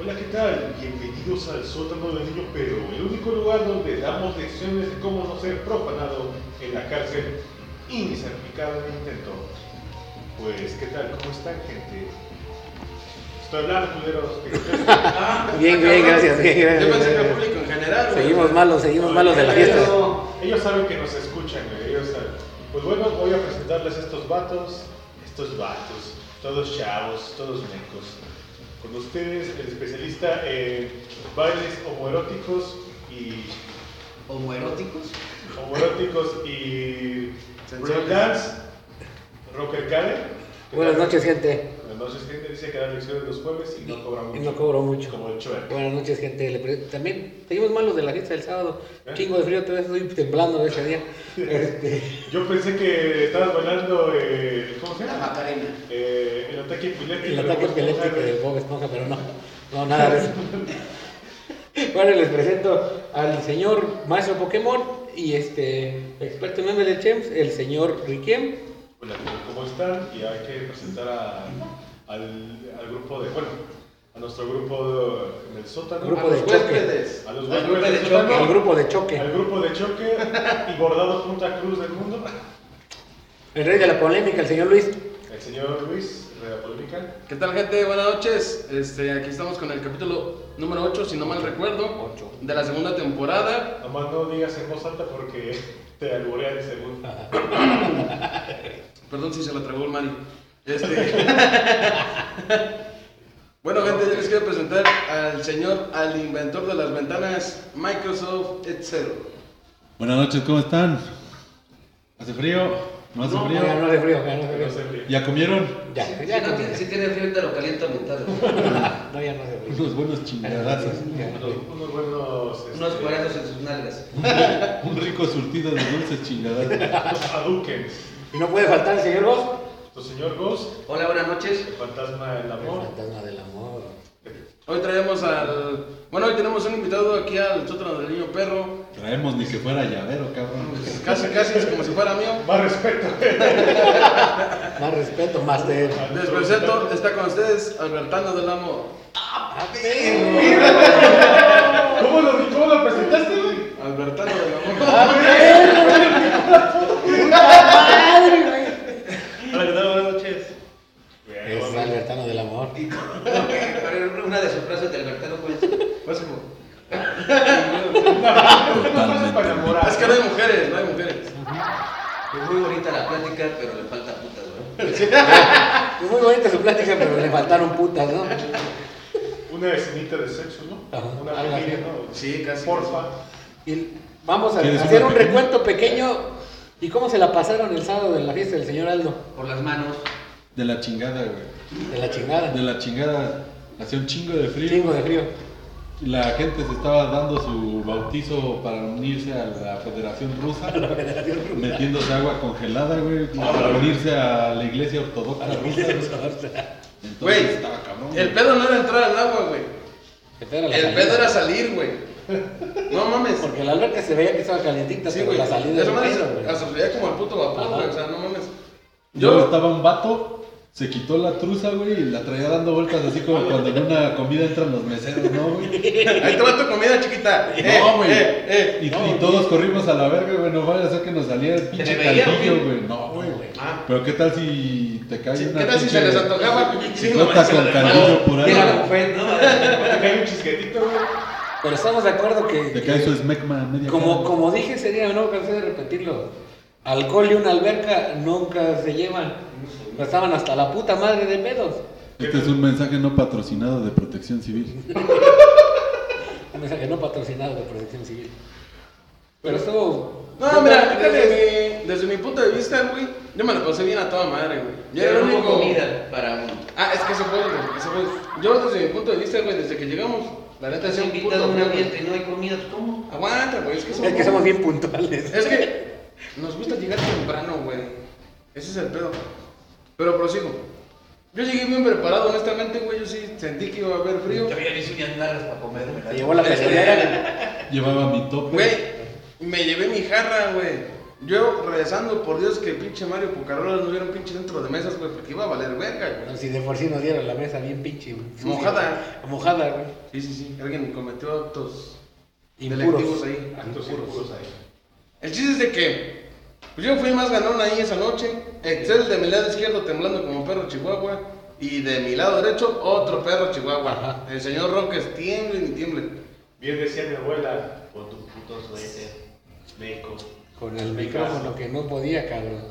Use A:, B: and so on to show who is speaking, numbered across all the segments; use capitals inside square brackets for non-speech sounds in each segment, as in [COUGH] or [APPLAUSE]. A: Hola, ¿qué tal? Bienvenidos al sótano del niño Pedro, el único lugar donde damos lecciones de cómo no ser profanado en la cárcel y ni certificado de intento. Pues, ¿qué tal? ¿Cómo están, gente? Estoy hablando, culeros. que-
B: Ah,
C: Bien,
B: cabrón.
C: bien, gracias, bien, gracias.
B: Yo pensé que el público en general. güey.
C: Seguimos malos, seguimos malos de la fiesta.
A: Pero Ellos saben que nos escuchan, güey, ellos saben. Pues bueno, voy a presentarles a estos vatos, estos vatos, todos chavos, todos mecos. Con ustedes, el especialista en bailes homoeróticos y
B: ¿Homoeróticos?
A: homoeróticos y
B: Sensuales.
A: breakdance, rocker Karen.
C: Buenas noches, gente.
A: Buenas noches, gente. Dice que dan lecciones los jueves y no cobra
C: Y
A: mucho.
C: no cobro mucho.
A: Como el chueco.
C: Buenas noches, gente. Le pre- También seguimos malos de la fiesta del sábado. Chingo de frío, todavía estoy temblando de ese día. Este,
A: Yo pensé que estabas bailando, eh, ¿cómo se
B: La
A: llama?
B: Macarena.
A: Eh, el ataque epiléptico.
C: el ataque epiléptico del Bob Esponja, pero no, no, nada de eso. Bueno, les presento al señor Maestro Pokémon y este experto en memes de Chems, el señor Riquem.
A: Hola, ¿cómo están? Y hay que presentar a- al, al grupo de, bueno, a nuestro grupo de- en el sótano.
C: Grupo
B: A
C: de
B: los
C: choque.
B: huéspedes.
A: A los
B: Al
A: huéspedes
B: grupo
A: de
B: de
A: choque.
B: choque.
C: El grupo de choque,
A: Al grupo de choque y bordado Punta Cruz del mundo.
C: el rey de la polémica, el señor Luis.
A: El señor Luis, de la polémica.
D: ¿Qué tal gente? Buenas noches. Este, aquí estamos con el capítulo número 8, si no mal recuerdo,
C: Ocho.
D: de la segunda temporada.
A: Nomás no digas en voz alta porque te alborean según.
D: Perdón si se la tragó el Mari. Este... [LAUGHS] bueno gente, yo les quiero presentar al señor, al inventor de las ventanas Microsoft Excel.
E: Buenas noches, ¿cómo están? ¿Hace frío? ¿No hace frío?
C: Ya no hace frío, ya no
A: que no
C: hace
A: se
C: frío.
A: ríe.
E: ¿Ya comieron?
C: Ya,
B: Si-
C: ya
B: si no
C: no
B: tiene- Si tiene frío, te lo calienta a mitad.
C: No, ya no hace frío.
E: Unos buenos chingadazos.
A: Unos, unos buenos. este,
B: Unos cuarentos en sus nalgas.
E: Un rico surtido de dulces chingadazos.
A: unos aduques.
C: Y no puede faltar el señor Boss.
A: Tu señor Ghost,
B: Hola, buenas noches.
A: el fantasma del
C: El
A: amor.
C: fantasma del amor.
D: Hoy traemos al... Bueno, hoy tenemos un invitado aquí al sótano del niño perro.
E: Traemos ni que fuera llavero, cabrón.
D: Pues, casi, casi es como si fuera mío.
A: Más respeto. [LAUGHS]
C: Más respeto, más de él.
D: Les presento, está con ustedes Albertano del Amor.
A: ¿Cómo lo, cómo lo presentaste, güey?
D: Albertano del Amor.
C: ¡Madre, güey!
A: Hola, ¿qué tal? Buenas noches.
C: Es Albertano del amor.
B: Y con- con una de sus frases del Albertano Fuentes.
D: Pues como...
A: Totalmente. Para enamorar.
D: Es que no hay mujeres, no hay mujeres.
B: Es muy bonita la plática, pero le falta putas, ¿verdad?
C: Es muy bonita su plática, pero le faltaron putas, ¿no?
A: Una escenita de sexo, ¿no?
C: Ajá. Ah,
A: Una
C: Algo así.
A: pequeña, ¿no?
D: Sí, casi.
A: Porfa.
C: Y vamos a
E: ¿Quieres
C: hacer
E: una
C: un
E: pequeña?
C: recuento pequeño. ¿Y cómo se la pasaron el sábado en la fiesta del señor Aldo?
B: Por las manos.
E: De la chingada, güey.
C: De la chingada.
E: De la chingada. Hacía un chingo de frío.
C: Chingo de frío.
E: La gente se estaba dando su bautizo para unirse a la Federación Rusa. Metiéndose agua congelada, güey. Para unirse a la iglesia ortodoxa rusa. Entonces
D: Güey,
E: estaba cabrón.
D: El
E: güey.
D: pedo no era entrar al agua, güey.
C: El pedo era la
D: El
C: salida.
D: pedo era salir, güey. No mames.
C: Porque la alberca se veía que estaba calientita,
D: Sí,
C: pero
D: güey.
C: la salida
D: Eso
C: era
D: me
C: el pedo, güey.
D: hasta se veía como el puto vapor,
C: Ajá.
D: güey. O sea, no mames.
E: Yo
D: Yo-
E: estaba un vato, se quitó la truza, güey, y la traía dando vueltas así como cuando en una comida entran los meseros, ¿no, güey?
D: Ahí te va tu
C: [LAUGHS]
D: comida chiquita. Eh,
E: No, güey.
D: eh, eh.
E: y, y todos corrimos a la verga, güey, no vaya a ser que nos saliera el
B: ¿Se
E: pinche
B: le veía,
E: caldillo,
B: güey?
E: güey. No, güey.
D: Ah.
E: Pero qué tal si te cae
D: Sí,
E: una
D: ¿Qué tal si se les antojaba? Sí, no
E: Nota
D: mames, se
E: con
D: les-
E: caldillo por ahí.
B: Y la
E: güey.
B: bufet, ¿no?
A: Te cae un chisquetito, güey.
C: Pero estamos de acuerdo que,
E: Te
C: que-
E: cae su smegma a media
C: como,
E: cara.
C: como dije ese día, no cansé de repetirlo. Alcohol y una alberca nunca se llevan. Estaban hasta la puta madre de pedos.
E: Este es un mensaje no patrocinado de protección civil.
C: Un mensaje no patrocinado de Protección Civil. Pero estuvo.
D: No, mira, desde, mi- desde mi punto de vista, güey, yo me la pasé bien a toda madre, güey. Yo era el
B: Pero no
D: único.
B: comida para uno.
D: Ah, es que eso fue, güey. Eso fue. Yo, desde mi punto de vista, güey, desde que llegamos, la neta,
B: Estás
D: sí, un
B: invitado a
D: puto
B: un
D: frío, güey.
B: ambiente y no hay comida, pues, ¿cómo?
D: Aguanta, güey, es que somos.
C: Es que somos bien puntuales.
D: Es que nos gusta llegar temprano, güey. Ese es el pedo. Pero prosigo. Yo llegué bien preparado, honestamente, güey. Yo sí sentí que iba a haber frío.
B: había visto unas nalgas para comer,
C: Se llevó la
D: Este-
C: pesadera.
E: Llevaba mi tope.
D: Güey, me llevé mi jarra, güey. Yo rezando por Dios que pinche Mario Pucarola no hubiera un pinche centro de mesas, güey, porque iba a valer verga, güey.
C: Bueno, si de por sí nos dieron la mesa bien pinche, güey. Sucia.
D: Mojada.
C: Mojada, güey.
D: Sí, sí, sí. Alguien cometió actos
C: Impuros.
D: delictivos ahí.
A: Actos impuros ahí.
D: El chiste es de que pues yo fui más ganón ahí esa noche. Excel de mi lado izquierdo temblando como perro chihuahua. Y de mi lado derecho, otro perro chihuahua.
C: Ajá.
D: El señor Roques tiemble y tiemble.
A: Bien decía mi abuela, con tu puto suéter, meco.
C: Con el micrófono que no podía, cabrón.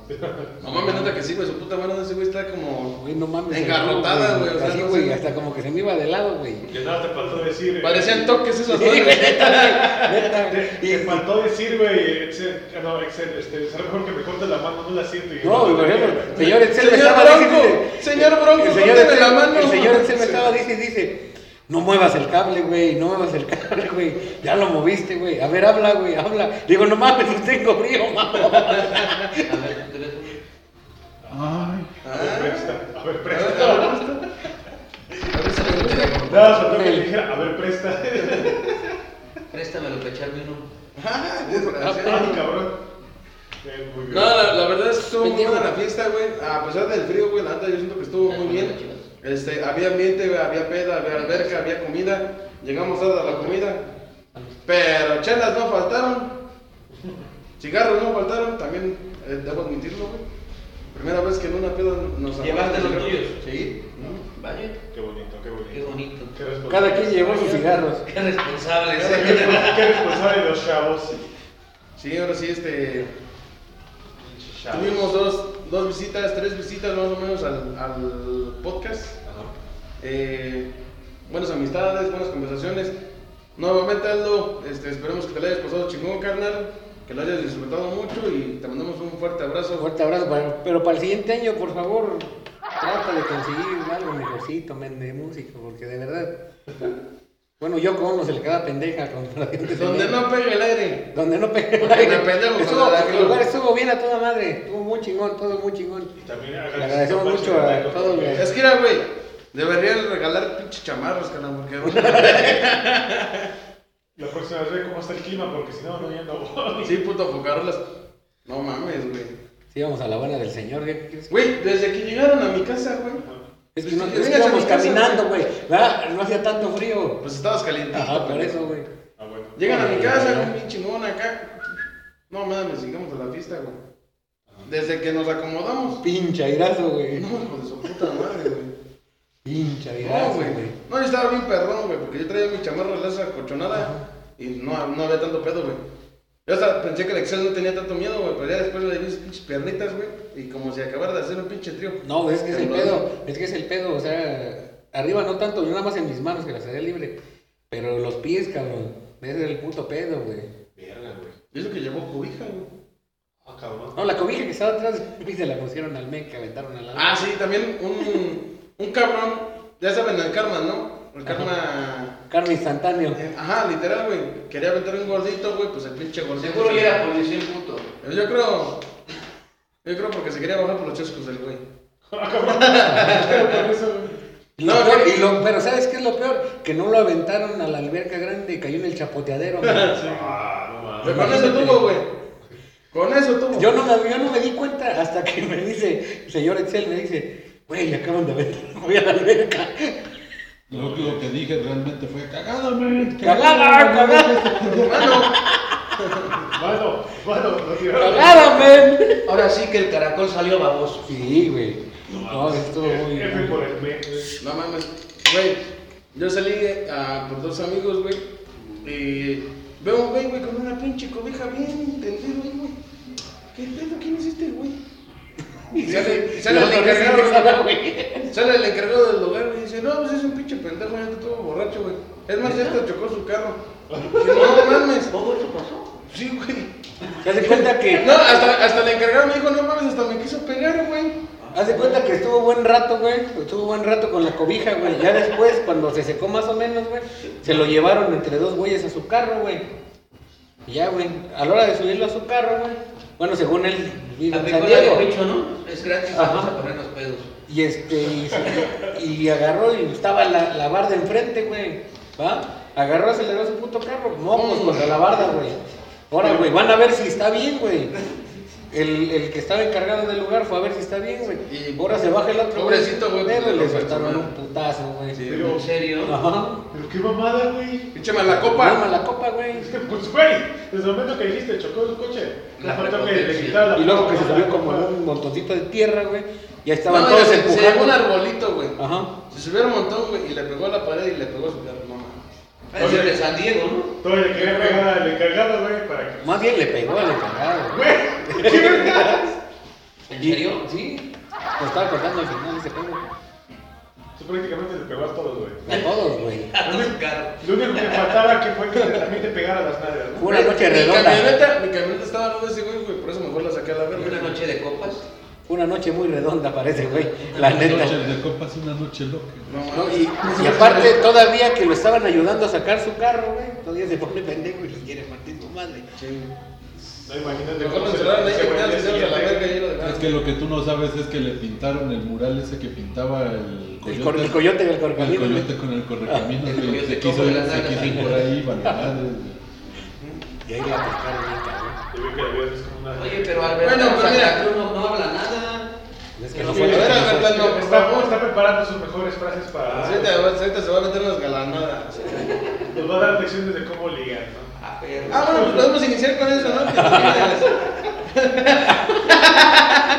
D: Mamá me nota que sí, güey. Su puta mano de ese güey está como.
C: Güey, no mames.
D: Engarrotada, güey, o sea,
C: Así,
D: no
C: güey,
D: sé.
C: hasta como que se me iba de lado, güey.
A: Que nada te faltó decir. eh,
D: Parecían toques
C: Sí,
D: esos
C: güey,
D: dos.
C: neta, güey, neta,
A: Te,
D: [LAUGHS]
C: güey.
A: te faltó decir, güey, Excel, ah, no, Excel, este, será mejor que me corte la mano, no la siento. y-
C: No, güey, por ejemplo, señor Excel me
D: Señor
C: estaba
D: Bronco,
C: diciendo-
D: señor Bronco,
C: el señor
D: córteme
C: Excel-
D: la mano.
C: El señor Excel me
D: Sí.
C: estaba diciendo, dice, no muevas el cable, güey, no muevas el cable, güey, ya lo moviste, güey, a ver, habla, güey, habla. Digo, no mames, tengo frío, mamá.
B: A ver, tu teléfono.
E: Ay,
D: Ah,
A: A ver, presta, a ver,
D: A ver,
A: presta.
D: a ver si le gusta.
A: Nada, faltó que le dijera, a ver, presta. [LAUGHS]
B: Préstamelo para echarme uno.
D: Ah,
A: Ay,
D: desgraciado.
A: cabrón. Eh, muy bien.
D: No, la, la verdad es que estuvo muy
C: Pendejo.
D: buena la fiesta, güey. A pesar del frío, güey, la neta yo siento que estuvo muy bien. Este, había ambiente, güey, había peda, había alberca, había comida. Llegamos tarde a la comida. Pero chelas no faltaron. Cigarros no faltaron, también eh, debo admitirlo, güey. Primera vez que en una peda nos
B: ¿Llevaste los
D: cigarros.
B: tuyos?
D: Sí.
B: Vaya,
A: Qué bonito, qué bonito.
B: Qué bonito.
A: Qué responsable.
C: Cada quien llevó sus cigarros.
B: qué
A: Qué
B: responsables.
A: responsable- qué responsable de los chavos.
D: Sí, ahora sí, este.
A: Chavos.
D: Tuvimos dos, dos visitas, tres visitas más o menos al, al podcast.
A: Ajá.
D: Eh, buenas amistades, buenas conversaciones. Nuevamente, Aldo, este, esperemos que te la hayas pasado chingón, carnal. Que lo hayas disfrutado mucho y te mandamos un fuerte
C: Un
D: abrazo.
C: Fuerte abrazo, para- pero para el siguiente año, por favor, trata de conseguir algo mejorcito, men, de música, porque de verdad. Bueno, yo como se le queda pendeja con la gente.
D: Donde no pega el aire.
C: Donde no pegué el
D: Donde
C: [LAUGHS] aire.
D: no perdemos,
C: Estuvo,
D: donde la
C: el lugar
D: cruz.
C: estuvo bien a toda madre. Estuvo muy chingón, todo muy chingón.
A: Y también
C: Le agradecemos mucho a todos los-
D: Es que era, güey. Deberían regalar pinche chamarras, carnal, porque bueno,
A: La próxima vez ve cómo está el clima, porque si no, no, ya no [LAUGHS] voy.
D: sí, puto focarlas. No mames, güey.
C: Sí, íbamos a la buena del señor. ¿qué crees?
D: Güey, desde que llegaron a mi casa, güey.
C: Es que no,
D: Sí,
C: es que
D: venga,
C: íbamos
D: se me cansa,
C: caminando, güey. ¿verdad? No hacía tanto frío.
D: Pues estabas calientito.
C: Ajá, por
D: güey.
C: eso, güey.
A: Ah, bueno. [LAUGHS]
D: Llegan a mi casa, güey, bien chingón acá. No mames, sigamos a la fiesta, güey. Desde que nos acomodamos.
C: Pincha airazo, güey.
D: No, hijo de su puta madre, güey.
C: Pincha
D: No,
C: airazo,
D: güey.
C: güey.
D: No, yo estaba bien perrón, güey, porque yo traía mi chamarra de esa cochonada y no, no había tanto pedo, güey. Yo hasta pensé que el Excel no tenía tanto miedo, güey, pero ya después le vi sus pinches piernitas, güey, y como si acabara de hacer un pinche trío.
C: No, es que es el
D: Temblando.
C: pedo. Es que es el pedo. O sea, arriba no tanto. Yo nada más en mis manos que las haría libre. Pero los pies, cabrón. Ese es el puto pedo, güey.
A: Verga, güey.
D: Y eso que llevó cobija, güey.
A: Ah, cabrón.
C: No, la cobija que estaba atrás [LAUGHS] y se la pusieron al men que aventaron a la.
D: Ah, sí, también un, un cabrón, ya saben, el karma, ¿no? El karma...
C: Carne instantáneo.
D: Eh, Ajá, literal, güey. Quería meter un gordito, güey, pues el pinche gordito.
B: Seguro que era policía el puto.
D: Yo creo. Yo creo porque se quería bajar por los chescos del güey.
A: Ah, cabrón. Pero por eso, güey.
C: Y lo
D: No,
C: peor-
D: güey.
C: y lo- pero ¿sabes qué es lo peor? Que no lo aventaron a la alberca grande y cayó en el chapoteadero. güey.
A: Ah, no
D: Pero
A: mames.
D: con eso tuvo, güey. Con eso tuvo.
C: Yo no, me, yo no me di cuenta hasta que me dice, el señor Excel me dice, güey, le acaban de aventar, voy a la alberca.
E: lo, lo que dije realmente fue cagada, man.
C: Cagada, cagada.
D: Hermano,
A: Mano, mano, lo tiraron.
C: Cagada, men.
B: Ahora sí que el caracol salió baboso.
C: Sí, güey. No,
A: mames.
C: estuvo muy
A: F por
C: bien.
A: el mes.
D: no mames. Güey, yo salí ah, por dos amigos, güey. Y veo un güey, güey, con una pinche cobija bien tendido, ahí, güey. ¿Qué pedo? ¿Quién es este, güey? Y sale, y sale el
C: Yo no sé qué
D: encargado,
C: pasaba,
D: güey.
C: güey.
D: Sale el encargado del lugar y dice, no, pues es un pinche pendejo, ya te tuvo borracho, güey. Es más, ya hasta chocó su carro. Dije, no mames.
B: ¿Todo eso pasó?
D: Sí, güey.
C: Se hace cuenta que,
D: No, hasta, hasta el encargado me dijo, no mames, hasta me quiso pegar, güey.
C: hace cuenta que estuvo buen rato, güey. Estuvo buen rato con la cobija, güey. Ya después, cuando se secó más o menos, güey, se lo llevaron entre dos güeyes a su carro, güey. Y ya, güey, a la hora de subirlo a su carro, güey. Bueno, según él, vive
B: La
C: en
B: película
C: San
B: de
C: Diego.
B: bicho, ¿no? Es gratis,
C: Ajá.
B: vamos a poner los pedos.
C: Y este, y, se- y agarró y estaba la, la barda enfrente, güey. ¿Va? Agarró,
D: Mm.
C: aceleró su puto carro. No, pues contra la barda, güey. Ahora, güey, van a ver si está bien, güey. El, el que estaba encargado del lugar fue a ver si está bien, güey.
D: Y-
C: Y ahora se baja el otro. güey,
D: Pobrecito, güey,
C: pero
D: porque
C: Le
D: lo
C: soltaron un
D: perdonaron.
C: putazo, güey.
D: Sí.
A: Pero,
B: ¿En serio?
C: Ajá.
A: pero qué mamada, güey.
D: Pinche mala copa.
C: Llama la copa, güey.
A: [LAUGHS] Pues, güey, desde el momento que dijiste chocó su coche, no
B: La
A: faltó que le
B: prepotencia.
A: quitara la
C: Y luego que se
A: la
C: subió como
A: copa.
C: un montoncito de tierra, güey. Ya estaban
D: No, mira,
C: todos
D: se, se llevó un
C: empujando.
D: arbolito, güey.
C: Ajá.
D: Se subió un montón, güey, y le pegó a la pared y le pegó a su carro. No mames.
B: Ha de ser de San Diego, ¿no? [LAUGHS]
A: Todavía le quería pegar al encargado, güey, para que.
C: Más bien le pegó al encargado. güey.
A: ¡Güey! ¿Qué vergas?
B: ¿En serio?
C: Sí. Lo estaba cortando al final ese pedo.
A: Tú prácticamente le pegó a todos, güey.
C: A todos, güey.
B: A tus carros.
A: Lo único que faltaba que fue que te- también te pegara las nalgas, ¿no?
C: Fue una noche
D: mi
C: redonda.
D: camioneta, mi camioneta estaba al lado de ese güey, güey, por eso mejor la saqué a la verga.
B: Una noche de copas.
C: Una noche muy redonda parece, güey. La neta.
E: Noches de copas, una noche loca.
D: No,
C: No,
D: mames.
C: y, y aparte, todavía que lo estaban ayudando a sacar su carro, güey, todavía se pone pendejo y le quiere partir tu madre.
D: Sí.
A: No imagínate
D: Mejor lo
A: se-
D: encerraron ahí,
A: se
D: que
A: fue al
D: quedaron
A: día
D: sinceros a la
A: siguiente.
D: verga y lo
E: Es
D: dejaron.
E: que lo que tú no sabes es que le pintaron el mural ese que pintaba el
C: El, cor- el coyote, el
E: El
C: correcaminos, güey.
E: coyote con el correcamino
C: [LAUGHS]
B: Ah.
E: que se quiso
B: Como las
E: se
B: nalgas.
E: quiso ir por ahí, vale madre, güey.
C: Y ahí la pescaron bien, cabrón.
A: Yo vi que la vida es como una.
B: Oye, pero Alberto
D: Bueno, pues mira.
B: Santa Cruz no, no habla nada.
C: Es que
B: Sí,
C: no
D: A
C: fue
D: ver,
C: lo que
D: a
C: hizo.
D: ver, no, por
A: Está, está
D: favor.
A: preparando sus mejores frases para.
D: Ahorita va- ahorita se va a meter unas galanadas.
A: Nos va a dar lecciones de cómo ligar, ¿no?
B: Ah, perro.
D: Ah, bueno, pues podemos iniciar con eso, ¿no? Que te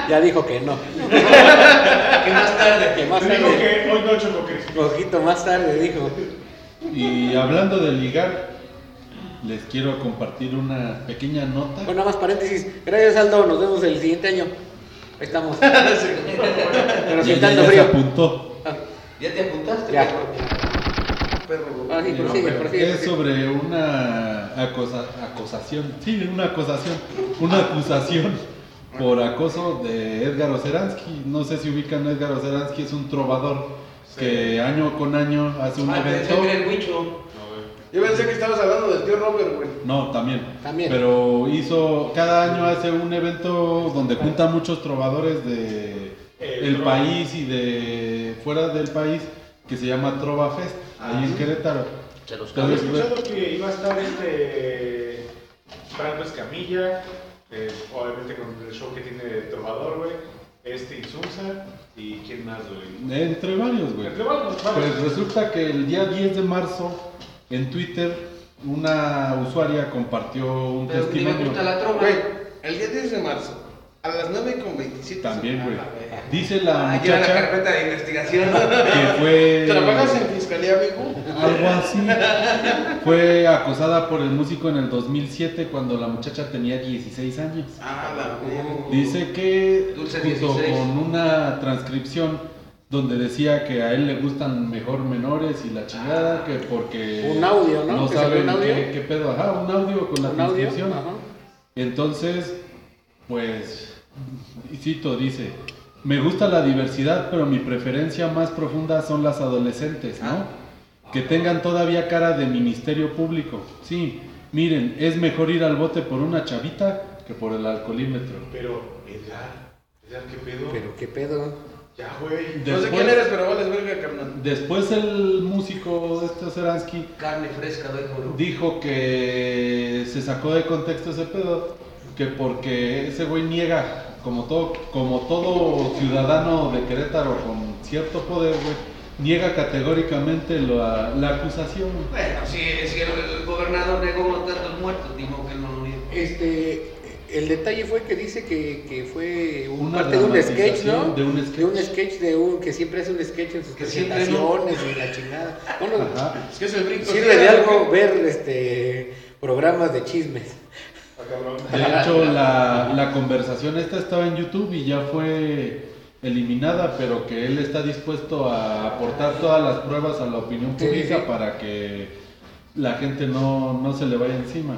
C: Ya dijo que no.
B: [LAUGHS] que más tarde.
C: Que
D: Ah,
C: más
A: Te digo
C: tarde,
A: que hoy no chocó Cristo.
C: poquito más tarde dijo.
E: Y hablando de ligar, les quiero compartir una pequeña nota.
C: Bueno, nada más paréntesis. Gracias, Aldo. Nos vemos el siguiente año. Ahí
E: [LAUGHS]
C: estamos. Pero
E: Y ella
C: sentando
E: ya se
C: frío.
E: apuntó.
C: Ah,
B: ¿Ya te apuntaste?
C: Ya.
B: Ah, perro?
D: [LAUGHS] Perro, güey.
C: Ahora sí,
E: Eh,
C: prosigue, prosigue.
E: es sobre una acosa- acosación, sí, una acosación, una acusación por acoso de Edgar Oceransky. No sé si ubican a Edgar Oceransky, es un trovador que año con año hace un
B: Ah, pensé
E: evento.
B: que era el huicho.
D: Yo pensé que estabas hablando del tío Robert, güey.
E: No, también.
C: También.
E: Pero hizo, cada año hace un evento donde junta muchos trovadores de
A: El
E: el
A: Trova.
E: país y de fuera del país que se llama Trova Fest, ahí en Querétaro.
B: Se los
A: Había
E: Entonces,
A: escuchado que iba a estar este. Franco Escamilla, eh, obviamente con el show que tiene Trovador, güey. Este Insunza y quién más, güey.
E: Entre varios, güey.
A: Entre varios, varios.
E: Pues resulta que el día 10 de marzo en Twitter una usuaria compartió un
B: Pero ni me
E: testimonio.
B: gusta la trova.
D: Güey, el día 10 de marzo, a las 9 con 27.
E: También, güey.
D: Ah, la verga.
E: Dice la
B: Ah, lleva la
E: muchacha
B: carpeta de investigación. [LAUGHS]
E: que fue
D: ¿Trabajas en fiscalía, amigo?
E: algo así. Fue acosada por el músico en el 2007 cuando la muchacha tenía 16 años.
D: Ah, la verga.
E: Dice que
B: Dulce
E: junto
B: 16.
E: con una transcripción donde decía que a él le gustan mejor menores y la chingada, que porque
C: Un audio, ¿no? Que salió
E: saben
C: un audio.
E: Qué, qué pedo, ajá, un audio con la
C: Un audio.
E: transcripción.
C: ajá.
E: Entonces, pues, y cito, dice, me gusta la diversidad, pero mi preferencia más profunda son las adolescentes, ¿no? Que tengan todavía cara de ministerio público. Sí, miren, es mejor ir al bote por una chavita que por el alcoholímetro.
A: Pero, Edgar, Edgar, ¿qué pedo?
C: Pero qué pedo.
A: Ya, güey.
E: De-
D: No sé
E: Después-
D: quién eres, pero vales verga, carnal.
E: Después el músico este Seransky
B: Carne fresca, doy por un.
E: dijo que se sacó de contexto ese pedo, que porque ese güey niega, como todo, como todo ciudadano de Querétaro con cierto poder, güey, niega categóricamente la, la acusación.
B: Bueno, si, si el, el gobernador negó tantos muertos, ni modo que no lo niega.
C: Este, el detalle fue que dice que, que fue un-
E: Una
C: parte de un sketch, ¿no?
E: dramatización de un sketch.
C: De un sketch de un- que siempre hace un sketch en sus
B: Que siempre, ¿no?
C: presentaciones y la chingada. Bueno,
E: Ajá.
D: Es que es el brinco.
C: sirve de
D: tierra,
C: algo
D: güey.
C: ver este programas de chismes.
A: Ah, cabrón.
E: De hecho, la, la conversación esta estaba en YouTube y ya fue eliminada, pero que él está dispuesto a aportar todas las pruebas a la opinión
C: Sí,
E: pública
C: sí.
E: para que la gente no, no se le vaya encima.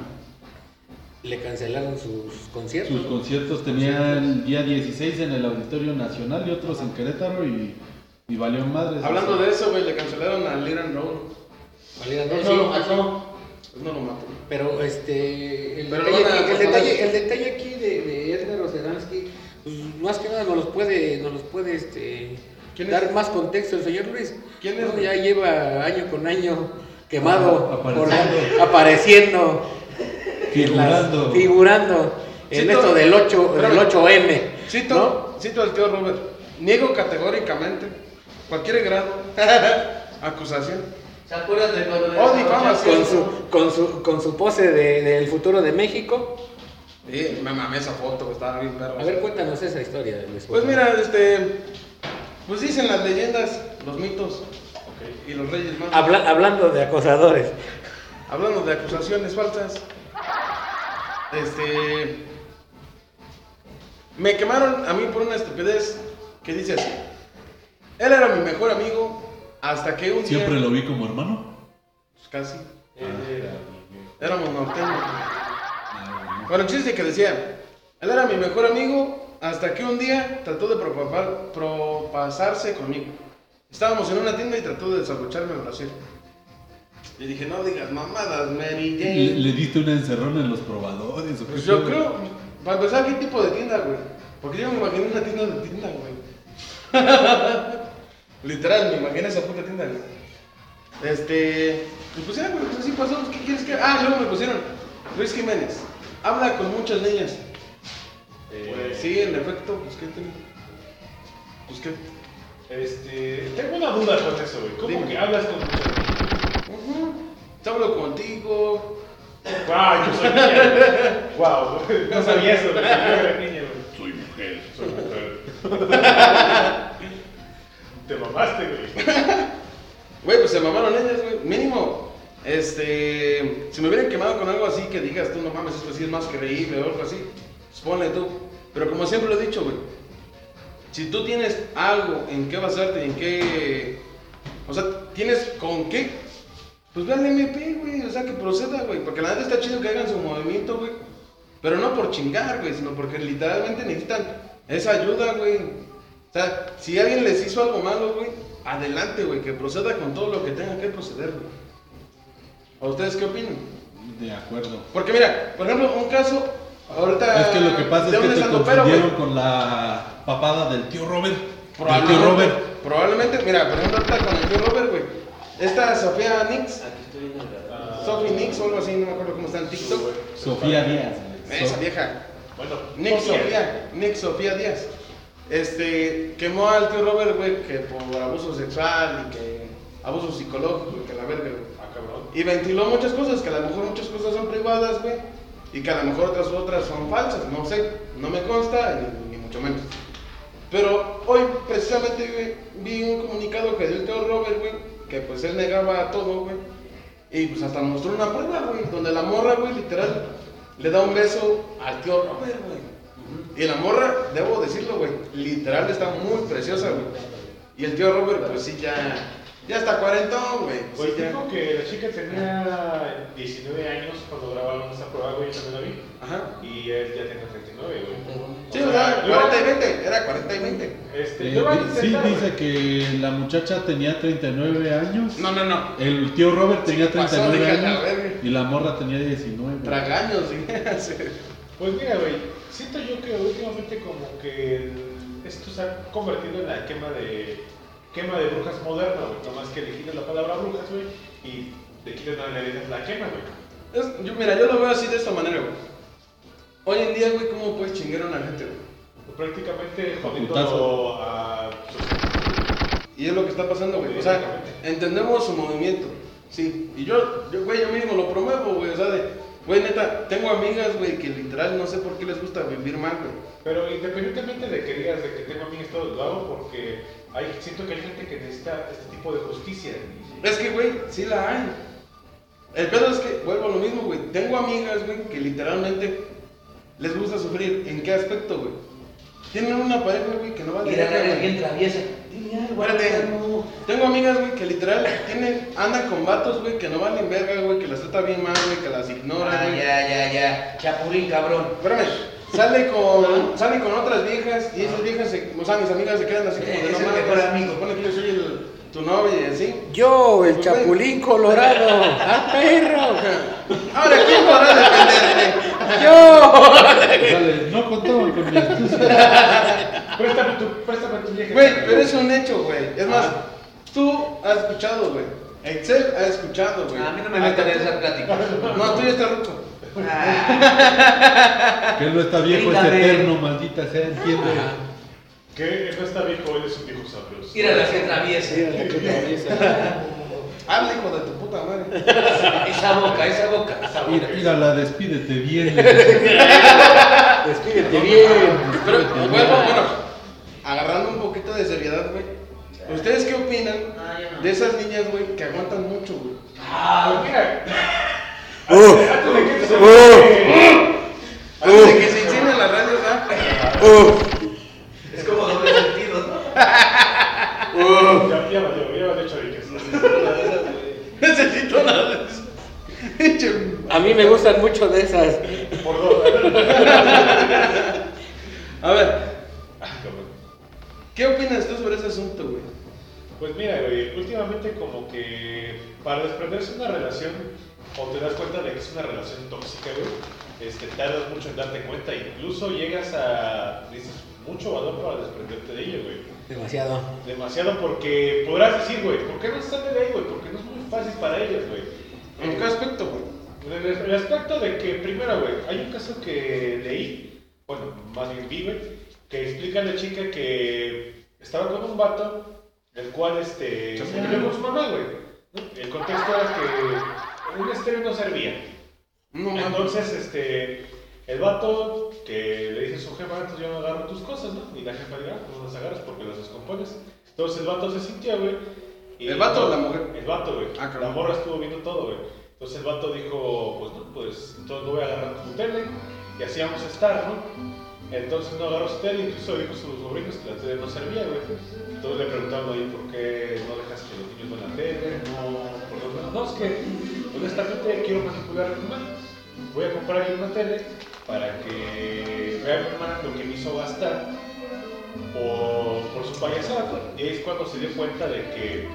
C: Le cancelaron sus conciertos.
E: Sus conciertos tenía el día 16 en el Auditorio Nacional y otros en Querétaro y, y valió madres.
D: Hablando de eso, güey, le cancelaron a Liran Roll.
C: Valida, ¿no?
A: No,
C: Sí.
A: no, no.
D: Pues no lo mató.
C: Pero este el,
D: Pero lo
C: detalle,
D: van a
C: aquí, el,
D: acomodar.
C: detalle, el detalle aquí de, de Edgar Oceransky, pues, más que nada nos los puede, nos los puede este,
D: ¿Quién es?
C: dar más contexto el señor Luis.
D: ¿Quién es?
C: No, ya lleva año con año quemado,
E: Ah,
C: por- [LAUGHS]
E: apareciendo.
C: apareciendo, en las-
E: Figurando.
C: figurando en
D: Cito-
C: esto del 8, del
D: Espérame.
C: 8M.
D: Cito,
C: ¿no?
D: cito al tío Robert. Niego categóricamente cualquier grado, acusación
B: ¿Se acuerdan de cuando...
D: Oh, difamación.
C: Con su, con su, con su pose de- del futuro de México.
D: Sí, me mamé esa foto, güey, estaba bien perro.
C: A ver, cuéntanos esa historia, Luis. por
D: Pues
C: favor.
D: mira, este. Pues dicen las leyendas, los mitos y los reyes magos.
C: Habla- hablando de acosadores.
D: Hablamos de acusaciones falsas. Este. Me quemaron a mí por una estupidez que dice así. Él era mi mejor amigo hasta que un
E: Siempre
D: día.
E: lo vi como hermano.
D: Pues casi.
A: Era
D: Éramos norteños. Bueno, el chiste que decía. Él era mi mejor amigo hasta que un día trató de propapar- propasarse conmigo. Estábamos en una tienda y trató de desabrocharme el brasil. Le dije, no digas mamadas, Mary Jane.
E: Le, le diste una encerrona en los probadores. ¿o qué
D: Pues yo
E: fue?
D: creo, para empezar, ¿qué tipo de tienda, güey? Porque yo me imaginé una tienda de tienda, güey. [LAUGHS] Literal, me imaginé esa puta tienda, güey. Este. Pues, pues ya, güey, pues así pasó. ¿Qué quieres que.? Ah, luego me pusieron. Luis Jiménez, habla con muchas niñas.
A: Eh,
D: sí, en efecto, pues qué tenía. Pues qué.
A: Este, tengo una duda con eso, güey. ¿Cómo
D: Dime.
A: que hablas con tu
D: Ujú. Te hablo contigo.
A: ¡Guau! Yo sabía. ¡Guau! No sabía eso, güey. Yo era niño, güey. Soy mujer. Soy mujer. Te mamaste, güey.
D: Güey, pues se mamaron ellas, güey. Mínimo. Este. Si me hubieran quemado con algo así que digas tú, no mames, esto sí es más creíble o algo así. Pues ponle tú. Pero como siempre lo he dicho, güey. Si tú tienes algo en qué basarte, en qué. O sea, tienes con qué. Pues ve al MP, güey. O sea, que proceda, güey. Porque la neta está chido que hagan su movimiento, güey. Pero no por chingar, güey, sino porque literalmente necesitan esa ayuda, güey. O sea, si alguien les hizo algo malo, güey, adelante, güey, que proceda con todo lo que tenga que proceder, güey. ¿A ustedes qué opinan?
E: De acuerdo.
D: Porque mira, por ejemplo, un caso, ahorita...
E: Es que lo que pasa
D: de
E: es que
D: un
E: te
D: estandopero, güey.
E: confundieron con la papada del tío Robert. Del
D: Probablemente,
E: tío Robert.
D: probablemente, mira, por ejemplo, ahorita con el tío Robert, güey. Esta Sofía Nix,
B: Aquí estoy viendo el radar.
D: Sophie Nix o algo así, no me acuerdo cómo está en TikTok.
E: Sofía Díaz. güey.
D: Esa
E: So-
D: vieja.
A: Bueno,
D: Nick
A: Sofía.
D: Sofía, Nick Sofía Díaz. Este, quemó al tío Robert, güey, que por abuso sexual y que abuso psicológico y que la verga, güey.
A: Ah, cabrón.
D: Y ventiló muchas cosas, que a lo mejor muchas cosas son privadas, güey, y que a lo mejor otras otras son falsas, no sé, no me consta, ni, ni mucho menos. Pero hoy precisamente güey, vi un comunicado que dio el tío Robert, güey, que pues él negaba todo, güey. Y pues hasta mostró una prueba, güey, donde la morra, güey, literal, le da un beso al tío Robert, güey. Y la morra, debo decirlo, güey, literal está muy preciosa, güey. Y el tío Robert, pues sí, ya, ya está cuarentón, güey. sí,
A: Pues
D: ya.
A: dijo que la chica tenía 19 años cuando grabaron esa prueba, güey, yo también
D: Ajá.
A: la vi. Y él ya tenía 39, güey.
D: Sí, o sea,
A: yo-
D: 40 y 20, era 40 y 20.
A: Este,
E: Eh,
A: yo voy a
E: di- sí,
A: intentar,
E: dice
A: güey.
E: que la muchacha tenía 39 años.
D: No, no, no.
E: El tío Robert tenía
D: Sí, pasó,
E: 39
D: dije, a la
E: años
D: verga.
E: y la morra tenía 19.
D: Tragaños, [LAUGHS] sí.
A: Pues mira, güey, siento yo que últimamente como que el- esto se ha convertido en la quema de quema de brujas moderna, güey. Nomás que le quitas la palabra brujas, güey, y le quitas la, le dices la quema, güey.
D: Es- yo, mira, yo lo veo así de esta manera, güey. Hoy en día, güey, ¿cómo puedes chingar a una gente, güey?
A: Pues Prácticamente
E: A
A: jodiendo
E: putazo.
A: a...
D: Y es lo que está pasando, güey. O sea, entendemos su movimiento. Sí. Y yo, yo, güey, yo mismo lo promuevo, güey. O sea, de, güey, neta, tengo amigas, güey, que literal no sé por qué les gusta vivir mal, güey.
A: Pero independientemente de que digas de que tengo amigos todos lo hago porque hay, siento que hay gente que necesita este tipo de justicia.
D: Es que, güey, sí la hay. El pedo es que, vuelvo a lo mismo, güey. Tengo amigas, güey, que literalmente les gusta sufrir. ¿En qué aspecto, güey? Tienen una pareja, güey, que no va a
B: Y la cara
D: güey.
B: es bien traviesa. Dime algo,
D: Ah, Espérate.
B: hermano.
D: Tengo amigas, güey, que literal tienen, andan con vatos, güey, que no valen verga, güey, que las trata bien mal, güey, que las ignora,
B: Ah,
D: güey.
B: ya, ya, ya. Chapulín, cabrón.
D: Espérame, sale
B: Ah.
D: con, sale con otras viejas y esas viejas, se- o sea, mis amigas se quedan así como
B: Eh,
D: de
B: es
D: no
B: el
D: mames,
B: mejor amigo.
D: Supone que yo soy el, tu novia y así.
C: Yo, el
D: Pues,
C: Chapulín Colorado. ¡Ah, perro!
D: Ahora, ¿quién podrá defenderme?
C: ¡Yo!
D: [LAUGHS]
E: Dale, no contaban con mi astucia.
A: Préstame tu, préstame tu vieja.
D: Güey, pero es un hecho, güey. Es más, tú has escuchado, güey. Excel ha escuchado, güey.
B: A mí no me metan en esa plática. [LAUGHS]
D: No, tú ya estás roto.
B: Ah,
E: Que él no está viejo, es
B: Grítame.
E: eterno, maldita sea, entiende.
C: Ajá.
A: Que él no está viejo, él es un viejo sabio.
B: mira la que atraviesa.
C: Mira, qué cabeza.
D: Habla, hijo de tu puta madre.
B: Esa boca, esa boca, esa boca.
E: Mira, mírala, despídete bien. le dice.
C: Despídete bien.
D: Pero, bueno, bueno, agarrando un poquito de seriedad, güey. ¿Ustedes qué opinan
B: Ah, yo no.
D: de esas niñas, güey, que aguantan mucho, güey?
A: Ah, mira.
C: Uh,
A: Antes de que te se-
D: Antes de que se incine la radio,
B: [LAUGHS]
D: ¿verdad?
B: Es como doble sentido, ¿no?
A: Ya, ya valió, ya valió Chaviques.
D: Necesito una de esas. [LAUGHS] Pinche
C: A mí me gustan mucho de esas.
A: Por dos.
D: A ver, ¿qué opinas tú sobre ese asunto, güey?
A: Pues mira, güey, últimamente como que para desprenderse de una relación o te das cuenta de que es una relación tóxica, güey, este, tardas mucho en darte cuenta, incluso llegas a, dices, mucho valor para desprenderte de ella, güey.
C: Demasiado.
A: Demasiado porque podrás decir, güey, ¿por qué no están de ahí, güey? Porque no es muy fácil para ellas, güey.
D: ¿En qué aspecto, güey?
A: En el, el aspecto de que, primero, güey, hay un caso que leí, bueno, más bien vi, güey, que explica a la chica que estaba con un vato, el cual, este, se peleó con su mamá, güey. El contexto era que un estéreo no servía.
D: No mames.
A: Entonces, este, el vato que le dice a su jefa, entonces yo no agarro tus cosas, ¿no? Y la jefa dirá, pues no las agarras porque las descompones. Entonces el vato se sintió, güey. y-
D: ¿El vato o la mujer?
A: El vato, güey.
D: Ah, cabrón.
A: la morra estuvo viendo todo, güey. Entonces el vato dijo, pues no, pues entonces no voy a agarrar tu tele. Y así vamos a estar, ¿no? Entonces no agarró su tele, incluso dijo a sus sobrinos que la tele no servía, güey. Entonces le preguntaron ahí por qué no dejas que los niños vean la tele, no, por lo menos, no, es que honestamente quiero manipular a mi hermana. Voy a comprarle una tele para que vea a mi hermana lo que me hizo gastar por, por su payasada, güey. Y ahí es cuando se dio cuenta de que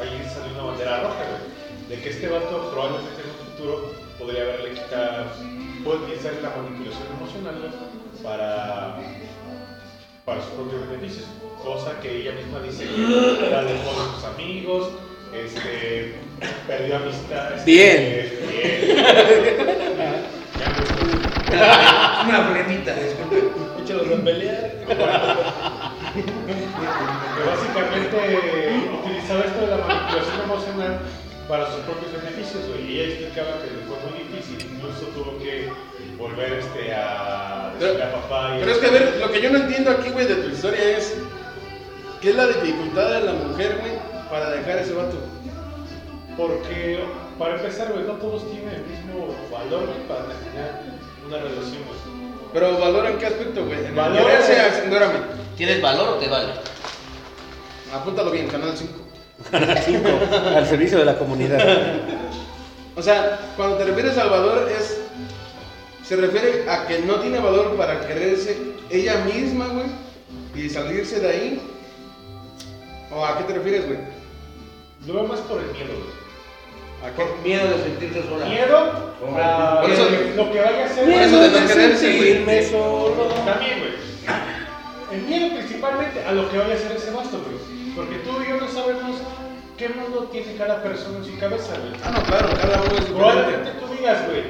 A: ahí salió una bandera roja, güey. De que este vato probablemente en un futuro podría haberle quitado, puede utilizar la manipulación emocional güey, para, para sus propios beneficios. Cosa que ella misma dice que la dejó de sus amigos, este, perdió amistades.
C: Bien.
A: este, bien.
B: Una flemita, disculpe.
A: Échalos a pelear. que básicamente utilizaba esto de la manipulación emocional para sus propios beneficios, güey. Y ella explicaba que le fue muy difícil, incluso tuvo que volver este, a decirle a papá y
D: Pero es que, a ver, lo que yo no entiendo aquí, güey, de tu historia es... ¿Qué es la dificultad de la mujer, güey, para dejar ese vato?
A: Porque, para empezar, güey, no todos tienen el mismo valor güey, para terminar una relación, güey.
D: Pero valor en qué aspecto, güey. En el
A: Valor.
D: quererse Ah, a- Espérame,
F: ¿Tienes valor o te vale?
D: apúntalo bien, canal 5.
C: Canal 5, al servicio de la comunidad.
D: O sea, cuando te refieres al valor es... Se refiere a que no tiene valor para quererse ella misma, güey, y salirse de ahí. ¿O a qué te refieres, güey?
A: Lo veo más por el miedo, güey.
D: ¿A qué?
B: Por miedo de sentirte sola.
A: Miedo a
D: Por eso-
A: lo que vaya a hacer.
D: Por eso de no quererse, güey.
C: sentirme solo.
A: También, güey. El miedo principalmente a lo que vaya a hacer ese vato, güey. Porque tú y yo no sabemos qué mundo tiene cada persona en su cabeza, güey.
D: Ah, no, claro, cada uno es
A: Probablemente
D: diferente.
A: tú digas, güey,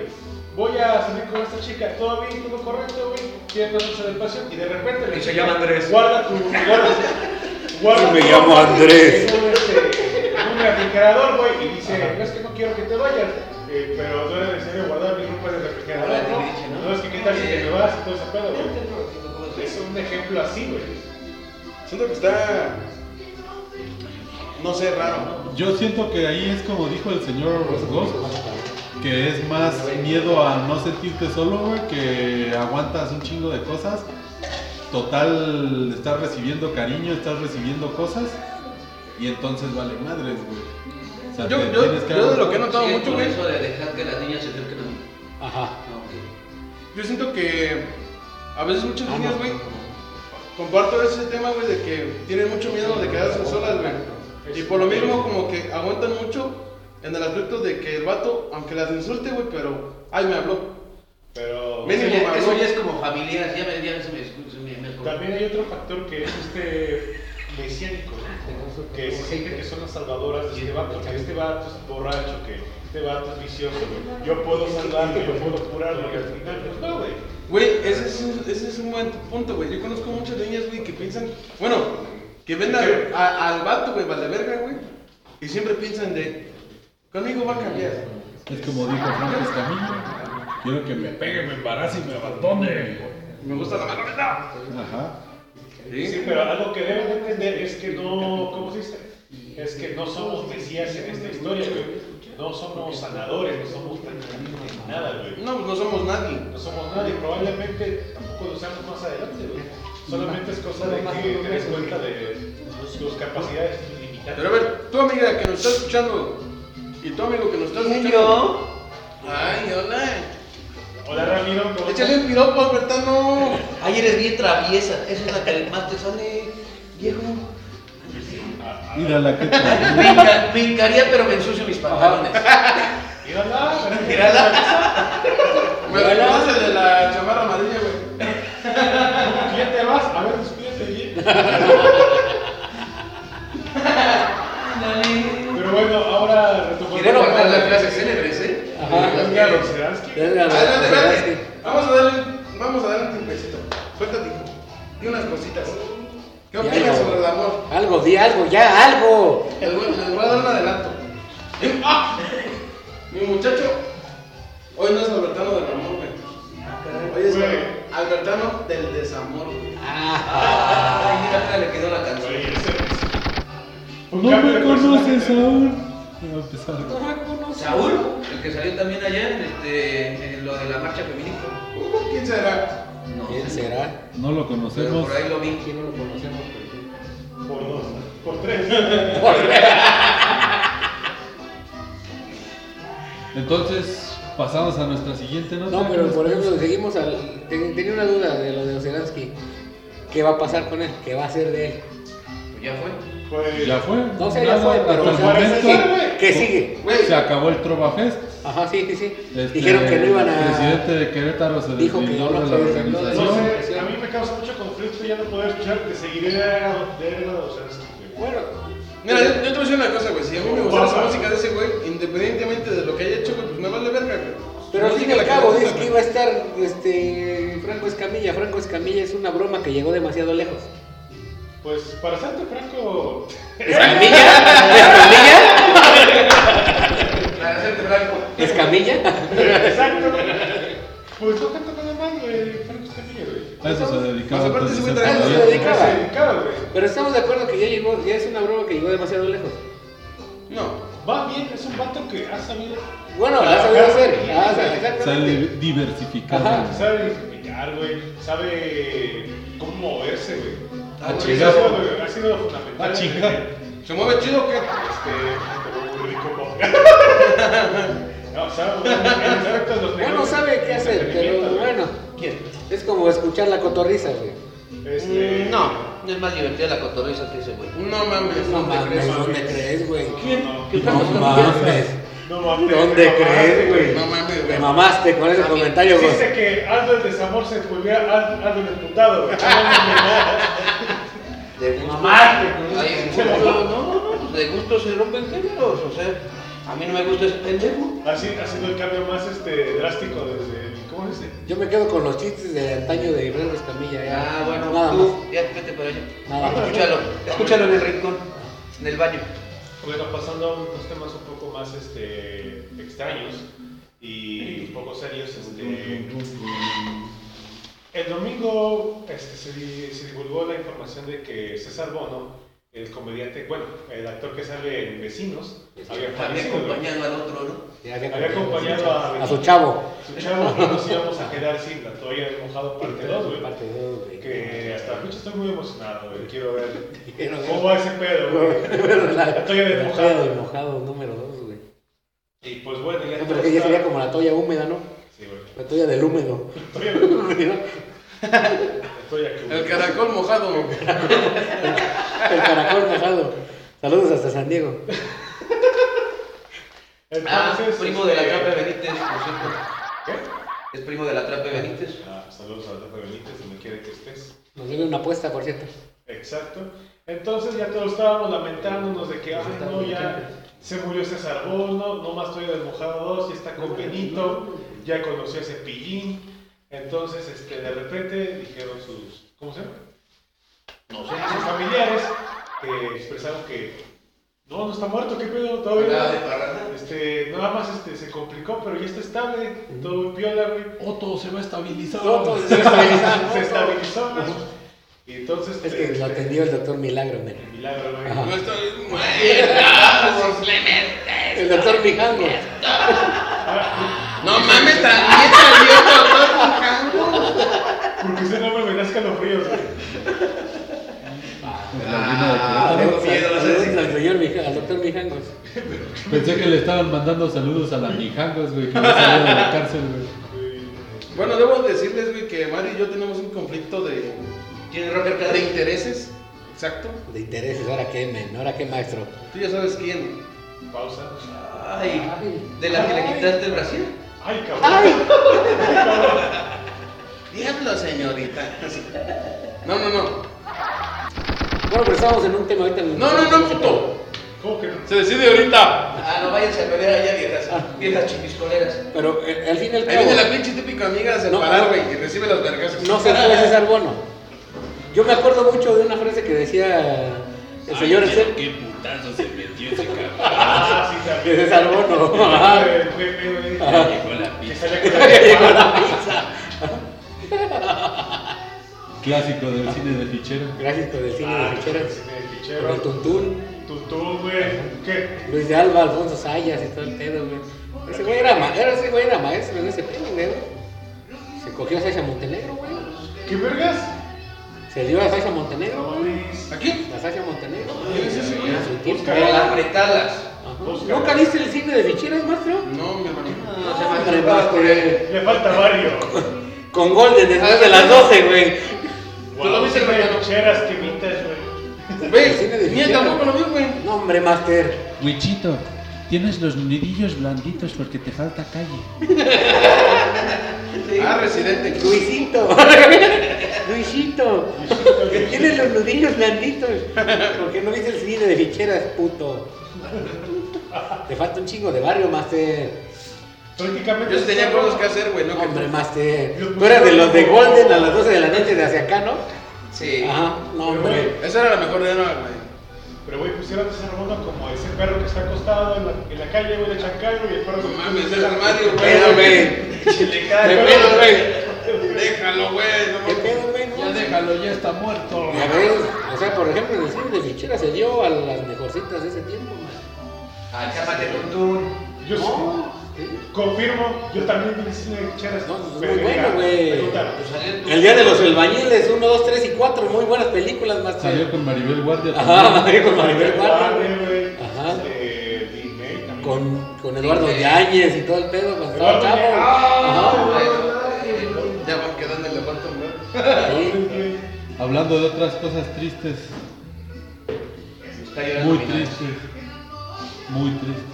A: voy a salir con esta chica, todo bien, todo correcto, güey, tiene una noche de pasión y de repente le
B: Y se llama Andrés.
A: Guarda tu. Guarda, guarda
C: Me
A: tu-
C: llamo Andrés.
A: En un, este, en un refrigerador, güey, y dice, no es que no quiero que te vayas. eh, pero no era necesario guardar mi ropa en el refrigerador,
B: Ahora te dije,
A: ¿no?
B: ¿no? Eh.
A: No es que qué tal si te me vas y todo ese pedo, güey. Es un ejemplo así, güey.
D: Siento que está. No sé, raro.
E: Yo siento que ahí es como dijo el señor Rosgos, que es más miedo a no sentirte solo, güey, que aguantas un chingo de cosas. Total, estás recibiendo cariño, estás recibiendo cosas, y entonces vale madres, güey. O sea,
D: Yo,
E: te
D: yo,
E: tienes que
D: yo de lo que he
B: No
D: notado mucho, güey.
B: Eso de dejar que las niñas se acerquen a mí.
C: Ajá.
B: No, ok.
D: Yo siento que. A veces muchas
C: Ah,
D: niñas,
C: no.
D: güey. Comparto ese tema, güey, de que tienen mucho miedo de quedarse solas, güey. Y por lo mismo, como que aguantan mucho en el aspecto de que el vato, aunque las insulte, güey, pero. Ay, me habló.
A: Pero.
D: Mínimo,
B: Eso ya-
D: ¿no?
B: Eso ya es como familiar, ya me, ya se me disculpa.
A: También hay otro factor que es este mesiánicos, ¿no? que se siente que son las salvadoras de este vato, que este vato es borracho, que este vato es vicioso, güey. yo puedo salvarlo, yo puedo curarlo, y al final, pues no, güey.
D: Güey, ese es, un, ese es un buen punto, güey. Yo conozco muchas niñas, güey, que piensan. Bueno, que ven al, a- al vato, güey, vale verga, güey. Y siempre piensan de. Conmigo va a cambiar.
E: Es como dijo Frank Escamillo. Quiero que me pegue, me embarace y me abandone.
D: Me gusta la mano, ¿verdad?
E: Ajá.
A: Sí, pero algo que deben de entender es que no, ¿cómo se dice? Es que no somos mesías en esta historia, güey. No somos sanadores, no somos tan- tan- nada, güey.
D: No, pues no somos nadie.
A: No somos nadie, probablemente tampoco lo seamos más adelante, güey. Solamente es cosa de que te des cuenta de tus capacidades
D: Pero a
A: limitadas.
D: ver, tu amiga que nos está escuchando y tu amigo que nos está escuchando. Ay, hola.
A: Hola Ramiro, ¿cómo estás?
D: Échale un piropo, Albertano.
B: Ay, eres bien traviesa. Esa es la que más te sale, viejo.
A: Ah, ah,
E: Mira la que trae.
B: Me, hinca- me hincaría, pero me ensucio mis pantalones.
A: Mírala, Ramiro.
D: Me
C: Hola.
D: recuerdas el de la chamarra amarilla, güey.
A: ¿Ya te vas? A ver, despídete allí. Pero bueno, ahora retomando.
B: Quiero guardar las frases célebres, ¿eh?
C: Ajá.
A: Las de Roseransky.
C: Verga, la-
D: Adelante,
C: la verdad es
D: adelante.
C: que-
D: Vamos a darle, un- vamos a darle un tiempecito. Suéltate, hijo. Di unas cositas. ¿Qué
C: Ya,
D: opinas
C: ya.
D: sobre el amor?
C: Algo, di algo, ya, algo.
D: Les voy, les voy a dar
C: [LAUGHS]
D: un adelanto. ¡Ah! Mi muchacho, hoy no es Albertano del amor,
C: Ah,
D: güey. Hoy es
A: Güey.
D: Albertano del desamor, güey.
C: Ah,
B: Ay, mira, acá le quedó la canción.
A: Oye, ese es-
E: No
A: Un cambio
E: me
A: de personaje.
E: conoces aún. Voy a empezar.
B: Saúl, el que salió también allá este, en lo de la marcha feminista.
D: Uh, ¿Quién será?
B: No,
C: ¿Quién será?
E: No lo
B: Pero
E: conocemos.
B: por ahí lo vi.
C: ¿Quién no lo conocemos?
A: Por dos, por tres.
E: Entonces, pasamos a nuestra siguiente nota.
C: No, pero por ejemplo, seguimos al. ten- Tenía una duda de lo de Oceransky. ¿Qué va a pasar con él? ¿Qué va a ser de él?
B: Pues ya fue.
A: Pues,
E: Ya fue.
C: No sé, ya
E: Nada,
C: fue, pero o
E: hasta
C: sea,
E: el momento
C: ¿qué, qué sigue?
D: Güey.
E: se acabó el Trova Fest.
C: Ajá, sí, sí, sí.
E: Este,
C: Dijeron que no iban
E: El
C: a.
E: presidente de Querétaro se
C: Dijo que
E: deslindó
C: no
E: de la
C: se deslindó de-
A: no
E: organización.
A: sé, a mí me causa mucho conflicto ya no poder escuchar que seguiré de de la docencia.
C: Bueno,
D: Mira, yo, yo te voy a decir una cosa, güey. Si a mí me gustara
A: Pasa.
D: la música de ese güey, independientemente de lo que haya hecho, güey, pues me vale verga, güey.
C: pero al
D: Música
C: fin y al
D: la
C: cabo
D: me gusta,
C: dice que iba a
D: güey.
C: estar este, Franco Escamilla. Franco Escamilla es una broma que llegó demasiado lejos.
A: Pues, para serte franco,
C: ¿Escamilla?
B: Para hacerte blanco. [LAUGHS]
C: ¿Escamilla? ¿Escamilla?
A: exacto, pues no canta nada más, güey. Franco Escamilla, güey.
E: A eso se dedicaba.
D: Pues aparte
E: entonces,
D: ese güey
E: ese
D: traía-
E: proyecto.
C: se dedicaba.
A: Se dedicaba, güey.
C: Pero estamos de acuerdo que ya llegó, ya es una broma que llegó demasiado lejos.
D: No.
A: Va bien, es un vato que ha sabido,
C: Bueno, la sabe hacer. Ah, o sea,
E: Se ha
C: exactamente.
E: di- diversificado.
C: Ajá.
A: sabe diseñar, güey, sabe cómo moverse, güey.
D: Ah,
A: Eso,
E: chingar.
A: güey, Ha sido fundamental.
E: Ah, chingar.
D: ¿Se mueve chido o qué?
A: Este, pero muy rico podcast. [LAUGHS] No, sabe, güey,
C: [LAUGHS]
A: en efecto, los
C: Bueno,
A: negocios,
C: sabe qué hacer,
A: entretenimiento,
C: pero
A: güey.
C: bueno.
B: ¿Quién?
C: Es como escuchar la cotorriza, güey. Mm,
A: Este,
B: No, es más divertida la cotorriza que ese güey.
D: No mames,
C: No
D: no te
C: mames,
D: crees.
C: ¿dónde crees, güey?
A: No,
C: ¿Qué
E: No
C: pasó?
E: mames.
A: No mames.
C: ¿Dónde
A: te mamaste,
C: crees, güey?
D: No mames,
C: Me
D: güey.
C: mamaste con ese comentario, güey.
A: Dice que Aldo el desamor se volvió Aldo Aldo el desputado, güey. No, no,
B: De gusto.
A: Mamaste,
B: Ay, de gusto, no, no, de gusto se rompen géneros. O sea, a mí no me gusta ese pendejo.
A: no. Ha sido ha sido el cambio más este, drástico desde. el- ¿Cómo dice?
C: Yo me quedo con los chistes de antaño de Franco Escamilla. Ya.
B: Ah, bueno,
C: Nada
B: tú,
C: más.
B: ya vete para allá.
C: Nada más.
B: Escúchalo, escúchalo en el rincón, en el baño.
A: Bueno, pasando a unos temas un poco más este, extraños y un poco serios. Este, el domingo este, se, di- se divulgó la información de que César Bono, el comediante, bueno, el actor que sale en Vecinos, había
B: Había
A: fallecido. güey.
B: acompañado al otro, ¿no?
C: Ya, ya
A: Había acompañado a,
C: A su chavo.
A: su chavo y nos íbamos a quedar sin la toalla del mojado parte 2, güey.
C: Parte dos, güey.
A: Que hasta la fecha estoy muy emocionado, güey. Quiero ver
C: Quiero ver-
A: cómo va ese pedo, güey.
C: Pero la-
A: La toalla del
C: la
A: mojado.
C: del mojado número 2, güey.
A: Y pues bueno, ya
C: No,
A: todo
C: pero que ya
A: está-
C: sería como la toalla húmeda, ¿no?
A: Sí, güey.
C: La toalla del húmedo. [LAUGHS]
A: Estoy en-
C: El
A: estoy aquí. güey.
D: El caracol mojado.
C: caracol mojado. Saludos hasta San Diego.
B: Ah,
A: Entonces,
B: primo de la
A: este,
B: Trape Benítez, por cierto.
A: ¿Qué?
B: Es primo de la Trape Benítez.
A: Ah, saludos a la Trape Benítez, donde quiera que estés.
C: Nos debe una apuesta, por cierto.
A: Exacto. Entonces ya todos estábamos lamentándonos de que, ay, no, ya se murió César Bono, nomás estoy del mojado 2, ya está con Benito, ya conocí a Cepillín. Entonces, este, de repente dijeron sus, ¿cómo se llama? No sé, sus familiares que expresaron que, no, no está muerto, ¿qué pedo? Todavía
D: Nada de
A: no".
D: parranda.
A: Este, nada más este, se complicó, pero ya está estable, todo piola, güey.
E: Otto se va a estabilizar.
C: Otto
A: Se estabilizó, se estabilizó, güey. Y entonces.
C: Es que
A: este,
C: lo atendió el doctor Milagro, men.
A: Milagro, güey.
C: Ajá.
D: No estoy muerto, simplemente.
C: El doctor Mijango.
D: No mames, también salió doctor Mijango.
A: Porque ese nombre me da escalofríos, güey.
D: Ah, tengo miedo, no sé
C: Saludos
D: si-
C: al señor Mija- al doctor Mijango.
E: Pensé que le estaban mandando saludos a la Mijangos, güey, que no salió de la cárcel, güey.
D: Bueno, debo decirles, güey, que Mario y yo tenemos un conflicto de,
B: ¿Quién es Rocker
D: de
B: Caddy?
D: intereses. Exacto.
C: De intereses, ahora qué, men, ahora qué maestro.
D: Tú ya sabes quién.
A: Pausa.
B: Ay, de la que le quitaste el Brasil.
A: ¡Ay, cabrón!
D: Diablo, señorita. No, no, no.
C: Bueno, pero estamos en un tema ahorita.
D: No, no, no, puto.
A: ¿Cómo que no?
C: [LAUGHS]
D: Se decide ahorita.
B: Ah, no váyanse a pelear allá, viejas, viejas chipiscoleras.
C: Pero eh, al fin y al
D: Ahí viene la
C: cabo,
D: pinche típica amiga a
C: No,
D: separar,
C: no.
D: güey, y recibe los vergazos.
C: no se puede César Bono. Yo me acuerdo mucho de una frase que decía el señor Excel,
E: Qué putazo se metió ese cabrón.
A: Ah, sí,
C: que
A: también.
C: César Bono. Ajá.
A: Eh, eh, eh,
C: Ajá.
E: Llegó la
A: Que
E: pizza.
A: salía con
C: [LAUGHS]
A: la-
E: Clásico del cine de fichero.
C: Gracias por el cine de
A: Ah,
C: ficheras.
A: cine de
C: Por el
A: ficheros.
C: tuntún,
A: Tutú, güey. ¿Qué?
C: Luis de Alba, Alfonso Sayas y todo el pedo, güey. Ese güey era, ma- era- ese güey era maestro en ese pedo, güey. Se cogió a Sasha Montenegro, güey.
A: ¿Qué vergas?
C: Se dio a Sasha Montenegro,
A: No
C: güey.
A: mames.
D: ¿Aquí?
C: A Sasha Montenegro.
D: ¿Quién es ese, güey?
C: En su tiempo.
A: Busca.
B: Con apretalas.
C: Ajá.
A: Busca.
C: ¿Nunca viste el cine de ficheras, maestro?
D: No, mi hermanito.
B: No, se
C: Hombre,
B: masturbaba por él.
C: maestro.
A: Le falta Mario.
C: Con Golden después de las 12, güey.
A: Guau,
D: lo viste,
A: cine de
D: hermano?
A: ficheras que imitas, güey.
C: El cine de
D: Güey, ni él
C: ficheras.
D: tampoco lo vio, güey.
C: No, hombre, Master.
F: Wichito, tienes los nudillos blanditos porque te falta calle.
D: Ah, residente.
C: [LAUGHS] Luisito. Luisito. Que tiene los nudillos blanditos. Porque no viste el cine de ficheras, puto. Te falta un chingo de barrio, Master.
A: Prácticamente.
D: Yo sí tenía cosas que hacer, güey, no que
C: Hombre, Master. Tú eras de los de Golden a las 12 de la noche de hacia acá, ¿no?
D: Sí.
C: Ajá, no, hombre.
D: Esa era la mejor de nada, güey.
A: Pero, güey, pues, pusieron a César Bono como ese perro que está acostado en la, en la calle, güey, de chancarro y el perro.
D: No mames, es el Mario, güey.
C: Pero, güey.
A: Y le cae,
C: Me
A: güey.
C: pedo, güey.
D: Déjalo, güey. no
C: ¿Qué
D: mames.
C: pedo, güey? No,
E: déjalo, ya está muerto.
C: A ver, o sea, por ejemplo, el cine de ficheras se dio a las mejorcitas de ese tiempo, man.
B: Ah, chámate con tú.
A: Yo
C: No, ¿sí?
A: sí. Confirmo, yo también vi el cine de ficheras.
C: No, pues, es muy
A: Verga,
C: bueno, güey.
A: me contaron.
B: Pues salió tu-
C: El día de los albañiles, 1, 2, 3 y 4, muy buenas películas, más
E: Salió con Maribel Guardia
C: Ajá,
E: también.
C: Mario con Maribel Guardia, güey.
A: güey.
C: Ajá.
A: Este, Disney también.
C: Con, con Eduardo Yáñez y todo el pedo, cuando estaba
A: Eduardo
C: chavo.
A: Yáñez.
C: Ajá.
D: Ya van quedando en la parte, güey.
C: Sí.
A: Güey,
E: Hablando de otras cosas tristes.
B: Está llorando
E: Muy
B: mi madre.
E: tristes. Muy tristes.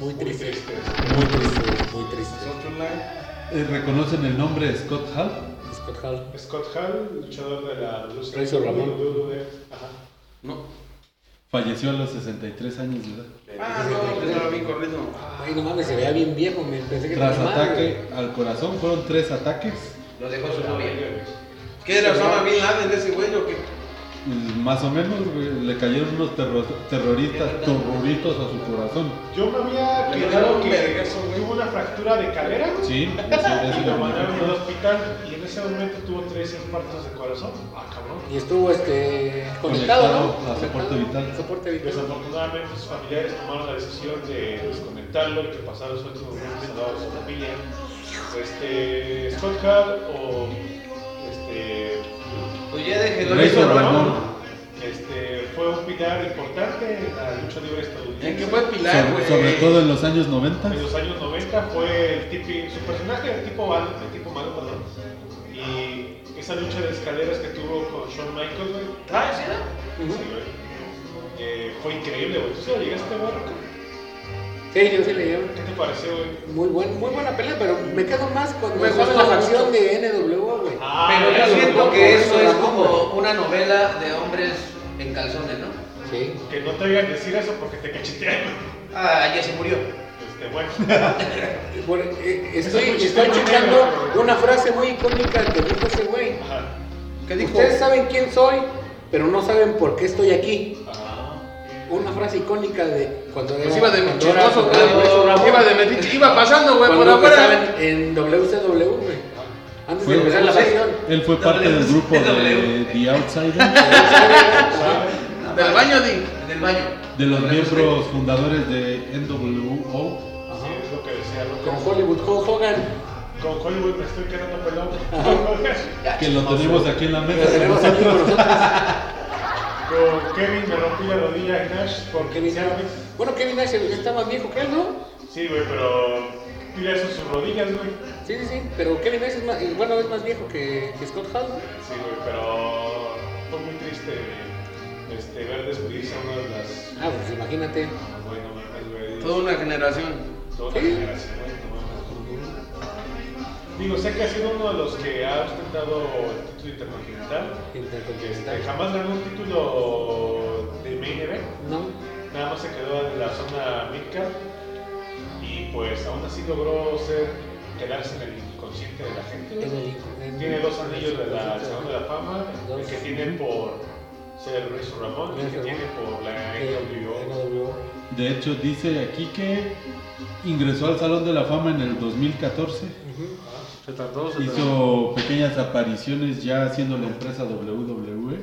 C: Muy
A: Muy
C: triste,
A: triste.
C: muy triste, muy triste.
E: Eh, ¿Reconocen el nombre de Scott Hall?
C: Scott Hall.
A: Scott Hall, luchador de la luz.
C: Razor Ramón.
A: Ajá.
D: No.
E: Falleció a los 63 años de edad.
D: Ah, no, pues estaba bien corrido.
C: Ay, no mames, se veía bien viejo, me pensé que
E: Tras
C: estaba mal,
E: ataque al corazón fueron tres ataques,
B: Lo dejó su novia.
D: ¿Qué era Osama Bin Laden de ese güey o qué?
E: mm, más o menos güey, le cayeron unos terro- terroristas torruritos a su corazón.
A: Yo me había
D: Le
A: quedado
D: metieron un
A: que
D: vergazo, güey.
A: tuvo una fractura de cadera. [LAUGHS]
E: Sí, ese, ese
A: Y
E: lo
A: lo mandaron al
E: mandaron.
A: hospital y en ese momento tuvo tres infartos de corazón. Ah, cabrón.
C: güey. Y estuvo este, conectado, ¿no?
E: Conectado a soporte vital.
C: Soporte vital.
A: Desafortunadamente sus familiares tomaron la decisión de desconectarlo y que pasara los últimos momentos al lado de su familia. Este, Scott Hall o este,
B: Pues ya déjelo.
E: Razor Ramón.
A: este, fue un pilar importante en la lucha libre estadounidense.
D: ¿En qué fue Pilar,
E: Sobre,
D: güey?
E: sobre todo en los años 90.
A: En los años 90 fue el tipi- su personaje el tipo malo, el tipo malo, perdón. Y esa lucha de escaleras que tuvo con Shawn Michaels, güey.
B: Ah, ¿sí era?
A: Sí, güey. Eh, fue increíble, güey. ¿Tú se lo llegaste a ver?
C: Sí, yo sí le llevo.
A: ¿Qué te pareció, güey?
C: Muy, buen, muy buena pelea, pero me quedo más cuando
D: Me
C: me gusta
D: gusta
C: la
D: mucho.
C: facción de NWA, güey.
A: Ah,
B: Pero yo
A: ya lo
B: siento
A: recuerdo.
B: que eso
C: Razor
B: es
C: Ramón,
B: como una novela de hombres En calzones, ¿no?
C: Sí.
A: Que no te hagan decir eso porque te cachetean.
B: Ah, ya se murió.
A: Este, [LAUGHS] bueno.
C: Bueno, eh,
A: Eso es
C: estoy,
A: un
C: estoy
A: chiste
C: checando
A: negro.
C: una frase muy icónica que dijo ese güey.
A: Ajá.
D: ¿Qué dijo?
C: Ustedes saben quién soy, pero no saben por qué estoy aquí.
A: Ah.
C: Una frase icónica de cuando
D: Pues iba de
C: cuando era
D: mentiroso,
C: soldado, güey, eso era
D: güey. Iba de mentiroso. Iba pasando, güey, por
C: Cuando
D: afuera.
C: empezaban en WCW, güey. Antes de
E: Fue-
C: empezar la pasión.
E: Él fue parte del grupo [LAUGHS] de The Outsiders,
D: Del baño, di.
B: En el baño.
E: de los miembros fundadores de NWO.
A: Sí, es lo que decía loco.
C: [LAUGHS] Con Hollywood Hulk Hogan.
A: Con Hollywood me estoy quedando [LAUGHS] pelón. Con
E: Que lo tenemos aquí en la
C: Lo tenemos
E: mesa.
C: aquí con nosotros.
A: Kevin me rompí la rodilla en Nash por
C: Kevin Nash. Bueno, Kevin Nash ya está más viejo que él, ¿no?
A: Sí, güey, pero tira eso sus rodillas, güey.
C: Sí, sí, sí. Pero Kevin Nash es más, eh, bueno, es más viejo que, que Scott Hall. ¿no?
A: Sí, güey, pero fue muy triste güey, este, ver despedirse a una de las.
C: Ah, pues imagínate.
A: Bueno, mames, güey.
D: Toda una generación.
A: Toda la generación, güey, no mames. Digo, sé que ha sido uno de los que ha ostentado el título intercontinental. que, este,
C: Intercontinental.
A: jamás ganó un título de main event.
C: No.
A: Nada más se quedó en la zona midcard y pues aún así logró ser, quedarse en el inconsciente de la gente.
C: En el- en-
A: Tiene dos anillos de la Salón de la Fama, el que tiene por ser Luis Ramón y el que tiene por la NWO.
C: NWO.
E: De hecho, dice aquí que ingresó al Salón de la Fama en el 2014.
C: Ujú.
D: Se tardó, se tardó.
E: Hizo pequeñas apariciones ya haciendo la empresa WWE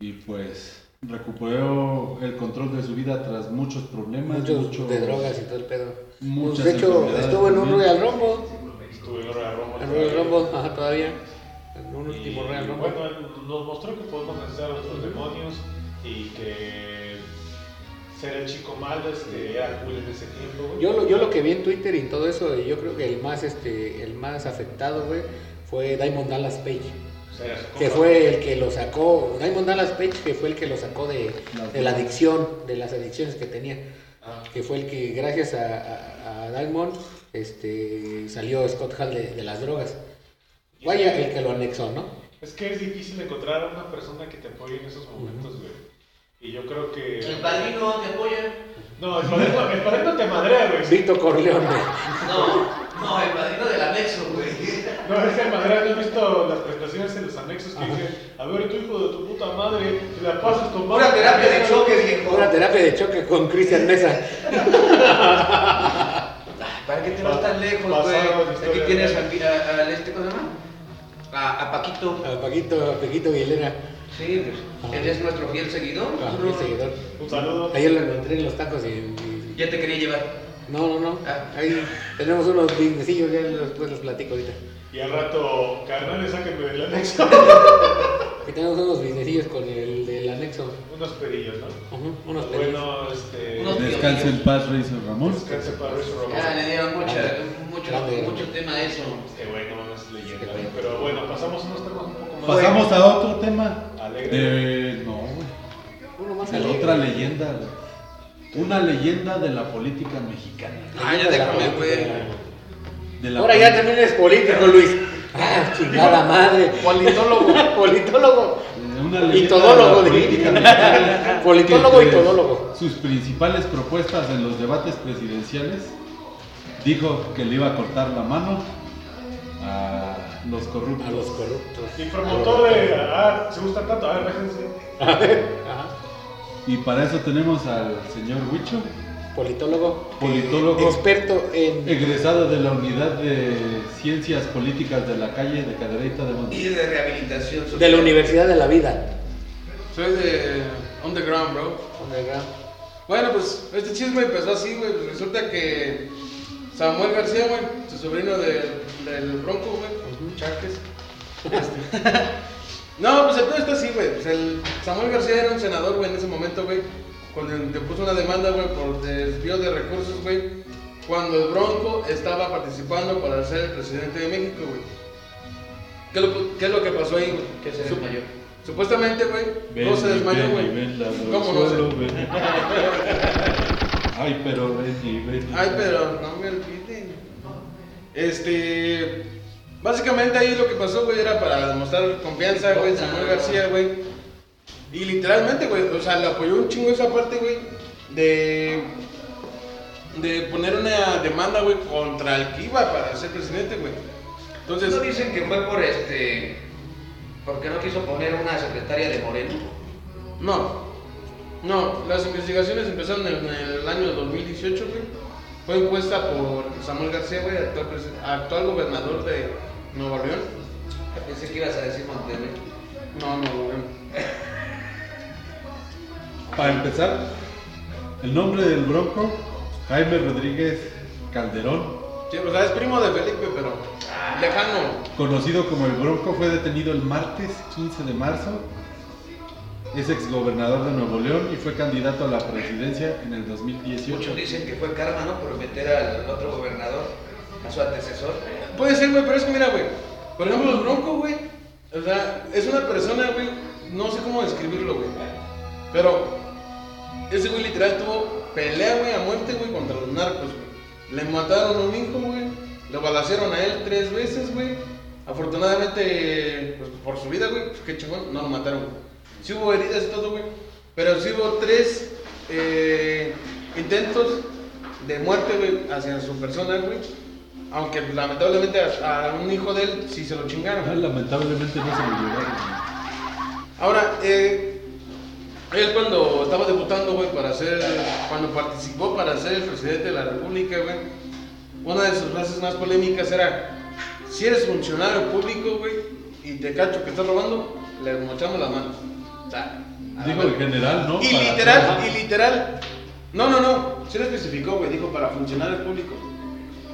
E: y pues recuperó el control de su vida tras muchos problemas,
C: Muchos
E: mucho-
C: de drogas y todo el pedo.
E: muchas
C: Pues, de hecho,
E: enfermedades
C: estuvo en un
E: también.
C: Royal Rumble.
A: Estuve en Royal Rumble.
C: En Royal Rumble, ajá, todavía. En un último Royal
A: Y,
C: Rumble.
A: Bueno, él nos mostró que podemos vencer a nuestros demonios y que ser el chico malo este, era cool en ese tiempo. güey.
C: Yo lo, yo lo que vi en Twitter y en todo eso, eh, yo creo que el más, este, el más afectado, güey, fue Diamond Dallas Page.
A: O sea, era su
C: que
A: compa.
C: fue el que lo sacó, Diamond Dallas Page, que fue el que lo sacó de,
E: Las
C: de la
E: drogas.
C: adicción, de las adicciones que tenía,
A: Ah.
C: que fue el que gracias a, a- a Diamond este, salió Scott Hall de, de las drogas. Vaya, el que lo anexó, ¿no?
A: Es que es difícil encontrar a una persona que te apoye en esos momentos, güey. Y yo creo que.
B: El padrino te apoya.
A: No, el padrino, el padrino te madrea, güey.
C: Vito Corleone.
B: No, no, el padrino del anexo, güey.
A: No, es que madrea, no he visto las prestaciones en los anexos que dicen: A ver, tu hijo de tu puta madre, te la pasas tomando.
B: Una terapia de choque,
C: [LAUGHS]
B: viejo.
C: Una terapia de choque con Cristian Mesa.
B: ¿Para qué te vas tan lejos,
A: Pasado
B: güey?
A: de
B: Aquí
A: historia,
B: tienes
A: güey.
B: al, mira, al este, ¿cómo se llama? A, a Paquito.
C: A Paquito, a Paquito Aguilera,
B: Sí, pues, él es nuestro fiel seguidor.
C: a
B: Uno-
C: mi seguidor.
A: Un saludo.
C: Ayer lo encontré en los tacos y... y-
B: Ya te quería llevar.
C: No, no, no.
B: Ah.
C: Ahí tenemos unos businessillos, ya después los platico ahorita.
A: Y al rato, carnales, sáquenme del anexo. [LAUGHS]
C: Que tenemos unos businessillos con el del anexo.
A: Unos pedillos, ¿no?
C: Ujú, unos pedillos.
A: Bueno, este.
B: Unos-
E: Descanse en paz, Rey Ramón.
A: Descanse para Luis
B: Ya le
A: Ramón.
B: dieron mucha,
C: Grande.
B: mucho,
C: Grande.
B: mucho tema a eso.
A: Este güey no es leyenda.
C: Qué bueno.
A: Pero bueno, pasamos unos temas un poco más.
E: Pasamos a otro tema.
A: Alegre.
E: De... No, güey.
C: Uno más
E: de
C: alegre.
E: otra leyenda. güey. Una leyenda de la política mexicana.
B: Ah, ya déjame, güey.
E: De la
C: Ahora ya
E: poli-
C: también es político, Luis. Ah, chingada madre. Politólogo. [LAUGHS] Politólogo.
E: Una
C: Y
E: leyenda
C: todólogo,
E: de la
C: diría.
E: política mexicana,
C: [LAUGHS] Politólogo
E: que
C: y
E: entre
C: todólogo.
E: Sus principales propuestas en los debates presidenciales dijo que le iba a cortar la mano a los corruptos.
C: A los corruptos.
A: Y promotor de. Ah, se gusta tanto. A ver, déjense.
C: A ver. Ajá.
E: Y para eso tenemos al señor Huicho,
C: Politólogo.
E: Politólogo.
C: Experto en.
E: egresado de la unidad de ciencias políticas de la calle de Cadereyta de Monterrey.
B: Y de rehabilitación social.
C: De la Universidad de la Vida.
D: Soy de Underground, bro. Bueno, pues este chisme empezó así, güey. Pues resulta que Samuel García, güey, su sobrino del, del Bronco, güey, Charques. este, [LAUGHS] no, pues el pedo está así, güey. Pues el Samuel García era un senador, güey, en ese momento, güey. Cuando te puso una demanda, güey, por desvío de recursos, güey. Cuando el Bronco estaba participando para ser el presidente de México, güey. ¿Qué, lo- ¿Qué es lo que pasó ahí, güey?
B: Que se
D: Sup-
B: desmayó.
D: Supuestamente, güey, no se
E: y
D: desmayó,
E: ven y
D: güey.
E: ven la
D: ¿Cómo no
E: solo
D: se-
E: ven. Ay, pero ven y ven y
D: Ay,
E: ven.
D: pero no me olviden. Este. Básicamente ahí lo que pasó, güey, era para demostrar confianza, güey, Samuel García, güey. Y literalmente, güey, o sea, le apoyó un chingo esa parte, güey, de. de poner una demanda, güey, contra el que iba para ser presidente, güey. Entonces.
B: ¿No dicen que fue por este. porque no quiso poner una secretaria de Moreno?
D: No, no, las investigaciones empezaron en el año 2018, güey. Fue impuesta por Samuel García, güey, actual, presi- actual gobernador de Nuevo León.
B: Pensé que ibas a decir Montenegro.
D: No, Nuevo León.
E: Para empezar, el nombre del bronco, Jaime Rodríguez Calderón,
D: Sí, o sea, es primo de Felipe, pero lejano.
E: conocido como el bronco, fue detenido el martes 15 de marzo. Es exgobernador de Nuevo León y fue candidato a la presidencia en el 2018.
B: Muchos dicen que fue karma, ¿no? Por meter al otro gobernador, a su antecesor.
D: Puede ser, güey, pero es que mira, güey. Por ejemplo, los Bronco, güey. O sea, es una persona, güey. No sé cómo describirlo, güey. Pero ese güey literal tuvo pelea, güey, a muerte, güey, contra los narcos, güey. Le mataron a un hijo, güey. Lo balacearon a él tres veces, güey. Afortunadamente, pues por su vida, güey, pues qué chingón, no lo mataron, güey. Sí hubo heridas y todo, güey. Pero sí hubo tres eh, intentos de muerte, güey, hacia su persona, güey. Aunque pues, lamentablemente a, a un hijo de él sí se lo
E: Ah,
D: chingaron.
E: Lamentablemente no se lo
D: Ah,
E: llevaron.
D: Ahora, eh, él cuando estaba debutando, güey, para ser, cuando participó para ser el presidente de la República, güey, una de sus frases más polémicas era, si eres funcionario público, güey, y te cacho que estás robando, le mochamos la mano. O sea, a la
E: Digo
D: verga.
E: el general, ¿no?
D: Y
E: Para-
D: literal, y literal. No, no, no. Se lo especificó, güey. Dijo para funcionarios públicos.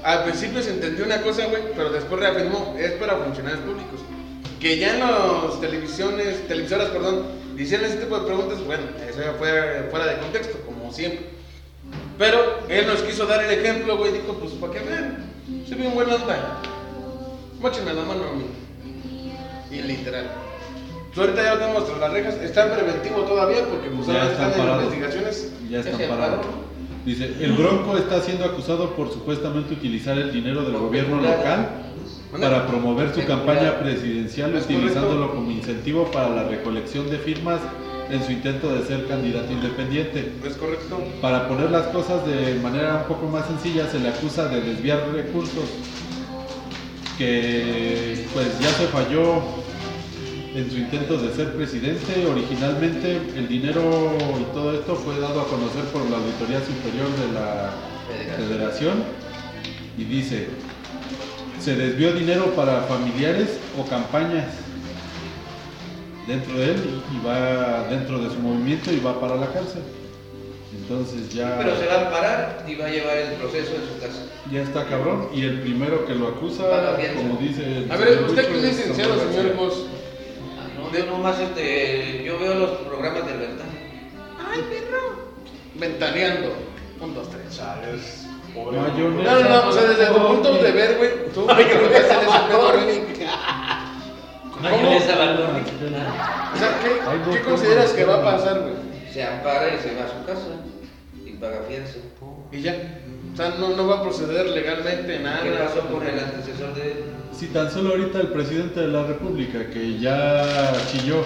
D: Al principio se entendió una cosa, güey, pero después reafirmó, es para funcionarios públicos. Que ya en las televisiones, televisoras, perdón, le hicieron ese tipo de preguntas, bueno, eso ya fue fuera de contexto, como siempre. Pero él nos quiso dar el ejemplo, güey, dijo, pues para que vean, soy bien buena onda. Móchenme la mano a mí. Y literal. Tú ahorita ya lo tenemos tras las rejas, está en preventivo todavía porque pues
E: Ya
D: ahora
E: están
D: están, en
E: parados.
D: investigaciones.
E: Ya están
B: Ese
E: parados.
B: paro.
E: Dice, el Bronco está siendo acusado por supuestamente utilizar el dinero del gobierno local para promover su campaña presidencial
D: Es correcto.
E: utilizándolo como incentivo para la recolección de firmas en su intento de ser candidato independiente.
D: ¿Es correcto?
E: Para poner las cosas de manera un poco más sencilla, se le acusa de desviar recursos, que pues ya se falló en su intento de ser presidente. Originalmente el dinero y todo esto fue dado a conocer por la Auditoría Superior de la Federación y dice, se desvió dinero para familiares o campañas dentro de él y- y va dentro de su movimiento y va para la cárcel. Entonces ya...
B: Pero se va a parar y va a llevar el proceso en su casa.
E: Ya está cabrón, y el primero que lo acusa,
B: Para la fianza.
E: como dice... el
D: A ver,
E: señor
D: usted
E: Lucho,
D: que es licenciado,
E: Samuel
D: señor
E: García.
D: Cos.
B: Ah, No, yo nomás este, yo veo los programas de verdad.
D: Ventaneando. Un, dos, tres.
A: Chávez, pobre.
E: Mayonesa.
D: No, no, no, o sea, desde tu punto de ver, güey, tú que lo ves en ese pedo, güey.
B: Mayonesa,
D: O sea,
E: Ay,
D: ¿qué,
E: no,
D: ¿qué
E: no,
D: consideras
E: no,
D: que va a
E: no.
D: pasar, güey?
B: Se ampara y se va a su casa y paga fianza.
D: Y ya. O sea, no, no va a proceder legalmente
E: Ah,
D: nada.
B: ¿Qué pasó con el antecesor de él?
E: Si tan solo ahorita el presidente de la república, que ya chilló,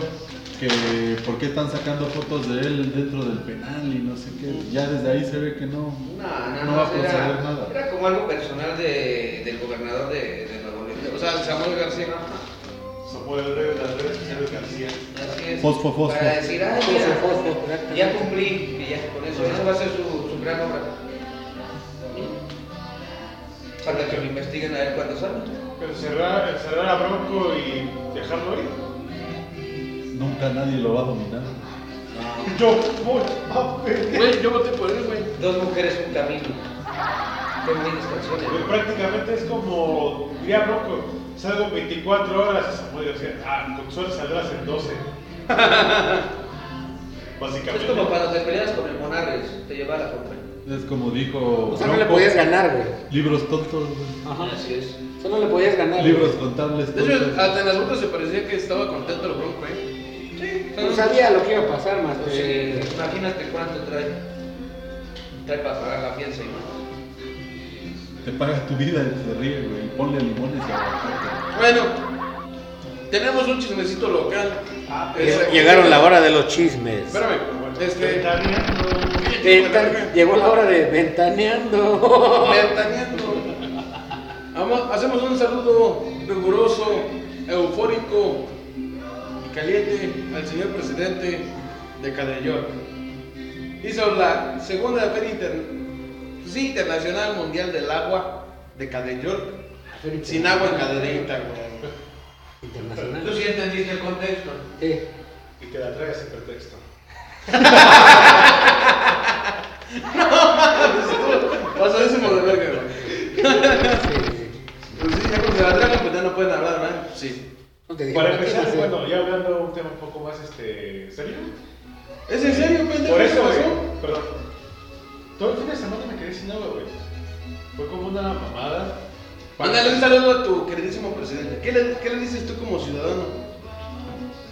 E: que por qué están sacando fotos de él dentro del penal y no sé qué, ya desde ahí se ve que no,
B: No, no,
E: no va a
B: era-
E: proceder nada.
B: Era como algo personal de, del gobernador de, de Nuevo León.
D: O sea, el Samuel García.
A: Se puede ver en las redes sociales García.
B: Así es.
E: Fosfo, fosfo.
B: Para decir, ah, mira,
C: Fosfo, fosfo, exactamente.
B: ya cumplí, y ya, con eso, esa va a ser su, su gran obra. Para que lo investiguen a ver cuándo sale.
A: Pero cerrar, encerrar a Bronco y dejarlo ir.
E: Nunca nadie lo va a dominar.
A: Yo voy a perder.
D: Güey, yo voté por él, güey.
B: Dos mujeres, un camino. Qué buenas
A: Porque
B: canciones.
A: prácticamente es como, diría Bronco, salgo 24 horas y Samuel García. Ah, con suerte saldrás en
D: [LAUGHS]
A: 12.
B: Es
A: Básicamente.
B: como cuando te peleas con el Monarres, te lleva a la compra.
E: Es como dijo...
C: O sea, no le
E: Bronco,
C: podías ganar, güey.
E: Libros tontos, güey.
C: Ajá.
B: Así es.
C: O sea, no le podías ganar. güey.
E: libros contables
D: De hecho,
E: tontos.
D: hasta en las fotos se parecía que estaba contento el bronco, eh.
C: No sabía lo que iba a pasar más que...
B: Entonces, Pues, eh, imagínate cuánto trae. Trae para pagar la fianza y más.
E: Te paga tu vida y se ríe, güey. Ponle limones y aguacate.
D: Bueno, tenemos un chismecito local. Ah,
C: Lleg- Llegaron la hora de los chismes.
D: Espérame, este.
C: Venta- Llegó la hora de ventaneando.
D: Ventaneando. Vamos- Hacemos un saludo riguroso, eufórico y caliente al señor presidente de Cadelloc. Hizo la segunda feria Inter- sí, internacional mundial del agua de Cadelloc. [LAUGHS] Sin agua en Cadereyta, güey.
B: Tú
C: Internacional.
B: sí entendiste el contexto.
C: Sí.
A: Y te la traes ese pretexto.
D: Pasadísimo de verga, güey.
C: sí.
D: Pues sí, ya cuando se la tragan, pues ya no pueden hablar, ¿verdad? Sí.
C: No te digo
A: Para
C: nada,
A: empezar,
C: sí.
A: bueno, ya hablando de un tema un poco más este, serio.
D: ¿Es en serio, pendejo?
A: Por eso,
D: ¿Qué
A: güey.
D: pasó?
A: Perdón. Todo el fin de semana me quedé sin agua, güey. Fue como una mamada.
D: Mándale un saludo a tu queridísimo presidente. ¿Qué le, qué le dices tú como ciudadano?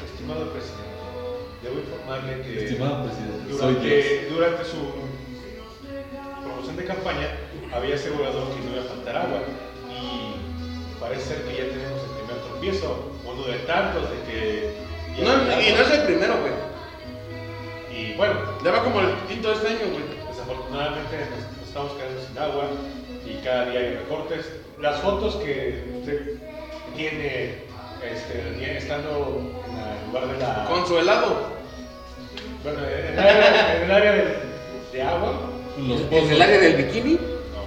A: Estimado presidente, debo informarle que.
E: Estimado presidente, soy
A: durante, durante su promoción de campaña había asegurado que no iba a faltar agua y parece ser que ya tenemos el primer tropiezo, uno de tantos de que... ya
D: No,
A: faltaba.
D: y no es el primero, güey.
A: Y bueno,
D: Ya va como el quinto de este año, güey.
A: desafortunadamente nos, nos estamos quedando sin agua y cada día hay recortes. Las fotos que usted tiene este, ya estando en la- en lugar de la...
D: Con su helado.
A: Bueno, en el área, en el área de, de agua...
E: Los
C: ¿En el área del bikini?
A: No,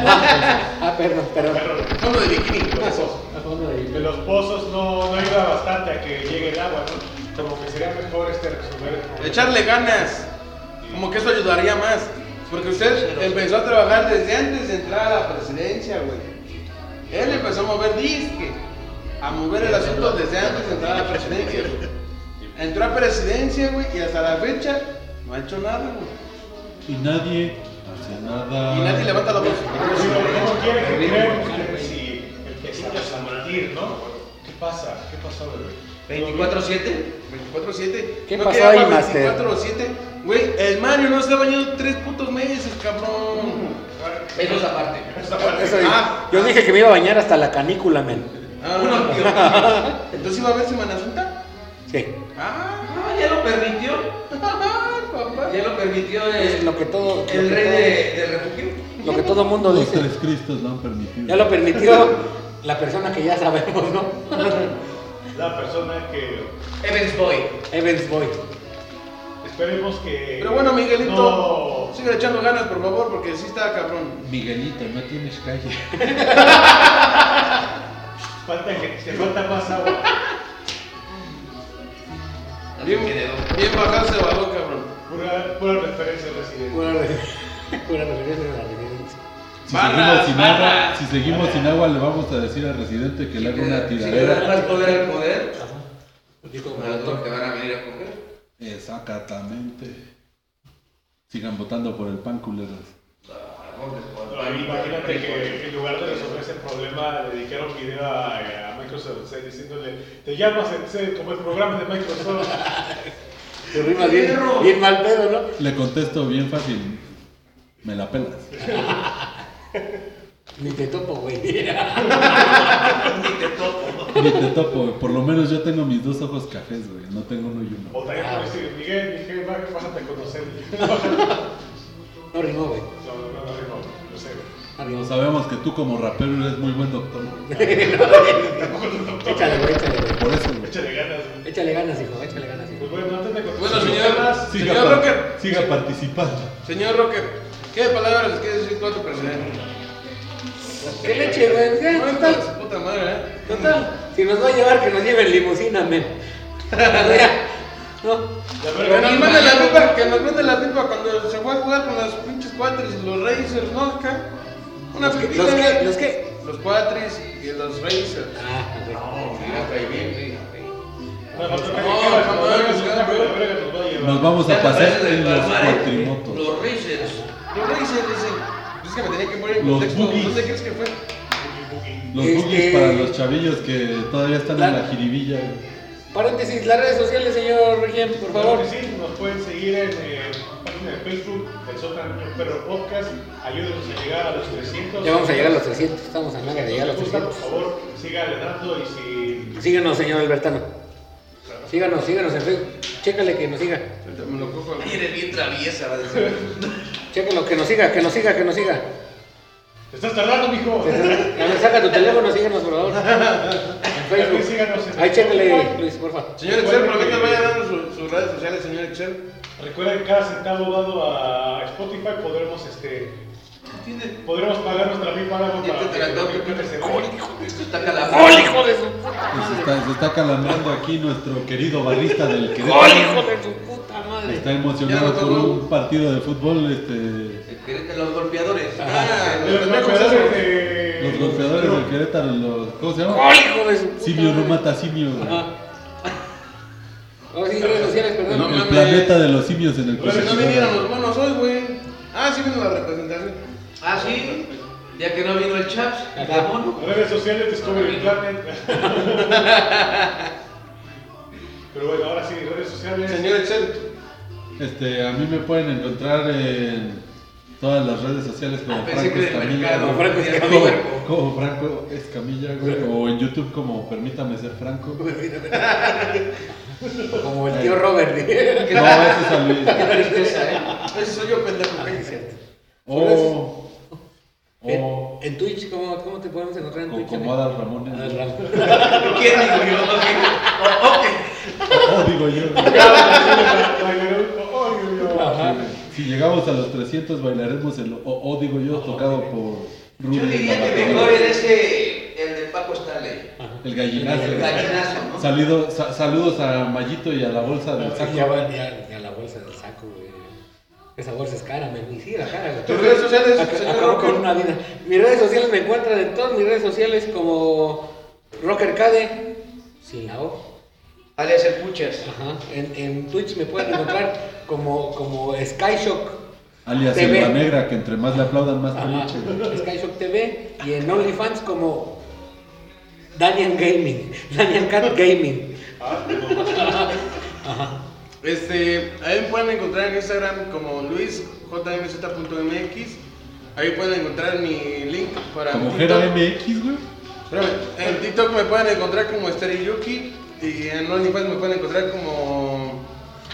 A: güey.
C: Ah, perdón, perdón.
A: Perro.
D: Fondo de bikini.
C: A fondo de
A: De los pozos no, no iba bastante a que llegue el agua, ¿no? Como que sería mejor este resolver el problema.
D: Echarle ganas. Como que eso ayudaría más. Porque usted empezó a trabajar desde antes de entrar a la presidencia, güey. Él empezó a mover disque. A mover el asunto desde antes de entrar a la presidencia, güey. Entró a presidencia, güey, y hasta la fecha no ha hecho nada, güey.
E: Y nadie hace nada.
D: Y nadie levanta la voz.
A: Pero si no quiere pues, que crean, si empezamos a mentir, ¿no? ¿Qué pasa? ¿Qué pasó, bebé?
B: ¿24-7?
D: 24-7.
C: ¿Qué
D: No
C: pasó
D: queda
C: ahí,
D: para
C: Master?
D: 24-7. Güey, el Mario no se ha bañado tres putos meses, cabrón.
B: Pesos aparte.
A: Esta parte-
C: Eso,
D: Ah.
C: yo dije que me iba a bañar hasta la canícula, men.
D: Ah,
B: Uno, tío.
D: Entonces iba a haber Semana Santa.
C: Sí.
D: Ah, [LAUGHS]
B: Ah, ya lo permitió.
D: papá.
B: Ya lo permitió
C: Es
B: el,
C: lo que todo.
B: el
C: lo que
B: rey
C: todo-
B: de, del refugio.
C: Lo que todo mundo
E: Los
C: dice.
E: tres Cristos lo han permitido.
C: Ya lo permitió la persona que ya sabemos, ¿no? [LAUGHS]
A: La persona que
B: Evans Boy.
C: Evans Boy.
A: esperemos que.
D: Pero bueno, Miguelito,
A: No.
D: sigue echando ganas, por favor, porque sí está cabrón.
E: Miguelito, no tienes calle.
A: Falta que se falta más agua.
D: Bien,
B: Así quedó.
D: bien bajado ese balón, cabrón.
A: Pura, pura referencia residente.
C: Pura re- [LAUGHS] pura referencia de la referencia.
D: Barras,
E: Si seguimos sin agua,
D: barras.
E: si seguimos sin agua, le vamos a decir al residente que le haga una
B: Si le das
E: tiradera.
B: más poder al poder,
C: Dijo
B: como te van a venir a coger.
E: Exactamente. Sigan votando por el pan, culeros.
A: Imagínate que en lugar de resolver ese problema le dijeron video a, a Microsoft Excel diciéndole: Te llamas Excel como el programa de Microsoft.
C: Te rimas bien, bien mal pedo, ¿no?
E: Le contesto bien fácil. Me la pelas.
C: Ni te topo, güey. [LAUGHS]
E: Ni te topo, por lo menos yo tengo mis dos ojos cafés, güey. No tengo uno y
A: O
E: uno.
A: también puedo decir, Miguel, Miguel, baja- bájate a conocer. [LAUGHS] No,
C: No rimó, güey.
A: no, no, no, no, no sé.
C: No
E: No
C: [LAUGHS] rimó.
E: sabemos que tú como rapero eres muy buen doctor.
C: Échale, güey, échale, güey.
E: Por eso, güey.
A: Échale ganas. güey.
C: Échale ganas, hijo, échale ganas, hijo.
A: Pues bueno, antes de
D: Bueno,
A: continuar.
D: señor,
E: Siga,
D: señor
E: par-
D: Rocker,
E: siga participando.
D: señor Rocker, ¿qué palabras les quieres decir tú a tu presidente?
C: ¿Qué leche, güey? ¿Qué?
D: No
C: Total,
D: su puta madre, ¿eh?
C: total. Si nos va a llevar, que nos lleven limusina, men. [LAUGHS] O sea, No.
A: La
D: Que
A: verdad,
D: nos mande la pipa, que nos mande la pipa cuando se fue a jugar con los pinches cuatris y los racers, ¿no? Acá. Una
C: ¿Los qué?
D: pipita.
C: ¿Los qué? ¿Los qué?
D: Los cuatris y los racers.
C: Ah, güey.
A: no, no, no,
D: No, no, no,
E: Nos vamos a pasar en los cuatrimotos.
B: Los Racers.
D: Los racers, dice. Es que me tenía que poner en
E: Los
D: contexto.
E: boogies.
D: ¿Dónde crees que fue?
E: Los
C: Este-
E: boogies para los chavillos que todavía están en la jiribilla, güey.
C: Paréntesis, las redes sociales, señor Regien, por favor.
A: Claro que sí, nos pueden seguir en eh, la página de Facebook, el Sótano Niño Perro Podcast. Ayúdenos a llegar a los 300.
C: Ya vamos a llegar a los 300, estamos a nada de llegar a los
A: Si les gusta,
C: 300.
A: Por favor, siga adelantando y si.
C: Síguenos, señor Albertano. Síganos, síganos en Facebook. Chécale que nos siga.
D: Me lo cojo.
B: Eres bien traviesa, va a decir.
C: Chécalo, que nos siga, que nos siga, que nos siga.
A: ¡Te estás tardando,
B: [LAUGHS]
A: mijo!
C: A ver, saca tu teléfono, síganos, por favor. En
A: También síganos
C: Facebook.
A: en-
C: Ahí chécale, Luis, porfa.
D: Señor Excel, por favor, vaya dando su- sus redes sociales, señor Excel.
A: Recuerda que cada centavo dado a Spotify podremos, este,
B: Tiene-
A: podremos pagar nuestra mil páramos
B: Ya
A: para
B: te trató
A: que
B: que
A: repite ese
B: Esto está calafón. hijo de
E: Se está, se está calambrando aquí nuestro querido barrista del que
C: ¡Gol, hijo de tu puta madre!
E: está
D: Ya
E: emocionado
D: no
E: por
D: tengo-
E: un partido de fútbol. Este,
B: de los golpeadores.
D: Ah,
A: De
D: los
A: Los
D: mejores
A: golpeadores
D: de-
A: de...
E: los golpeadores del Querétaro, los, ¿cómo se llama?
C: ¡Gol, hijo de su puta
E: Simio no
C: madre!
E: mata simio. güey.
C: Ajá. Vamos a seguir redes sociales,
E: El,
C: perdón.
E: el
D: mames.
E: planeta de los simios en el
A: Pero
D: Pero si
E: Cruz
D: no
E: Azul.
D: vinieron los buenos hoy, güey. Ah, sí vino la representación.
B: Ah, sí. Ya que no vino el Chaps, el mono.
A: Redes sociales, Discovery
B: [LAUGHS]
A: Planet. Pero bueno, ahora sí, redes sociales.
D: Señor Excel.
E: Este, a mí me pueden encontrar en todas las redes sociales como
B: Ah, pensé
E: Franco
B: que del
E: Escamilla.
B: mercado.
E: güey.
C: Como Franco Escamilla.
B: Tenía cuerpo.
E: Como, como Franco Escamilla, güey. O en YouTube como Permítame ser
C: [LAUGHS]
E: Franco. No, ese
C: Como el tío Robert.
E: [LAUGHS]
C: ¿eh?
E: es San Luis.
B: Qué
C: [LAUGHS]
B: tristeza, ¿eh?
D: Ese soy yo, pendejo.
E: O,
C: En,
E: o
C: en Twitch, ¿cómo, ¿cómo te podemos encontrar en
E: Oh. co-
C: Twitch?
E: como
C: amigo?
E: Adal ¿eh? Ramones.
C: Adal
E: [LAUGHS] güey.
C: Ramones.
B: ¿Quién dijo
E: O digo
B: yo? Ok.
E: yo.
C: [LAUGHS]
E: güey.
A: Oh, Dios mío.
C: Ajá.
E: Si llegamos a los 300 bailaremos el O, o digo yo
C: Oh,
E: tocado por Rudy.
B: Yo diría que
E: Tabaco.
B: mejor era ese, el de Paco Stanley.
E: El gallinazo.
B: El gallinazo, ¿no?
E: Salido- sa- saludos a Mayito y a la bolsa del
C: Ah,
E: saco.
C: Ya van ya, ya la bolsa del saco, güey. Esa bolsa es cara, me y sí, la cara. güey.
D: Tus redes sociales,
C: Ac-
D: señor
C: acabó
D: Rocker.
C: con una vida. Mis redes sociales me encuentran en todas mis redes sociales como Rocker Cade, sin la O.
B: Alias el Puchas.
C: Ajá. En, en Twitch me pueden encontrar como, como Skyshock.
E: Alias
C: Te
E: Selva
C: ve.
E: Negra, que entre más le aplaudan, más
C: Ajá.
E: peluche. güey.
C: Skyshock TV y en OnlyFans como Daniel Gaming, [LAUGHS] Daniel Cat Gaming.
A: Ah, no.
D: Este, ahí me pueden encontrar en Instagram como luisjmz.mx. Ahí pueden encontrar mi link para
E: Como
D: mi
E: Jera
D: TikTok.
E: MX, güey.
D: Espérame, En TikTok me pueden encontrar como Esther Yuki y en OnlyFans me pueden encontrar como.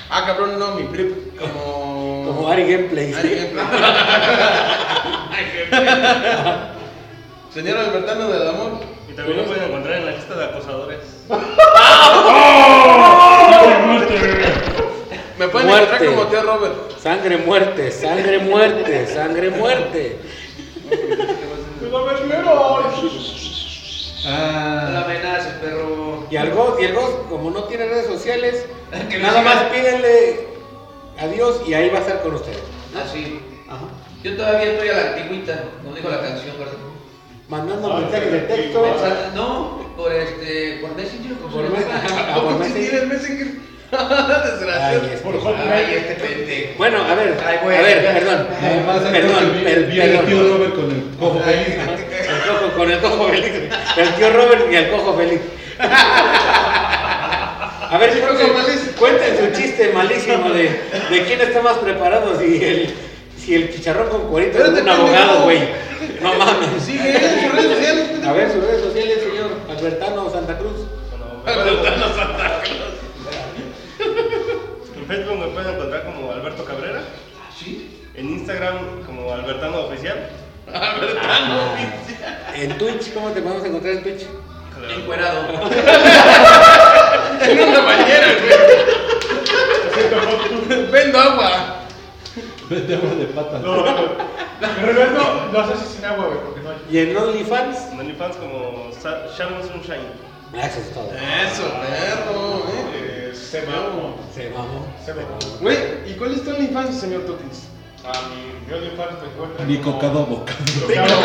D: Ah, cabrón, no, mi prip. Como.
C: Como Ari Gameplay.
D: Ari Gameplay. Señor Albertano del Amor.
G: Y también lo pueden encontrar en la lista de acosadores.
D: Me pueden
C: Muerte.
D: encontrar como tío Robert.
C: Sangre muerte, sangre muerte, sangre muerte.
A: ¡Me lo vendieron!
B: No la
E: Ah,
B: amenaces, perro.
C: Y al Ghost, y el Ghost, como no tiene redes sociales,
B: Que no
C: nada
B: siga.
C: más pídenle adiós y ahí va a estar con ustedes.
B: Así.
C: Ajá.
B: Ah, Yo todavía estoy a la antigüita, como dijo la canción, ¿verdad?
C: Mandando
A: Ah,
C: mensajes de
A: sí.
C: texto.
B: Mensaje- No, por este, por Messenger, por
C: Por mes- ajá,
B: celular.
C: por
D: ¿Cómo si
C: Messenger.
D: tienes Messenger?
B: [LAUGHS]
D: Desgraciado.
C: Ay, es-
A: Por
B: Ah, Ay,
A: Hotmail.
B: este pendejo.
C: Bueno, a ver,
B: Ay,
C: a
B: güey,
C: ver,
B: ya.
C: perdón.
E: nada más antes
C: Eh, Perdón,
E: que vi-
C: per-
E: vi al tío
C: perdón.
E: Robert con el cojo feliz. güey. [LAUGHS]
C: El cojo- con el cojo feliz. El tío Robert y el cojo feliz. A ver,
D: Sí,
C: cuenten-
D: cojo feliz.
C: cuenten su chiste malísimo de, de quién está más preparado si el, si el chicharrón con cuerito es
D: Espérate,
C: un abogado,
D: pendejo.
C: güey. No mames.
D: Sigue en sus redes sociales.
C: A ver sus redes sociales, señor Albertano Santa Cruz.
G: Albertano Santa Claus. En Facebook me pueden encontrar como Alberto Cabrera.
B: ¿Sí?
G: En Instagram como Albertano Oficial.
C: En Twitch, ¿cómo te podemos encontrar en Twitch? [LAUGHS]
B: Encuerado.
D: En una bañera,
A: Siento Hotmail.
D: güey. Vendo agua.
E: Vete agua de patas.
A: No, no. En realidad no, no sé si sin agua, güey, porque no hay.
C: Y en OnlyFans.
G: En OnlyFans como Sa- Sharon Sunshine.
C: Ah, Eso es todo.
D: Eso, perro, eh.
A: Eh, se mamó.
C: Se mamó.
A: Se mamó.
D: Güey, ¿y cuál es tu OnlyFans, señor Tokis?
A: A Ah, mi Dios de infarto me encuentra.
E: Ni
A: como-
E: cocado boca.
A: Cocado.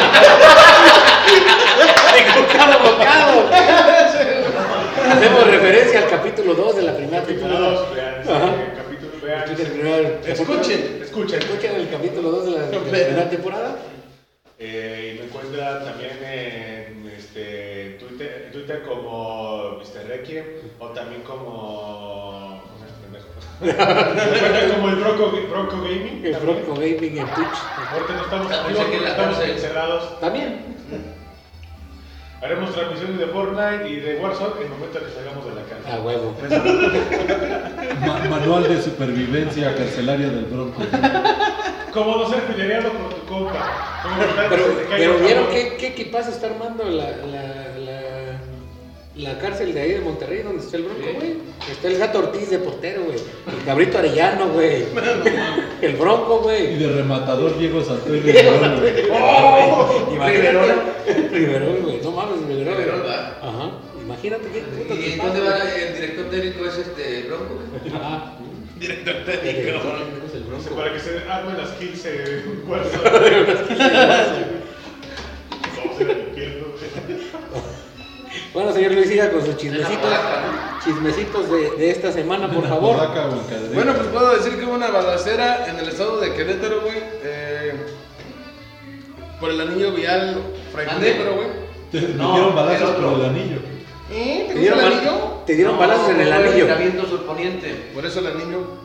C: ¡Bocado, bocado! Hacemos referencia al capítulo 2 de la primera
A: Capítulo
C: temporada.
A: 2, vean.
C: Ajá.
A: eh, Capítulo, vean.
C: Escuchen el primer-
D: Escuchen.
A: Escuchen.
C: Escuchen el capítulo 2 de la, de la primera temporada.
A: Eh, y me encuentran también en este, Twitter, en Twitter como Mr. Requiem o también como. ¿cómo se llama este pendejo? [LAUGHS] Me encuentran como el Bronco, Bronco Gaming.
C: El
A: también.
C: Bronco Gaming en Twitch.
A: Ahorita no estamos
B: Estamos
A: activos
B: aquí en la
A: estamos
B: cárcel.
A: encerrados.
C: También.
A: Haremos transmisiones de Fortnite y de Warzone en el momento que salgamos de la
C: A
A: casa.
C: huevo.
E: Ma- manual de supervivencia carcelaria del Bronco.
A: Como no ser peleado con tu compa. Como tratar de que
C: Ah. Pero,
A: se te caiga
C: pero
A: el
C: vieron
A: jabón.
C: qué, qué equipazo está armando la, la, la, la cárcel de ahí de Monterrey, donde está el bronco, güey. Está el gato Ortiz de portero, güey. El cabrito arellano, güey. El bronco,
E: Y
C: güey.
E: de rematador Diego
C: [LAUGHS]
E: Santoy de León, güey.
C: ¡Oh!
B: Riverol.
C: Imagínate. Riverol, güey. No mames, Riverol.
B: Riverol,
C: güey.
B: va.
C: Ajá. Imagínate qué puto
B: ¿Y
C: equipazo,
B: dónde va
C: güey.
B: el director técnico? ¿Es este Bronco?
C: Ajá.
B: Director técnico. Es el
A: O sea,
B: Bronco.
A: Para que se armen las 15 de Warzone.
C: [LAUGHS]
A: Vamos a ir al infierno, güey.
C: Bueno, señor Luis, siga con sus
B: En
C: chismecitos.
B: la polaca,
C: Chismecitos de, de esta semana, por
E: En
C: favor.
E: Apodaca o en Cadereyta.
D: Bueno, pues puedo decir que hubo una balacera en el estado de Querétaro, güey. eh, por el anillo vial Fray
B: ¿Mande?
D: Querétaro, güey.
E: Te te
B: No,
E: dieron balazos
B: el otro.
E: por el anillo.
D: ¿Eh? ¿Te
C: ¿Te
D: gusta
C: dieron,
D: el
C: bal-
D: anillo?
C: te dieron balazos en el anillo.
B: Viento surponiente.
D: Por eso el anillo.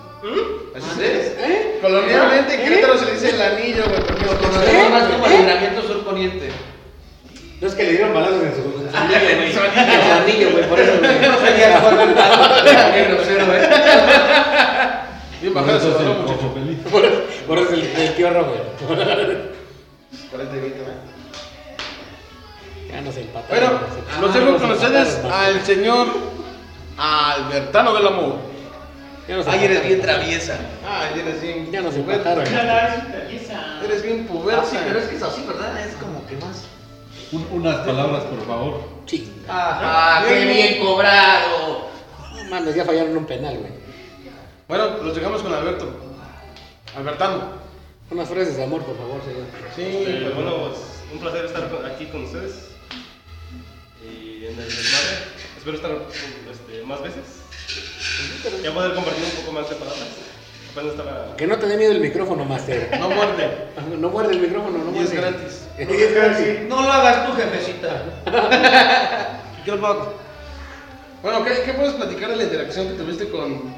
D: Así es.
B: ¿Mande?
C: ¿Eh?
D: Colonialmente en
C: ¿Eh?
D: Querétaro se le dice el anillo, güey. porque es
B: Lo
D: colonial.
B: conocemos más como alineamiento surponiente.
C: No es que le dieron balazos en su en su
B: [LAUGHS]
C: anillo, güey.
B: Su
C: En su anillo, güey, por eso. No sabía
B: Qué grosero, ¿eh?
D: Bien
E: Por
D: bajado ese
E: eso es el
D: balón, muchacho.
E: ojo feliz.
C: Por eso, por eso el, el tío rojo, güey.
D: 40 y 20, güey.
A: ¿eh?
C: Ya nos empataron.
D: Bueno,
C: nos
D: los
C: empataron,
D: dejo con
C: nos
D: ustedes
C: empataron,
D: al señor Albertano del Amor.
C: ya nos
B: Ay, eres
C: empataron.
B: bien traviesa.
D: Ah, eres bien.
C: Ya nos
D: puberta.
C: empataron.
D: Eres bien
B: Ah,
D: puberta.
B: sí, pero es que es así, ¿verdad? Es como que más.
E: Un- unas palabras, por favor.
C: Chinga.
B: Ajá, Ah, qué bien cobrado.
C: No mames, ya fallaron un penal, güey.
D: Bueno, los dejamos con Alberto. Albertano.
C: Unas frases de amor, por favor, señor.
D: Sí,
G: Eh,
D: pero
G: bueno, pues, un placer estar con- aquí con ustedes. Y en el desmadre. Espero estar este, más veces. Ya poder compartir un poco más de palabras. Apenas estaba.
C: Que no te dé miedo el micrófono, Master.
D: No muerde.
C: No muerde el micrófono, no
D: Y es
C: muerde. [LAUGHS]
D: gratis.
A: Y es casi.
B: No lo hagas tú, jefecita.
D: Yo lo hago. Bueno, ¿qué, qué puedes platicar de la interacción que tuviste con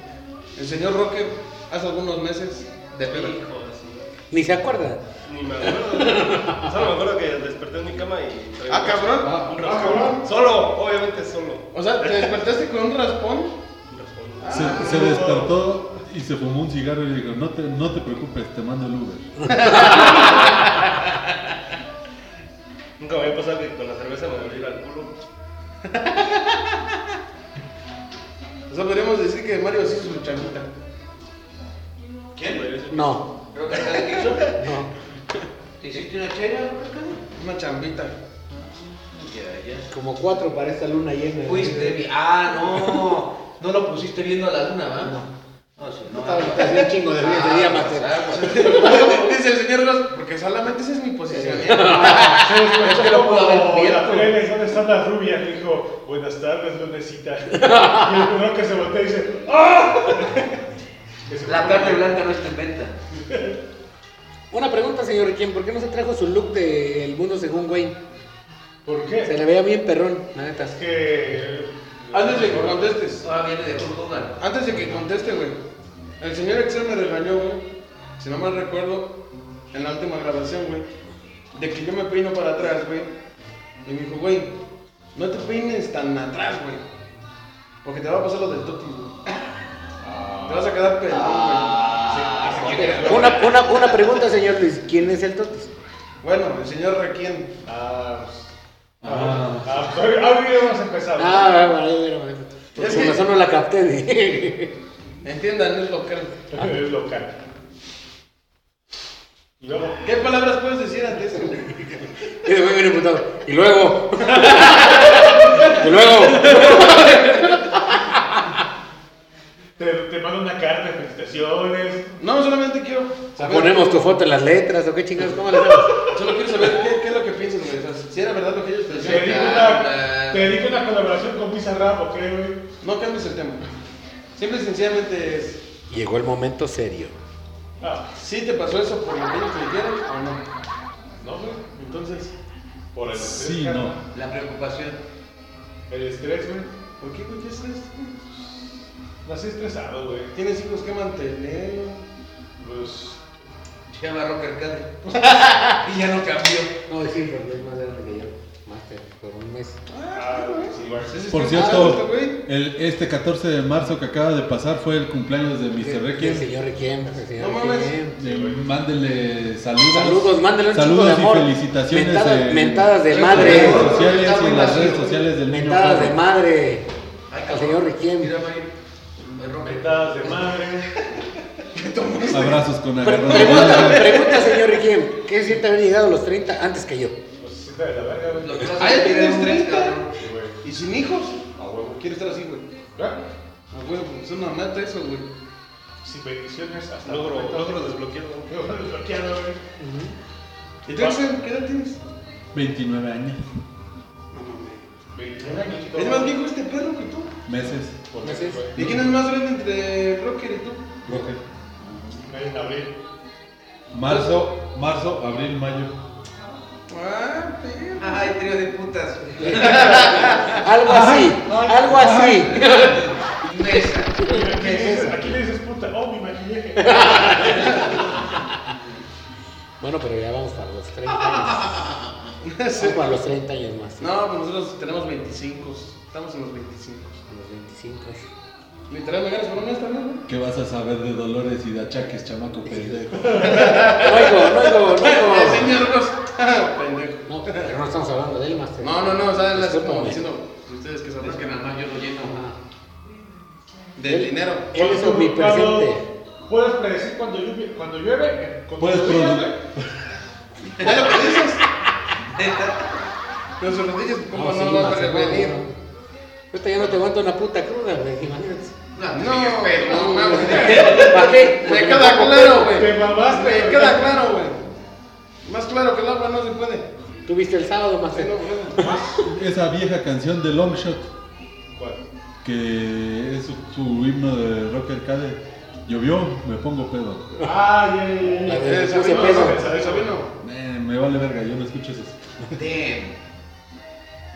D: el señor Roque hace algunos meses? De
G: Hijo
D: pelo.
G: de su-
C: Ni se acuerda.
G: [LAUGHS] Ni me acuerdo. Solo me acuerdo que desperté en mi cama y. traía
D: Ah,
G: un-
D: cabrón.
E: Ah,
G: un raspón. Solo, obviamente solo.
D: O sea, te despertaste con un raspón.
G: Un raspón.
E: se, se despertó y se fumó un cigarro y le dijo, no te, no te preocupes, te mando el Uber.
G: Nunca me había pasado que con la cerveza me volviera al culo.
D: O sea, podríamos decir que Mario sí es su chamita.
G: Podría ser-
C: No,
B: Creo que acá de hizo.
C: no.
B: ¿Te hiciste una chera, Ricardo?
D: Una chambita.
B: Ya, ya.
C: Como cuatro para esta luna llena.
B: Fuiste bien. Ah, no. No lo pusiste viendo a la luna, ¿va?
C: No.
B: No, Ah, pues, sí,
C: No estaba haciendo un chingo de ruido ese día, Master.
D: [LAUGHS] Dice el señor Ross, porque solamente esa es mi posición.
A: Ah,
D: ¿eh?
A: Es
B: que lo pudo haber cubierto.
A: ¿Dónde están las rubias? Le dijo, buenas tardes,
C: [LAUGHS]
A: lunecita. Y el primero que se voltea y dice, ¡ah! Que se
B: La
A: fue. [LAUGHS]
B: carne blanca no está en venta.
C: Una pregunta, señor Riquín, ¿por qué no se trajo su look de El Mundo Según Wayne?
A: ¿Por
C: Se
A: qué?
C: le veía bien perrón, la neta.
A: Es que...
D: Antes de que contestes,
B: Ahora viene de Kurt Cobain.
D: antes de que conteste, güey. El señor Excel me regañó, güey. Si no mal recuerdo, en la última grabación, güey. De que yo me peino para atrás, güey. Y me dijo, güey, no te peines tan atrás, güey. Porque te va a pasar lo del Toti, güey.
C: Ah.
D: Te vas a quedar pelón, güey. Sí, así que-
C: Una, una, una pregunta, señor Luis, ¿quién es el Totis?
D: Bueno, el señor Requien.
A: Ah, pues,
E: Ah,
A: ah, pues, ahí- ahí hubiéramos empezado.
C: Ah, bueno, bueno, bueno. Por
D: Es que-
C: razón no la capté. [LAUGHS] dije.
D: Entiendan, es local.
A: [LAUGHS] Es local. Y luego,
D: ¿Qué palabras puedes decir ante eso, güey?
C: Y después viene putado. Y luego. [LAUGHS] y luego.
A: te, te mando una carta de felicitaciones.
D: No, solamente quiero saber.
C: Ponemos tu foto en las letras o qué chingados, ¿cómo le hacemos?
D: Solo quiero saber qué, qué es lo que piensas, güey. O sea, si era verdad lo que ellos
A: Te
D: pensaban.
A: dedico una, te dedico una colaboración con Bizarrap, ¿ok, güey?
D: No cambies el tema. Simple y sencillamente es.
C: Llegó el momento serio.
A: Ah,
D: ¿Sí te pasó eso por lo que ellos te dijeron o no?
A: no, güey. Entonces, por el estrés.
E: sí, no.
A: carnal.
B: La preocupación.
A: El estrés, güey.
D: ¿Por qué, güey? ¿Qué es esto?
A: Nací estresado, güey.
D: Tienes hijos que mantener.
A: Pues.
D: [LAUGHS]
B: Se llama Rock Arcade. y ya no cambió.
C: No, es Silver, es más grande que yo. Master, por un mes.
A: Ah, sí, bueno.
E: Por
D: Ah,
E: cierto,
D: güey.
E: el, este 14 de marzo que acaba de pasar fue el cumpleaños de Mr.
C: El
E: Requiem.
C: señor Requiem, el señor
D: No mames.
C: Requiem.
E: Eh, Mándenle saludos.
C: Saludos, mándenle un chico de
E: Saludos
C: amor.
E: y felicitaciones.
C: Mentadas,
E: eh,
C: mentadas de
D: en
C: madre.
E: En las redes sociales y en las redes sociales del niño
C: Mentadas de
E: Pablo.
C: madre. Al
D: Ay, cabrón.
C: señor Requiem.
D: Mira, Mario, me rompe.
A: Mentadas de madre.
E: Abrazos con agarrón de
C: Pregunta,
E: mano.
C: pregunta, señor Requiem. ¿Qué siente haber llegado a los 30 antes que yo?
A: Pues se sienta de la verga, güey.
B: Lo que
D: Ah,
B: pasa
D: ya
B: es que era
D: tienes
B: un-
D: 30
A: Sí, güey.
D: y sin hijos.
A: A huevo.
D: Quiero estar así, güey.
A: ¿Ah?
D: Ah, güey, es una meta eso, güey.
A: Sin bendiciones hasta
G: Logro,
A: el
G: logro
A: momento.
G: desbloqueado.
A: [LAUGHS] Logro desbloqueado, güey.
D: ¿Y tú, Axel? ¿Qué edad tienes?
E: 29 años,
D: No mames.
A: 29 añitos.
D: Es más viejo este perro que tú.
E: meses.
A: Por
C: ¿Qué
A: eso,
C: es?
A: güey.
D: ¿Y quién es más grande entre Rocker y tú?
E: Roger.
A: En abril.
E: Marzo, marzo, abril, mayo.
D: Ah, perro. [LAUGHS]
B: Ay, trío de putas.
C: Algo así, algo así.
D: [LAUGHS]
B: Mesa.
A: Aquí le dices- Aquí le dices puta, oh, mi maquillaje.
C: Bueno, pero ya vamos para los 30 años. Vamos para los 30 años más.
D: No, pues nosotros tenemos 25. Estamos en los 25.
C: A los 25.
D: Literal, me ganas por una esta, ¿no?
E: ¿Qué vas a saber de dolores y de achaques, chamaco pendejo?
C: No oigo, no oigo, no
D: El
C: oigo.
D: señor Ross. Ah, [LAUGHS] Pendejo.
C: No, pero no estamos hablando de él, Master.
D: No, no, no, o sea, las como
C: Discúlpame.
D: diciendo, pues, ustedes que sabrán
B: Es que nada más yo lo lleno.
D: del
C: Él-
D: dinero.
C: Él es omnipresente.
A: Cuando- Puedes predecir cuando llueve. Cuando llueve eh, cuando
E: Puedes
A: llueve,
E: produ-
A: güey.
D: Ya lo que dices. Pero sus rodillas, ¿cómo
C: No,
D: no
C: sí,
D: lo va a
C: Master, no,
D: prevenir?
C: no. Ahorita ya no te aguanto una puta cruda, güey, imagínate.
D: No,
B: No,
D: no,
A: [LAUGHS]
B: no,
D: mames.
C: ¿Para qué?
D: Me queda claro, güey.
A: Te mamaste.
D: Me queda claro, güey. Más claro que el agua no se puede. Sí,
C: Tú viste el sábado, Master.
D: no, güey.
E: Esa vieja canción de Longshot,
A: ¿Cuál?
E: que es su, su himno de Rock Arcade. Llovió, me pongo pedo.
A: Ah, ya, ya, ya, ya.
C: La de-
D: Eh,
C: Ese
D: Sabino,
C: pedo.
D: no, eh, Sabino.
E: Eh, me vale verga, yo no escucho eso.
B: Damn.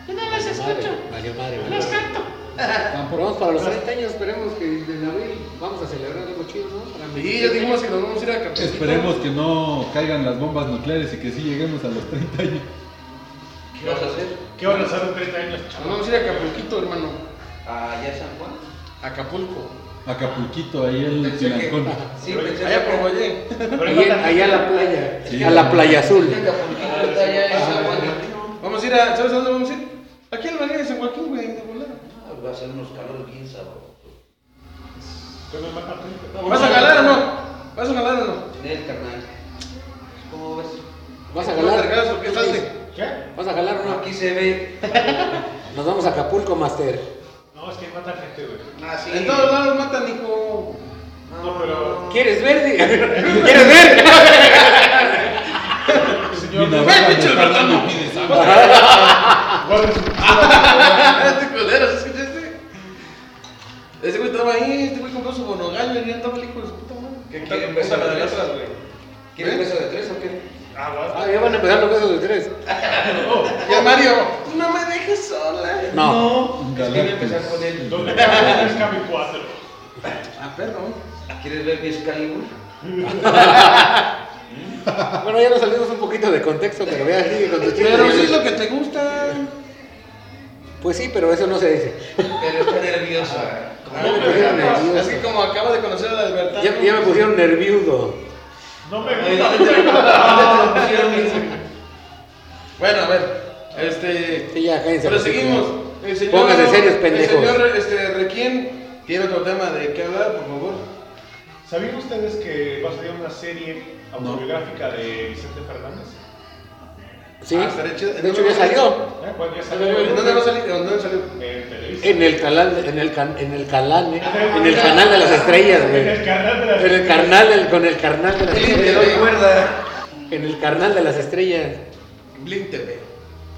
C: Valió madre, Valió madre, valió madre. Pero
E: Tampoco.
C: vamos para los 30 años, esperemos que en abril vamos a celebrar algo chido, ¿no? Para
D: Y ya dijimos que nos vamos a ir a Acapulco.
E: Esperemos que no caigan las bombas nucleares y que sí lleguemos a los 30 años.
B: ¿Qué vas a hacer?
A: ¿Qué van a hacer en 30 años,
D: Nos [LAUGHS]
A: chaval?
D: vamos a ir a Acapulquito, hermano.
B: Allá en San Juan.
D: Acapulco.
E: Acapulquito, ahí el
B: [LAUGHS]
E: Pilancón.
B: Sí,
A: Pero
B: pensé
D: Allá por
B: que-
D: Boyé.
A: Pero
C: Allá,
A: igual-
C: allá a la playa,
E: Sí.
C: a la playa azul.
B: que Acapulquito
D: Ah,
B: está allá en San Juan.
D: Vamos a ir a. ¿Sabes a dónde vamos a ir? Aquí en la de San Joaquín, güey, de volada.
B: Ah, Va a ser unos calores bien sabrosos.
A: Yo me mato a 30.
D: ¿Vas a jalar o no? ¿Vas a jalar o no?
B: Nel, carnal. ¿Cómo ves?
C: ¿Vas a
D: ¿No te regalas
C: jalar?
D: o qué salte?
A: ¿Qué?
C: ¿Vas a jalar o no?
B: Aquí se ve.
C: Nos vamos a Acapulco, Master.
A: No, es que mata gente, güey.
B: Así.
D: En todos lados matan, hijo.
A: No, pero.
C: ¿Quieres ver? [LAUGHS] ¿Quieres ver?
A: Señor, [LAUGHS]
E: Mira,
A: guarde
E: me está hablando y pide sangre.
A: su
C: Ah,
D: Este culero, ¿sí escuchaste? Ese güey estaba ahí, este güey compró su bonogallo y ya andaba el hijo de su puta madre.
B: ¿Qué
G: ¿Qué
B: quieren
G: empieza
B: beso
G: la
B: de
G: de
B: tres?
G: atrás, güey?
B: ¿Quieren
D: ¿Eh?
B: beso de tres o qué?
A: Ah, guarda.
C: Ah, ya van a empezar los besos de tres.
D: Y el Mario, no me dejes sola.
C: No.
E: Galactus.
B: empezar con el
A: ¿Dónde está? Es Cami 4.
D: Ah, perdón.
B: ¿Quieres ver mi Excalibur?
C: Bueno, ya nos salimos un poquito de contexto, pero vea, sigue con tu chiste.
D: Pero sí es lo que te gusta.
C: Pues sí, pero eso no se dice.
B: Pero está nervioso.
C: Ah, me pusieron nervioso.
D: Así como acaba de conocer a Albertano.
C: Ya, ya me pusieron nerviudo.
A: No me
B: Ay,
A: gusta.
B: ¿dónde te lo- dónde te lo pusieron?
D: Bueno, a ver. Este.
C: Sí, ya, cállense.
D: Pero
C: los hijos.
D: seguimos. El señor,
C: Pónganse serios,
D: El
C: pendejos.
D: señor este, Requien tiene otro tema de qué hablar, por favor.
A: ¿Sabían ustedes que va a salir una serie autobiográfica de Vicente Fernández?
C: Sí.
D: Ah, estaría chido.
C: De hecho, ya salió.
A: ¿Eh? Bueno, ya
D: ¿En
A: salió.
D: ¿Dónde va a salir? ¿En ¿Dónde salió?
A: En Televisa.
C: En el canal, en el, can- en el canal, eh, en el canal de las estrellas,
A: En el
C: güey.
A: canal de las
C: En el carnal, del- con el carnal de las
D: Sí,
B: Te
D: pero-
C: estrellas.
B: doy cuerda.
C: En el carnal de las estrellas.
D: Blink TV.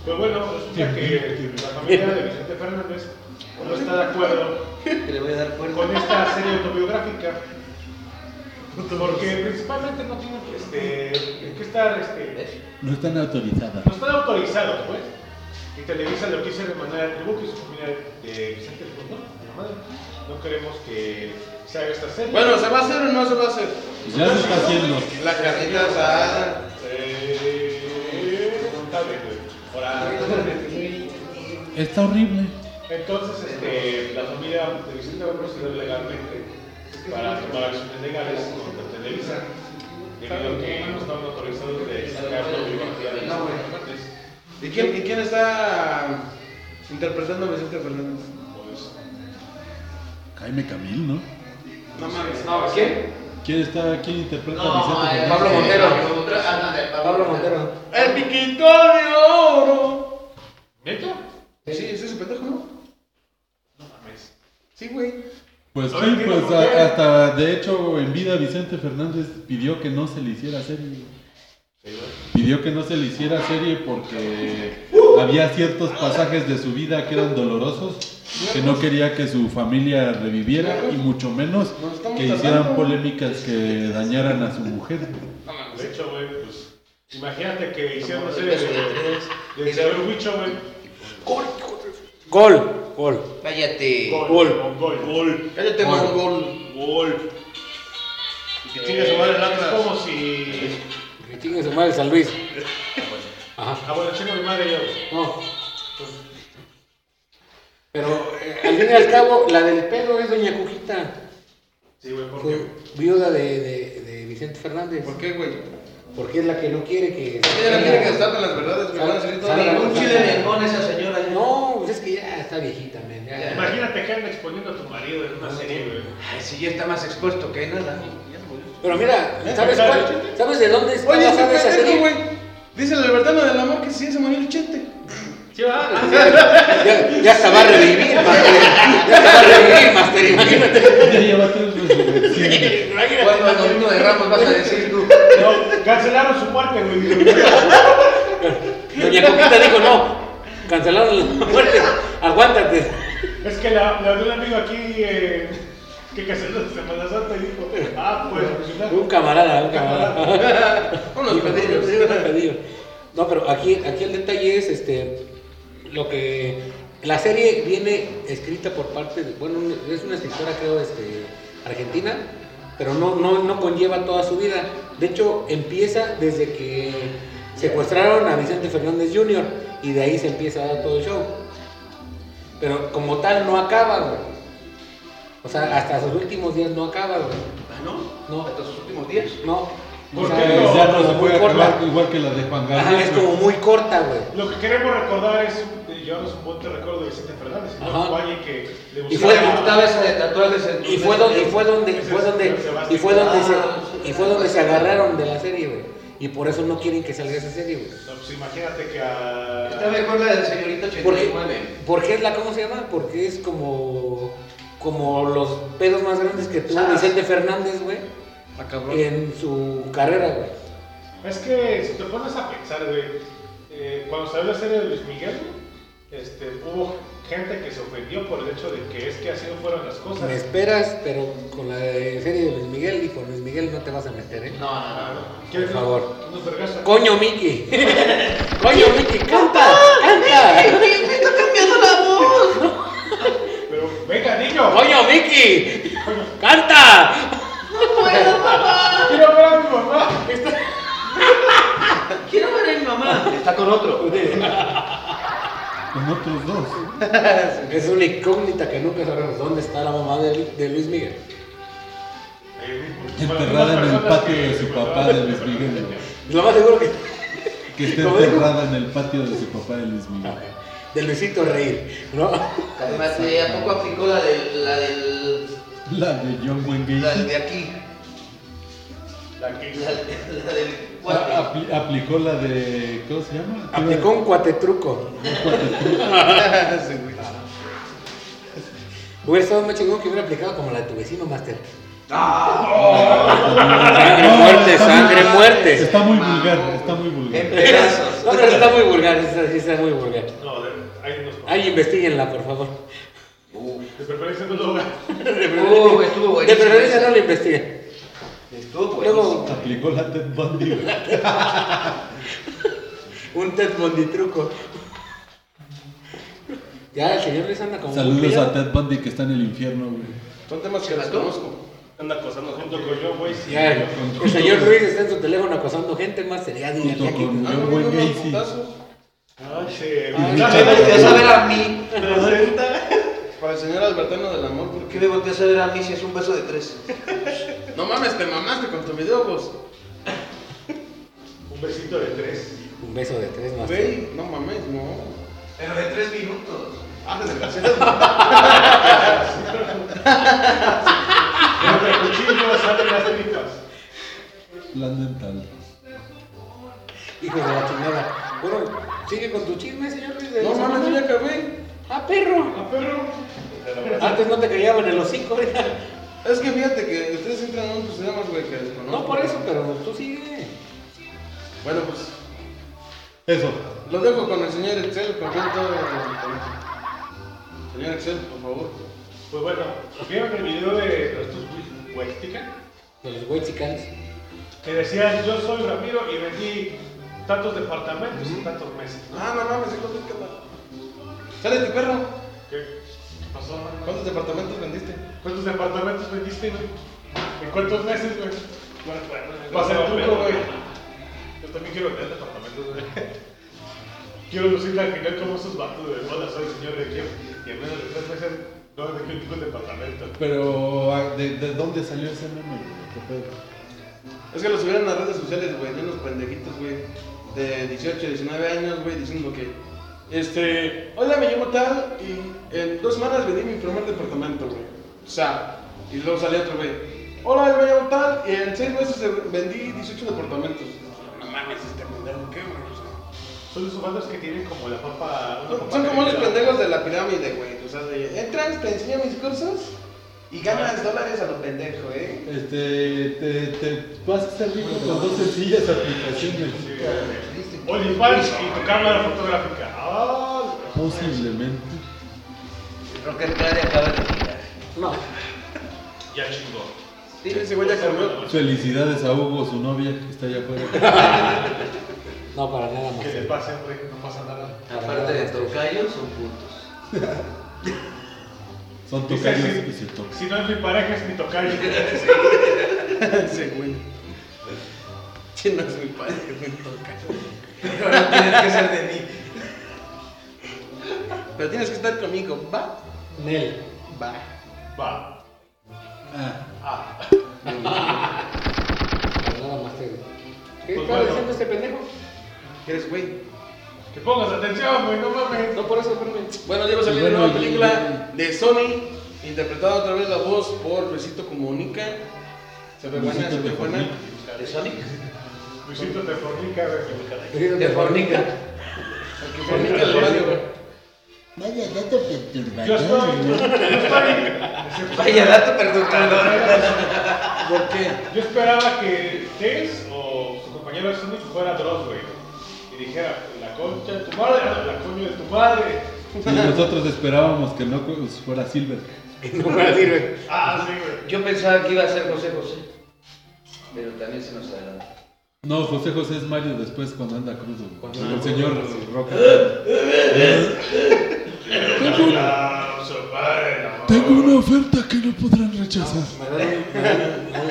A: Pues bueno, resulta que la familia de Vicente Fernández no está de acuerdo
B: Te le voy a dar cuerda.
A: con esta serie autobiográfica. Porque principalmente no tienen que, este, que estar, este,
E: No están autorizadas.
A: no están autorizados, pues. Y Televisa lo quiso demandar al tributo y su familia de Vicente dijo, no, la madre, no queremos que se haga esta serie.
D: Bueno, ¿se va a hacer o no se va a hacer?
E: Ya se está haciendo.
D: La carnita asada.
A: Eh, Ahora,
F: Está horrible.
A: entonces, este, la familia de Vicente va a proceder legalmente para tomar acciones legales contra Televisa, debido a que no estaban autorizados de sacar fotografía de los participantes.
D: ¿Y quién, ¿Y quién está um, interpretando a Vicente Fernández?
A: Pues,
E: Jaime Camil, ¿no?
D: No mames. No, ¿quién?
E: ¿Quién está, quién interpreta a
B: No,
E: Vicente
B: eh,
E: Fernández?
C: Pablo Montero.
B: Ah, no, de
C: Pablo Montero.
D: ¡El piquito de oro! Eh,
A: ¿Neta?
D: Sí, ese es su pendejo, ¿no?
A: No mames.
D: Sí, güey.
E: Pues
A: Ay,
E: sí,
A: qué
E: pues a-
A: mujer.
E: hasta de hecho en vida Vicente Fernández pidió que no se le hiciera serie. Pidió que no se le hiciera serie porque había ciertos pasajes de su vida que eran dolorosos, que no quería que su familia reviviera y mucho menos
D: Nos estamos
E: que
D: tardando.
E: hicieran polémicas que dañaran a su mujer.
A: De hecho, güey, pues, imagínate que hicieron una serie de, de Isabel Huicho, güey.
C: Gol, gol.
B: Cállate.
A: Gol, gol, gol,
D: Cállate, mongol.
A: gol.
G: Y que chingue su madre el
A: Es
G: Atlas.
A: como si...
C: Que chingue su madre San
D: [LAUGHS]
C: Luis.
A: Ah, bueno, chingo mi madre yo, güey.
C: No. pues, Pero eh, al fin y al cabo, la del pedo es Doña Cujita.
A: Sí, güey, ¿por
C: Fue
A: qué?
C: viuda de, de- de Vicente Fernández.
D: ¿Por qué, güey?
C: Porque es la que no quiere que.
D: Ella no quiere que destapen las verdades, güey. Van a salir todas las
C: Salga.
B: Un
D: luchas.
B: chile de limón esa señora.
C: No, pues es que ya está viejita, men. ya- ya.
A: Imagínate que andan exponiendo a tu marido en una serie, güey.
B: Ay, si ya está más expuesto que nada.
C: Pero mira, ¿sabes cuál? ¿Sabes de dónde está
D: Oye, ese
C: basada esa
D: pendejo, güey.
C: serie?
D: Dice la libertad del amor que sí se murió el chente.
A: Ah,
C: Ya, ya hasta va a revivir, Master. Ya hasta va a revivir, Master. Imagínate.
E: Ya lleva tres resurrecciones.
B: Cuando el domingo de Ramos vas a decir tú.
A: No, cancelaron su muerte, güey.
C: Doña Cujita dijo: no, cancelaron la muerte. Aguántate.
A: Es que la, la habló un amigo aquí eh, que canceló la Semana Santa y dijo, ah, pues, pues, nada".
C: Un camarada, un camarada.
D: Unos pedillos.
C: Sí, unos pedillos. No, pero aquí, aquí el detalle es este lo que la serie viene escrita por parte de, bueno, un- es una escritora creo este argentina, pero no, no, no conlleva toda su vida. De hecho, empieza desde que secuestraron a Vicente Fernández Jr. y de ahí se empieza a dar todo el show. Pero como tal no acaba, güey. O sea, hasta sus últimos días no acaba, güey.
B: Ah, no.
C: No.
B: Hasta sus últimos días.
C: No.
A: ¿Por
C: O sea,
A: qué
E: Ya no se
C: muy
E: puede
C: corta.
E: acabar igual que la de Juan
C: Ajá,
E: Gabriel. pues,
C: es como muy corta, güey.
A: Lo que queremos recordar es eh, llevarnos un buen recuerdo de Vicente Fernández, ¿no?
C: Ajá.
A: Fue alguien que le
C: Y
B: Y
A: gustaba.
B: fue gustaba esa
D: eh,
B: de tatuajes en
C: Y fue donde, y fue donde, y fue donde, y fue donde se, y fue donde se agarraron de la serie, güey. Y por eso no quieren que salga esa serie, güey.
A: No, pues imagínate que a...
B: Está mejor la del señorita
C: Porque,
B: 89.
C: porque es la, ¿cómo se llama? Porque es como, como los pedos más grandes que tuvo
B: Ah.
C: Vicente Fernández, güey,
D: Ah, cabrón.
C: en su carrera, güey.
A: Es que si te pones a pensar, güey, eh, cuando salió la serie de Luis Miguel, este, hubo gente que se ofendió por el hecho de que es que así no fueron las
C: Me
A: cosas.
C: esperas, pero con la de- serie de Luis Miguel y con Luis Miguel no te vas a meter, ¿eh?
B: No, no, no.
A: ¿Quieres
C: por favor.
A: unos vergazos?
C: Coño, Miki. [LAUGHS] Coño, Miki, canta, canta.
B: Me está cambiando la voz.
A: Pero venga, niño.
C: Coño, Miki, canta.
B: No puedo, papá.
A: Quiero ver a mi mamá.
B: Quiero ver a mi mamá. Está con otro.
E: Con otros dos.
C: Es una incógnita que nunca sabremos dónde está la mamá de, Lu- de Luis Miguel.
E: Enterrada en el patio de su papá de Luis Miguel.
C: Lo más seguro que
E: [LAUGHS] Que esté
C: Como dijo-
E: enterrada en el patio de su papá de Luis Miguel.
C: de Luisito Reír, ¿no?
B: Cálmate, ¿a poco aplicó la del. la del.
E: La de John Wayne
B: la
E: Gacy.
B: de aquí?
A: La que
B: La, la del.
E: Ah,
B: cuate.
E: apli- aplicó la de. ¿Cómo se llama?
C: Aplicó un cuatetruco.
D: [LAUGHS] Sí, güey.
C: Hubiera estado más chingón que hubiera aplicado como la de tu vecino, Master.
E: Sangre [LAUGHS]
C: Sangre muerte, sangre muerte.
E: Está muy vulgar, está muy vulgar.
B: pedazos.
C: No, pero está muy vulgar, esa sí está muy vulgar.
A: No, de- hay unos.
C: Ay, investiguenla, por favor.
A: De preferencia no lo hagan.
C: De preferencia-
B: güey, estuvo
C: de
B: buenísimo
C: preferencia
B: esa.
C: no la investiguen.
B: Estuvo
C: Luego,
B: buenísimo.
E: Aplicó la Ted Bundy. güey.
C: un Ted Bundy truco. Ya, el señor Luis anda como...
E: Saludos
C: ya-
E: a Ted Bundy que está en el infierno, güey.
D: Son temas que
B: ¿Se mató?
D: desconozco.
G: Anda acosando gente.
A: Junto con yo, güey, sí.
C: Ya, el, el señor Luis está en su teléfono acosando gente, más sería
E: Junto con
C: dinámico.
D: Ah, no,
E: John
D: no, no,
E: Wayne Gacy.
D: putazos.
A: Se
B: Ay, ¿Qué me
A: ah,
B: volteas a ver a mí?
G: Presenta.
D: Para el señor Albertano del Amor, ¿por
B: ¿Qué
D: qué?
B: me volteas a ver a mí si es un beso de tres?
D: No mames, te mamaste con tu video, vos.
A: Un besito de tres.
C: Un beso de tres más.
D: Güey, no mames, no.
B: Pero de tres minutos.
D: Ah, desde la ciudad.
A: Entre el cuchillo salen las tripas.
E: Plan dental.
C: Hijo de la chingada. Bueno, sigue con tu chisme, señor Luis. de
D: No
C: la
D: mames, yo
C: semana.
D: ya acabé.
C: Ah, perro.
A: Ah, perro.
C: Antes no te callaban en el hocico, ahorita.
D: Es que fíjate que ustedes entran en unos temas, güey, que desconozco.
C: No por eso, pero tú sigue.
D: Bueno, pues
E: Eso.
D: lo dejo con el señor Excel, con quien todo el- Señor Excel, por favor.
A: Pues bueno, ¿vieron el video de los tus huestica?
C: De los güey chicanes.
A: Que decían, yo soy Ramiro y vendí tantos departamentos en tantos meses.
D: Ah, no mames, hijo de puta. Sale tu perro.
A: ¿Qué ¿Qué pasó?
D: ¿Cuántos departamentos vendiste?
A: ¿Cuántos departamentos vendiste, güey? ¿En cuántos meses, güey? Bueno, bueno, va a ser
G: no,
A: truco,
G: pero-
A: güey. Yo también quiero vender departamentos, güey. Quiero lucir al final como esos vatos de bola, soy señor de quién. Y en menos de tres meses no vendí un tipo de departamento.
E: Pero, ah, ¿de, de dónde salió ese meme? güey? ¿Qué pedo?
D: Es que lo subieron a las redes sociales, güey, de unos pendejitos, güey, de 18, 19 años, güey, diciendo que, este, hola, me llamo tal y en dos semanas vendí mi primer departamento, güey. O sea, y luego salió otro, güey, hola, me llamo tal y en seis meses eh, vendí 18 departamentos. No mames, este pendejo, ¿qué, güey? O sea,
A: Son esos vatos que tienen como la papa. una
D: son-
A: papa
D: son como los
A: frita.
D: pendejos de la pirámide, güey. O sea, de, entras, te enseño mis cursos y ganas dólares a lo pendejo, ¿eh?
E: Este, te, te vas a hacer rico con dos sencillas aplicaciones.
A: Sí, güey. OnlyFans y tu cámara fotográfica. Ah,
E: Posiblemente.
B: Rocker Clary acaba de tirar.
C: No.
A: ya chingó.
D: Sí, ese güey ya cambió.
E: Felicidades a Hugo, su novia, que está allá afuera.
C: No, para nada más.
A: Que le pase, güey, no pasa nada.
B: Aparte de tocayos, son puntos.
E: Son
A: Dice,
E: tocayos
A: si-
E: y se tocan.
A: Si no es mi pareja, es mi tocayo.
D: [LAUGHS] Ese güey. Sí, no es mi padre, me toca.
B: Ahora tienes que ser de mí.
D: Pero tienes que estar conmigo, va.
C: Nel.
D: Va.
A: Va.
E: Ah,
C: Para nada más. te- ¿Qué
A: Pues
C: está
A: bueno.
C: diciendo este pendejo?
D: ¿Eres güey?
A: Que pongas atención, güey, no mames.
C: No por eso, espérame.
D: Bueno, ya va a salir
E: Bueno,
D: una nueva
E: y-
D: película de Sony, interpretada otra vez la voz por Luisito Comunica. Se ve buena,
E: Luisito
D: se ve
E: te
D: buena.
E: fornica.
B: ¿De Sonic?
A: Luisito te fornica, güey.
B: De Fornica.
D: Que Comunica el radio, güey.
H: Vaya dato
A: Yo
H: perturbador.
A: estoy. Yo
B: Vaya
A: estoy.
B: dato perturbador.
D: ¿Por qué?
A: Yo esperaba que Tess o su compañero de Sonic fuera Dross, güey. Y dijera, la concha de tu madre, la coño de tu madre.
E: Y nosotros esperábamos que no fuera Silver.
C: Que no me sirve.
A: Ah, sí, güey.
B: Yo pensaba que iba a ser José José. Pero también se nos adelantó.
E: No, José José es Mario después cuando anda crudo. güey.
C: Cuando
E: Con
C: anda
E: el
C: crudo,
E: señor Roca.
A: Ah, su madre, la madre.
E: Tengo una oferta que no podrán rechazar.
C: Me dan, me dan- me dan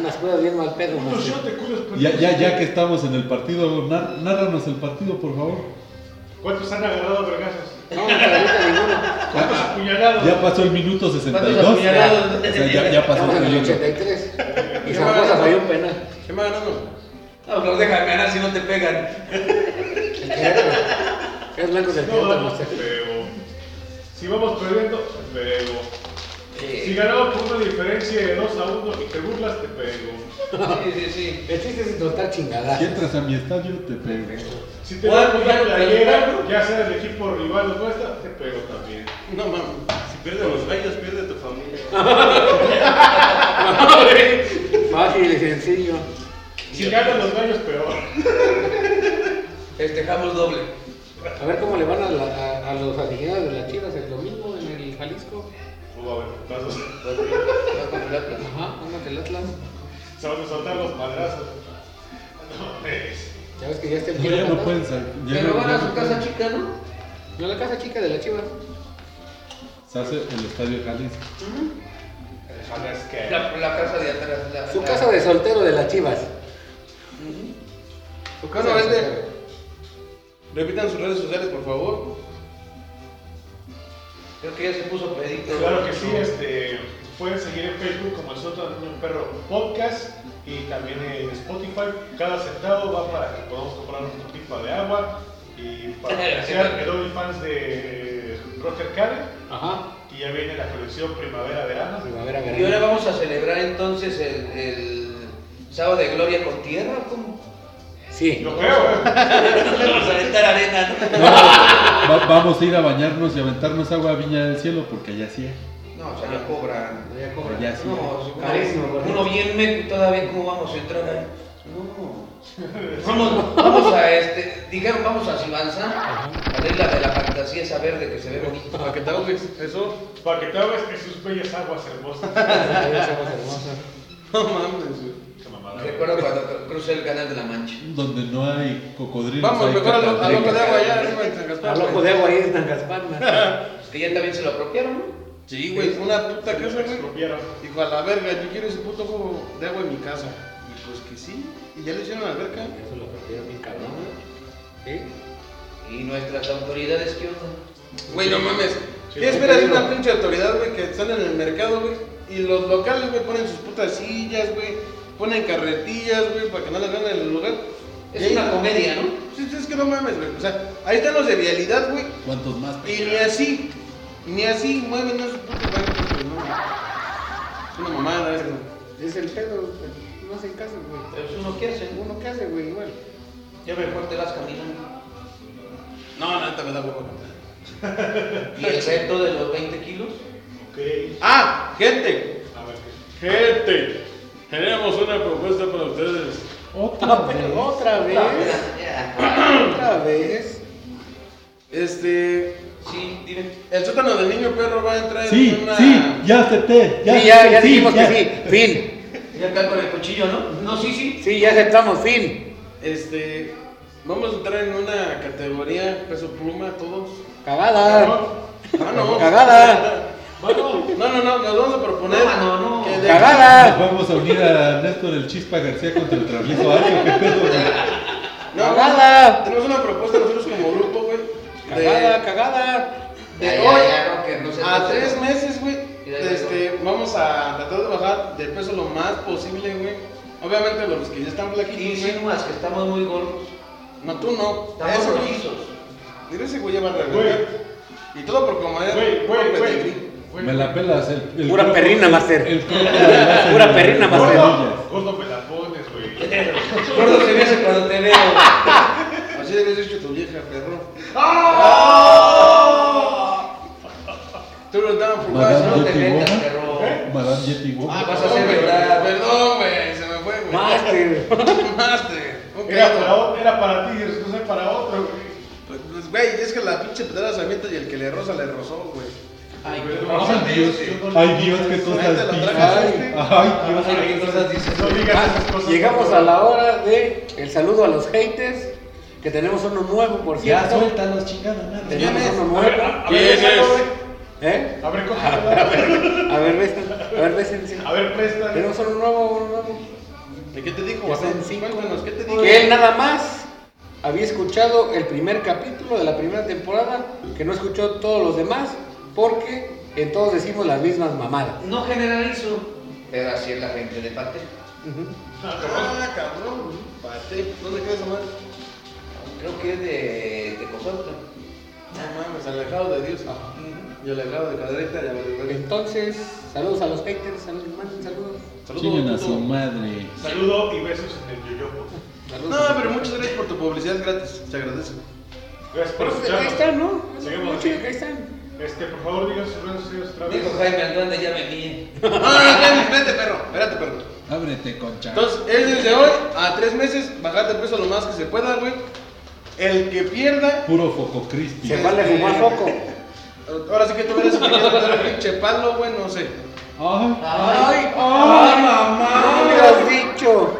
C: unas cosas bien mal pedo,
A: No, yo
C: maestro.
A: te culo, pero-
E: Ya, ya, ya que estamos en el partido, nar- nárranos el partido, por favor.
A: ¿Cuántos han agarrado vergazos?
C: No, no, ahorita ninguno.
A: ¿Cuántos apuñalados?
E: Ya pasó el minuto 62. O
D: apuñaladas?
E: sea, ya, ya pasó
C: Estamos en
E: el
C: el
E: minuto.
C: 83. Y
D: Ya
C: Zaragoza
D: va.
C: falló un penal.
D: ¿Qué me ganamos?
B: No, no dejan ganar si no te pegan.
C: El Querétaro. Es blanco del
A: No,
C: Querétaro,
A: vamos,
C: maestro.
A: feo. Si vamos perdiendo, te pego.
B: Sí,
A: Si ganamos por una diferencia de 2 a 1 y te burlas, te pego.
B: sí, sí. sí.
C: El chiste es soltar
E: Si
C: chingadas.
E: entras a mi estadio, te pego.
A: Si te
B: Bueno,
A: dan
B: ya
A: una
B: lo
A: playera,
B: preguntaron.
A: ya sea del equipo rival o nuestra, te pego también.
D: No mames.
G: Si pierdes los gallos, pierde tu familia.
C: Fácil y sencillo.
A: Si ganan los gallos, peor.
B: Festejamos doble.
C: A ver cómo le van a, la- a- a los aficionados de las chivas el domingo en el Jalisco.
A: No va a haber putazos. [LAUGHS]
C: Ajá, vamos el Atlas.
A: Se van a soltar los madrazos. No, pues. es.
C: Ya ves que ya está el
E: No, ya no pueden salir. ya
B: Pero
E: no-
B: van
E: ya
B: a
E: no
B: su casa
E: pueden.
B: chica, ¿no?
C: No, la casa chica de las chivas.
E: Se hace el estadio Jalisco.
A: Ojalá es que.
B: La, la casa de atrás. La,
C: Su
B: la-
C: casa de soltero de las chivas.
D: ¿Tu casa vende? Repitan sus redes sociales, por favor.
B: Creo que ya se puso pedito.
A: Claro que sí, este, pueden seguir en Facebook como el Sótano de un Perro Podcast y también en Spotify. Cada centavo va para que podamos comprar un poquito de agua y
B: [LAUGHS]
A: para financiar el OnlyFans de Roger Caren
C: Ajá.
A: y ya viene la colección primavera-verano.
C: Primavera,
B: Y ahora
C: verano.
B: vamos a celebrar entonces el, el sábado de gloria con tierra, ¿o ¿cómo?
C: Sí.
A: Yo creo, ¿eh?
B: vamos a aventar arena,
E: No, va- vamos a ir a bañarnos y aventarnos agua a Viña del Cielo porque allá sí. hay.
B: No, o sea, ya cobran.
C: Ya cobra.
E: Allá sí. hay.
B: No,
C: Carísimo,
B: uno,
C: ¿verdad?
B: uno bien meco y todavía cómo vamos a entrar ahí.
A: [LAUGHS]
B: No. Vamos, vamos a este, dijeron vamos a Sibanza, a ver la de la fantasía esa verde que se ve bonito.
D: ¿A qué tal, Luis? Eso.
A: Para que te hagas que sus bellas aguas hermosas.
C: Esas aguas hermosas.
D: No mames, güey.
A: Qué mamada.
B: Recuerdo cuando cru- crucé el canal de la Mancha.
E: Donde no hay cocodrilos.
D: Vamos,
E: hay
D: mejor al al
E: catatricas.
D: ojo de agua allá, arriba en San Gaspar.
C: Al ojo
D: güey.
C: de agua ahí en Tangaspan.
B: Es que ya también se lo apropiaron, ¿no?
D: Sí, güey, una puta
A: Se los
D: casa, güey.
A: expropiaron.
D: Dijo, a la verga, yo quiero ese puto ojo de agua en mi casa. Y pues que sí. Y ya le hicieron la alberca.
C: Eso lo perdieron bien cabrón. ¿Sí?
B: Y nuestras autoridades, ¿qué onda?
D: Güey, no mames.
A: Sí,
D: ¿Qué esperas de
C: digo.
D: una pinche autoridad, güey, que sale en el mercado, güey? Y los locales, güey, ponen sus putas sillas, güey. Ponen carretillas, güey, para que no les vean en el lugar.
B: Es
D: Y ahí-
B: una comedia, ¿no?
D: Sí, sí, es que no mames, güey. O sea, ahí están los de vialidad, güey.
E: ¿Cuántos más?
D: Y ni así, ni así mueven esos putos bancos, güey, no. Es una mamada eso.
C: Es el pedo, güey. no hacen caso, güey.
B: Pero uno que hace,
C: Uno que hace, güey, igual.
B: ya mejor te vas caminando.
D: No, neta me da huevo.
B: Y el reto de los 20 kilos.
A: Ok.
D: Ah, gente.
A: A ver qué.
D: Gente, tenemos una propuesta para ustedes.
C: Otra vez. Otra vez. Otra vez.
D: Este,
B: Sí, dime.
D: el sótano del niño perro va a entrar
E: Sí,
D: en una...
E: sí, ya acepté.
C: Sí, ya, ya dijimos que sí. Fin.
B: Ya acá con el cuchillo, ¿no? No, sí, sí.
C: Sí, ya aceptamos. Fin.
D: Este, vamos a entrar en una categoría peso pluma todos.
C: Cagada.
D: Ah, no.
C: Cagada.
A: Mano,
D: No, no, no, nos vamos a proponer.
B: No, no, no.
D: que de-
E: Nos
C: Cagada.
E: vamos a unir a Néstor el Chispa García contra el Travieso Ario. ¿Qué pedo, güey?
D: No,
C: Cagada.
D: Tenemos una propuesta nosotros como grupo, güey. de-
C: Cagada, cagada.
D: De
B: Ya, ya,
D: hoy
B: ya, no, que no se
D: a
B: pase.
D: tres meses, güey,
B: Y dale,
D: este, vamos a tratar de bajar de peso lo más posible, güey. Obviamente los que ya están
B: Y
D: flaquitos, güey.
B: insinúas que estamos muy gordos.
D: No, tú no.
B: Estamos
D: Ese güey-
B: rollizos.
D: Dile ese güey ya va a
A: Güey.
D: reventar. Y todo por como es.
A: güey, güey,
D: por
A: güey.
D: pedigrí.
A: Güey.
E: Me la pelas. El, el
C: Pura
E: cuerpo-
C: perrina, Master.
E: El cuerpo de Lázaro.
C: Pura perrina,
E: Las
C: Master.
E: rodillas.
A: Gordo me la pones,
C: [LAUGHS]
A: güey.
B: Gordo se me hace cuando te veo.
D: Así debes hecho tu vieja, perro. Tú lo estabas
E: Madame
B: No
D: fugaz,
B: te ¿eh?
E: Yeti
B: metas,
E: Woman.
B: perro.
E: Madame Yeti
D: ¿no?
E: Woman.
B: Ah, vas a
D: Perdón,
B: hacer
D: güey,
B: verdad.
D: Perdón, güey, se me fue, güey. [LAUGHS]
C: Master.
D: Master. Ok.
A: Era para, o- era para ti y después para otro, güey.
D: Pues, pues, güey, es que la pinche pedrada se avienta y el que le roza le rozó, güey.
B: Ay,
A: Güey,
B: qué
A: no
B: cosas
A: mames,
B: dices.
A: yo no-
E: Ay, Dios, qué cosas
D: Te lo
E: dices.
D: tragas,
E: Ay,
D: este.
A: Ah.
E: ay, Dios.
B: Ay, qué cosas dices.
A: No digas esas
C: Ah,
A: cosas.
C: Llegamos
A: por
C: a
A: favor.
C: la hora de el saludo a los haters, que tenemos uno nuevo, por
E: Ya
C: cierto.
E: suéltanos, chingada madre.
D: ¿Quién
C: Tenemos
D: es?
C: uno
A: A ver, a-
C: nuevo.
A: a ver,
D: ¿Quién
A: sácalo,
D: es?
A: güey.
C: ¿Eh?
A: A ver,
C: [LAUGHS]
A: cógelo.
C: A ver, bésense. A ver, bésense.
A: A ver, presta.
C: Tenemos uno nuevo, uno nuevo.
D: ¿De qué te dijo,
C: Que
D: Guasón?
C: son cinco.
D: Cuéntanos, ¿qué te dijo?
C: Que él nada más había escuchado el primer capítulo de la primera temporada, que no escuchó todos los demás, porque en todos decimos las mismas mamadas.
B: No generalizo, pero así es la gente de parte.
D: Ah, cabrón. Pate, ¿dónde queda esa madre?
B: Creo que es de, de Cozalta.
D: No mames, Ah, pues, alejado de Dios. Y alejado de caderita, ya vale, vale.
C: Entonces, saludos a los haters, saludos, manden saludos.
E: Chinguen a
D: puto.
E: su madre.
A: Saludo y besos en el yoyopo.
C: Saludos a
D: No,
C: los
D: pero
C: haters.
D: muchas gracias por tu publicidad gratis. Se agradece.
A: Gracias por
C: Pero pues, ahí
A: escucharnos.
C: están, ¿no?
A: Seguimos.
C: Muy chido que ahí están.
A: Este, por favor, digan sus redes sociales otra vez.
B: Dijo Jaime Andrade, ya me guíe.
D: No, no, espérate, espérate, perro. Espérate, perro.
E: Ábrete, concha.
D: Entonces, es desde hoy a tres meses bajar de peso lo más que se pueda, güey. El que pierda,
E: Puro foco crispy.
C: Se vale fumar foco.
D: ahora sí que tú verás si te quieres meter un pinche palo, güey, no sé.
E: Ay,
B: Ay,
E: ay, mamá.
C: ¡No me has dicho!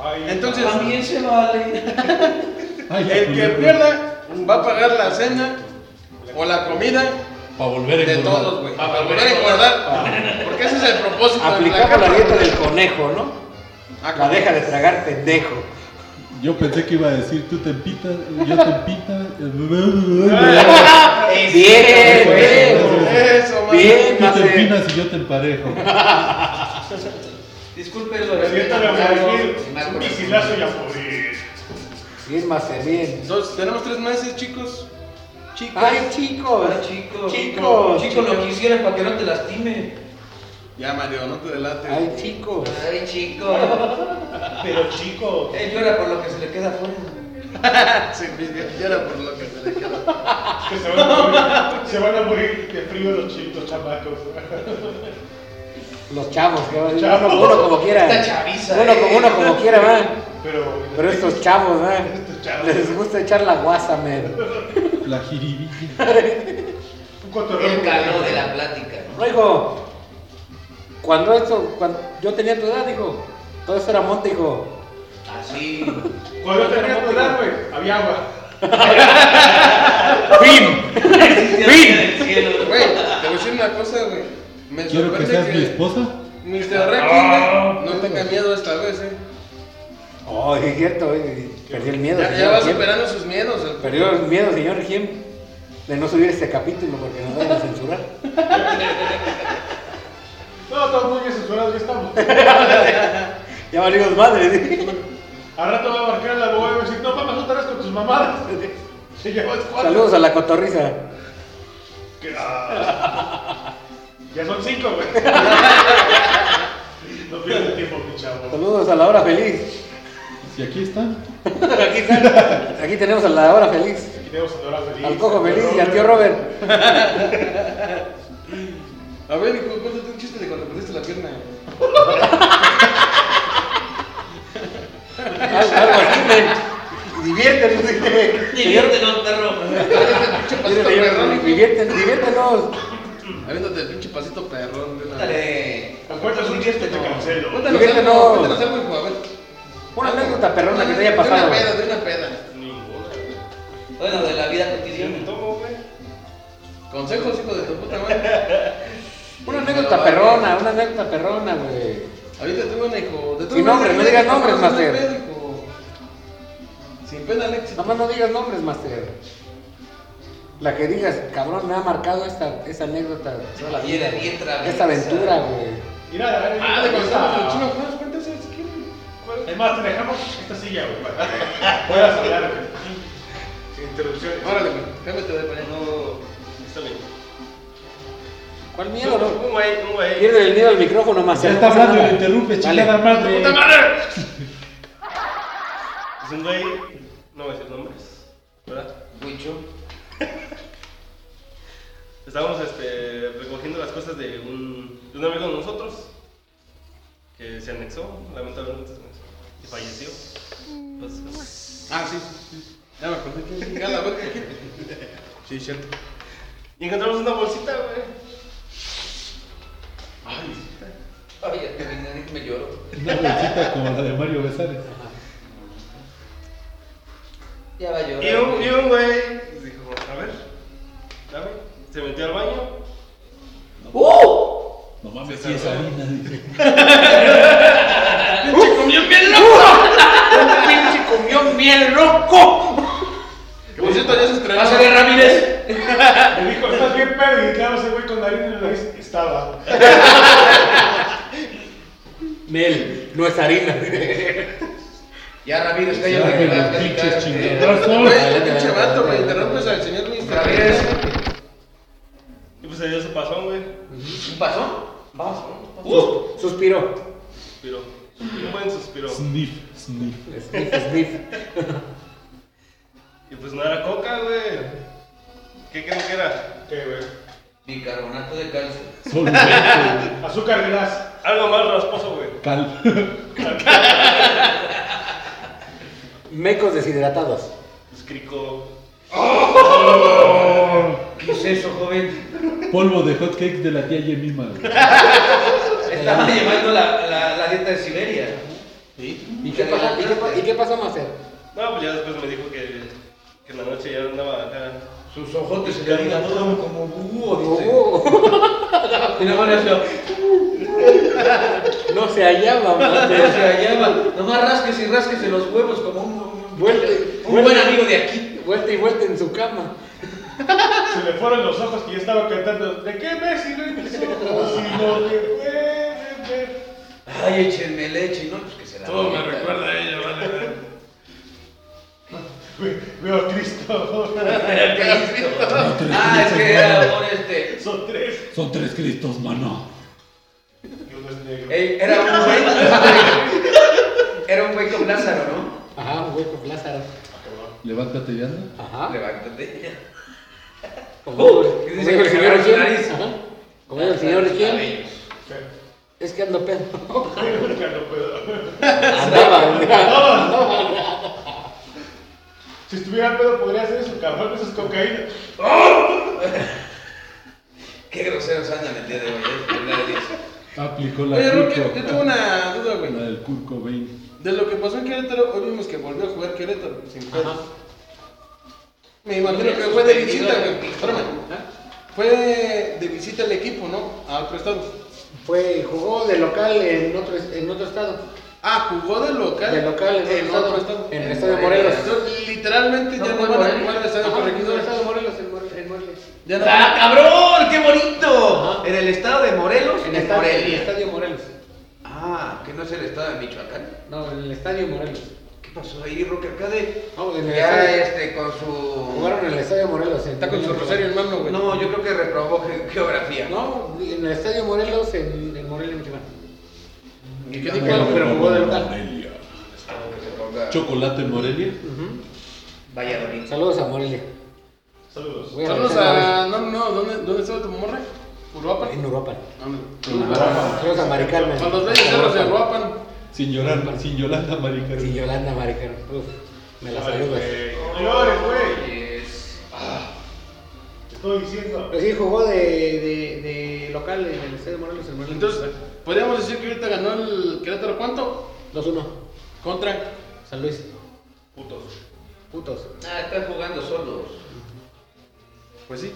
A: Ay,
D: Entonces,
B: también se vale.
E: Ay,
D: el que pierda va a pagar la cena o la comida
E: Para volver
D: de todos, güey. Para volver a engordar. Porque ese es el propósito. de
C: Ah. Aplicamos la
D: capa.
C: dieta del conejo, ¿no?
D: Ah,
C: La deja de tragar pendejo.
E: Yo pensé que iba a decir tú tempita, yo tempita.
C: [LAUGHS]
A: Ah,
B: [LAUGHS] Bien,
C: pues.
B: bien,
D: Eso, mano.
C: Bien,
E: Tú te
C: hace-
E: empinas y yo te emparejo.
B: Disculpe, lo
A: Aviéntale a Vladimir
B: Mal
A: un
B: corazón.
A: misilazo y a morir.
C: Bien, más bien.
D: Entonces, tenemos tres meses, chicos.
B: Chicos,
C: Ay, chicos.
B: ah, chicos,
C: Chicos,
B: chicos, lo
C: chicos.
B: que hicieras para que no te lastime.
D: Ya, Mario, no te delates.
C: Ay, chicos.
B: Ay, chico. [LAUGHS]
A: Pero chico,
B: Él llora por lo que se le queda fuera.
D: Sí, ya era por lo que se le queda.
A: que se van a morir, se van a morir de frío los chicos, chamacos.
C: Los chavos, que va a decir,
A: Chavos.
C: uno, uno como quiera.
B: Esta chaviza,
C: uno,
B: eh.
C: como- uno como quiera, va.
A: Pero, [LAUGHS]
C: Pero estos chavos, va.
A: Estos chavos.
C: Les gusta echar la guasa, man.
E: La jiribilla.
C: [LAUGHS]
A: un cotorreo.
B: El calor de la plática. ¿no?
C: No, hijo. Cuando esto, cuando yo tenía tu edad, hijo. Todo esto era monte, hijo.
B: Así.
A: Cuando tenías tu edad, güey, había agua.
C: [LAUGHS] ¡Fin!
D: Güey, te voy a decir una cosa, güey. Me
E: Quiero que
D: sorprende
E: seas mi esposa.
D: Mr. Requiem, güey, no tenga miedo esta vez, eh.
C: Oh, es cierto, eh, perdí el miedo.
D: Ya,
C: señor
D: ya va
C: Jim.
D: superando sus miedos. eh. el-
C: Perdió el miedo, señor Jim, de no subir este capítulo porque nos van a censurar.
A: No, estamos muy desesperados, ya estamos.
C: Ya valimos madre.
A: Al rato va a marcar la boba y va a decir, no mames, otra vez con tus mamadas. [LAUGHS] Se llevas cuatro.
C: Saludos a la cotorriza.
A: Que- ah. Ya son cinco, güey. No pierdes tiempo, mi chavo.
C: Saludos a la hora feliz.
E: Si aquí están,
C: Aquí, están. Aquí tenemos a la hora feliz.
A: Aquí tenemos a Dora Feliz.
C: Al cojo feliz y al tío
A: Robert.
C: Robert.
D: A ver, hijo, cuéntate un chiste de cuando perdiste la pierna.
C: Al- Algo así, men. Diviértenos. dije. Señor-
B: Diviértenos, perro.
C: Mire, señor, diviérten- Diviértenos.
D: Aviéntate el pinche pasito perrón. de una vez.
B: Dale.
A: Acuérdate un chiste, te cancelo.
D: Cuéntanos
C: Diviértenos.
D: algo, cuéntanos algo, hijo, a ver.
C: Una anécdota perrona que te haya pasado.
D: De una peda, de una peda.
G: Ninguna.
B: Bueno, de la vida
G: Yo me
B: cotidiana.
G: tomo, güey.
D: Consejos, hijo de tu puta madre.
C: [LAUGHS] Una anécdota perrona, una anécdota perrona, güey.
D: Ahorita tengo una, hijo. De
C: Sin nombres, no digas nombres, Master.
D: Sin pena, hijo. Sin pena, Alexis.
C: Nomás no digas nombres, Master. La que digas, cabrón, me ha marcado esta, esta anécdota. toda la
B: Y
C: vida.
B: era bien traviesa.
C: Esta aventura, güey.
A: Mira, a ver,
D: Ah, de cuando
A: esta-
D: estábamos en Chino Juárez, cuéntese si quieren.
A: Es más, te dejamos esta silla, güey. para- Puedas hablar, güey. Sin interrupciones.
D: Órale, güey, cámbiate de pañal.
G: No. Está bien.
C: ¿Cuál miedo, no?
G: Un güey, un güey.
C: Pierde el miedo al micrófono, Master.
E: ya
C: no
E: está
C: pasa
E: hablando y lo
C: nada.
E: interrumpe,
C: Dale.
E: chingada madre.
A: ¡Puta madre!
G: Es un güey. No voy a decir nombres. ¿Verdad?
B: Mucho.
G: Estábamos este, recogiendo las cosas de un, de un amigo de nosotros que se anexó, lamentablemente se anexó y falleció. Pues, pues,
D: Ah, sí, sí, sí. Ya me acordé que chingada la verga aquí. Sí, cierto.
G: y encontramos una bolsita, güey.
B: Ay, ya terminé, me lloro.
E: Una bolsita como la de Mario Besares.
B: Ya va a llorar.
G: Y un, y un güey pues, dijo, a ver, dame. Se metió al baño.
B: ¡Uh!
E: No mames, sí es harina. dice.
B: ¡Pinche comión bien loco!
C: ¡Ah,
B: ¡Pinche comión bien loco!
D: Que por cierto ya se estrenó.
B: Pásale, Ramírez.
A: Me dijo, estás bien pedo. Y claro, ese güey con nariz en la nariz estaba.
C: Nel, no es harina. [LAUGHS]
B: Ya, Ramírez,
E: Ya,
B: cállate que
E: güey,
B: vas a
E: pinches
B: platicar.
E: chingados.
D: Güey, el pinche vato, güey, interrumpes al señor ministro.
B: Ramírez.
G: Y pues se dio su pasón, güey.
B: ¿Un pasón? Pasón.
C: Suspiro.
G: Suspiró. Un buen suspiró.
E: Sniff, sniff.
C: Sniff, sniff.
G: Y pues no era coca, güey. ¿Qué creen que era?
A: ¿Qué, güey?
B: Bicarbonato de calcio.
E: Solvente.
A: Azúcar de gas.
G: Algo más rasposo, güey.
E: Cal. [LAUGHS]
C: Mecos deshidratados.
G: Pues crico.
B: ¿Qué es eso, joven?
E: Polvo de hot cakes de la tía Yemi, madre.
B: Estaba llevando la, la, la dieta de Siberia.
C: ¿Y qué pasó, y qué, pa- y qué pasó, Master?
G: No, pues ya después me dijo que, que en la noche ya andaba acá.
B: Sus ojotes se le dilataron como búho, dice.
C: Oh, [LAUGHS]
B: Y nada más le hacía,
C: no se hallaba,
B: pero
C: Master.
B: [LAUGHS] se hallaba. Nomás rasques y rasques los huevos como un
C: Vuelta,
B: Un buen
C: vuelta-
B: amigo de aquí.
C: Vuelta y vuelta en su cama.
A: [LAUGHS] Se le fueron los ojos que ya estaba cantando. ¿De qué me sirven mis ojos? Si no te pueden ver.
B: Ay, échenme leche. No, pues que se la
D: Todo me
B: metan.
D: recuerda a ella, vale. vale.
A: Ve- Veo a Cristo. [LAUGHS]
B: [LAUGHS] ah, es que era un este.
A: Son tres.
E: Son tres cristos, mano.
A: Y uno es negro.
B: eh, Era un güey. [LAUGHS] Era un güey con Lázaro, ¿no?
C: Ajá, un güey con Lázaro.
A: Ah,
E: Levántate y anda.
C: Ajá.
B: Levántate.
C: Como dijo-
B: que
C: como
B: dice
C: dijo el
B: que
C: señor
B: agarra
C: de
B: su nariz.
C: quién. Ajá. Como dijo el señor de quién.
B: Cabellos.
C: Es que ando pedo.
A: Ya no puedo.
C: [LAUGHS] Andaba.
A: Si estuviera pedo podría hacer eso, cabrón. Eso es cocaína.
B: Qué groseros andan el día de hoy. eh, de verdad, Dios.
E: Aplicó la
D: Oye, Roque,
E: Kurt
D: yo tengo una duda, güey.
E: La del Kurt Cobain.
D: De lo que pasó en Querétaro, hoy vimos que volvió a jugar Querétaro, sin pedos. Me imagino que fue de visita, güey. Espérame. Fue de visita el equipo, ¿no? A otro estado.
C: Fue, jugó de local en otro, en otro estado.
D: Ah, jugó de local.
C: De local en otro
D: en
C: estado.
D: otro estado.
C: En
B: En
C: el estado de
B: Morelos.
C: Morelos.
D: Entonces, literalmente ya no
C: fue
D: van a
C: Morelia.
D: jugar al estadio
C: Ajá,
D: corregidor.
C: en el estado de Morelos, en More- en Morelos.
D: Ya no.
B: ¡Ah, cabrón! ¡Qué bonito!
C: Ajá.
B: En el estado de Morelos,
C: En
B: en,
C: el estadio- en el
B: Morelia.
C: estadio Morelos.
B: Ah, que no es el estado de Michoacán.
C: No, en el estadio Morelos.
B: ¿Qué pasó ahí, Roque Arcade?
C: No, en el
B: ya
C: estadio-
B: este, con su.
C: Jugaron en el estadio Morelos. en-
D: Está con su rosario en mano, güey.
B: No, yo creo que reprobó ge- geografía.
C: No, en el estadio Morelos, en, en Morelia, Michoacán.
D: ¿Y qué
C: Sí,
D: dijo?
C: claro, pero jugó de local.
E: Morelia.
B: Que se ponga
E: Chocolate en Morelia.
B: Valladolid.
C: Saludos a Morelia.
A: Saludos.
C: Voy
D: Saludos
C: regresar
D: a. No, no, ¿dónde, dónde estaba tu morra? ¿Uruapan?
C: En Europa.
D: ¿Dónde?
C: Ah. Saludos a Maricarmen.
D: Con los bellos cerros de Uruapan.
E: Sin llorar, sin Yolanda Maricarmen.
C: Sí, Yolanda Maricarmen. Uf, me la
A: Ay,
C: saludas.
A: güey. No llores, güey.
B: Es-
A: Te estoy diciendo.
C: Pero sí, jugó de, de, de local en el estadio Morelos, en Morelia.
D: Entonces, podríamos decir que ahorita ganó el Querétaro cuánto?
C: 2-1.
D: Contra.
C: San Luis.
A: Putos.
C: Putos.
B: Ah, están jugando solos.
D: Pues sí.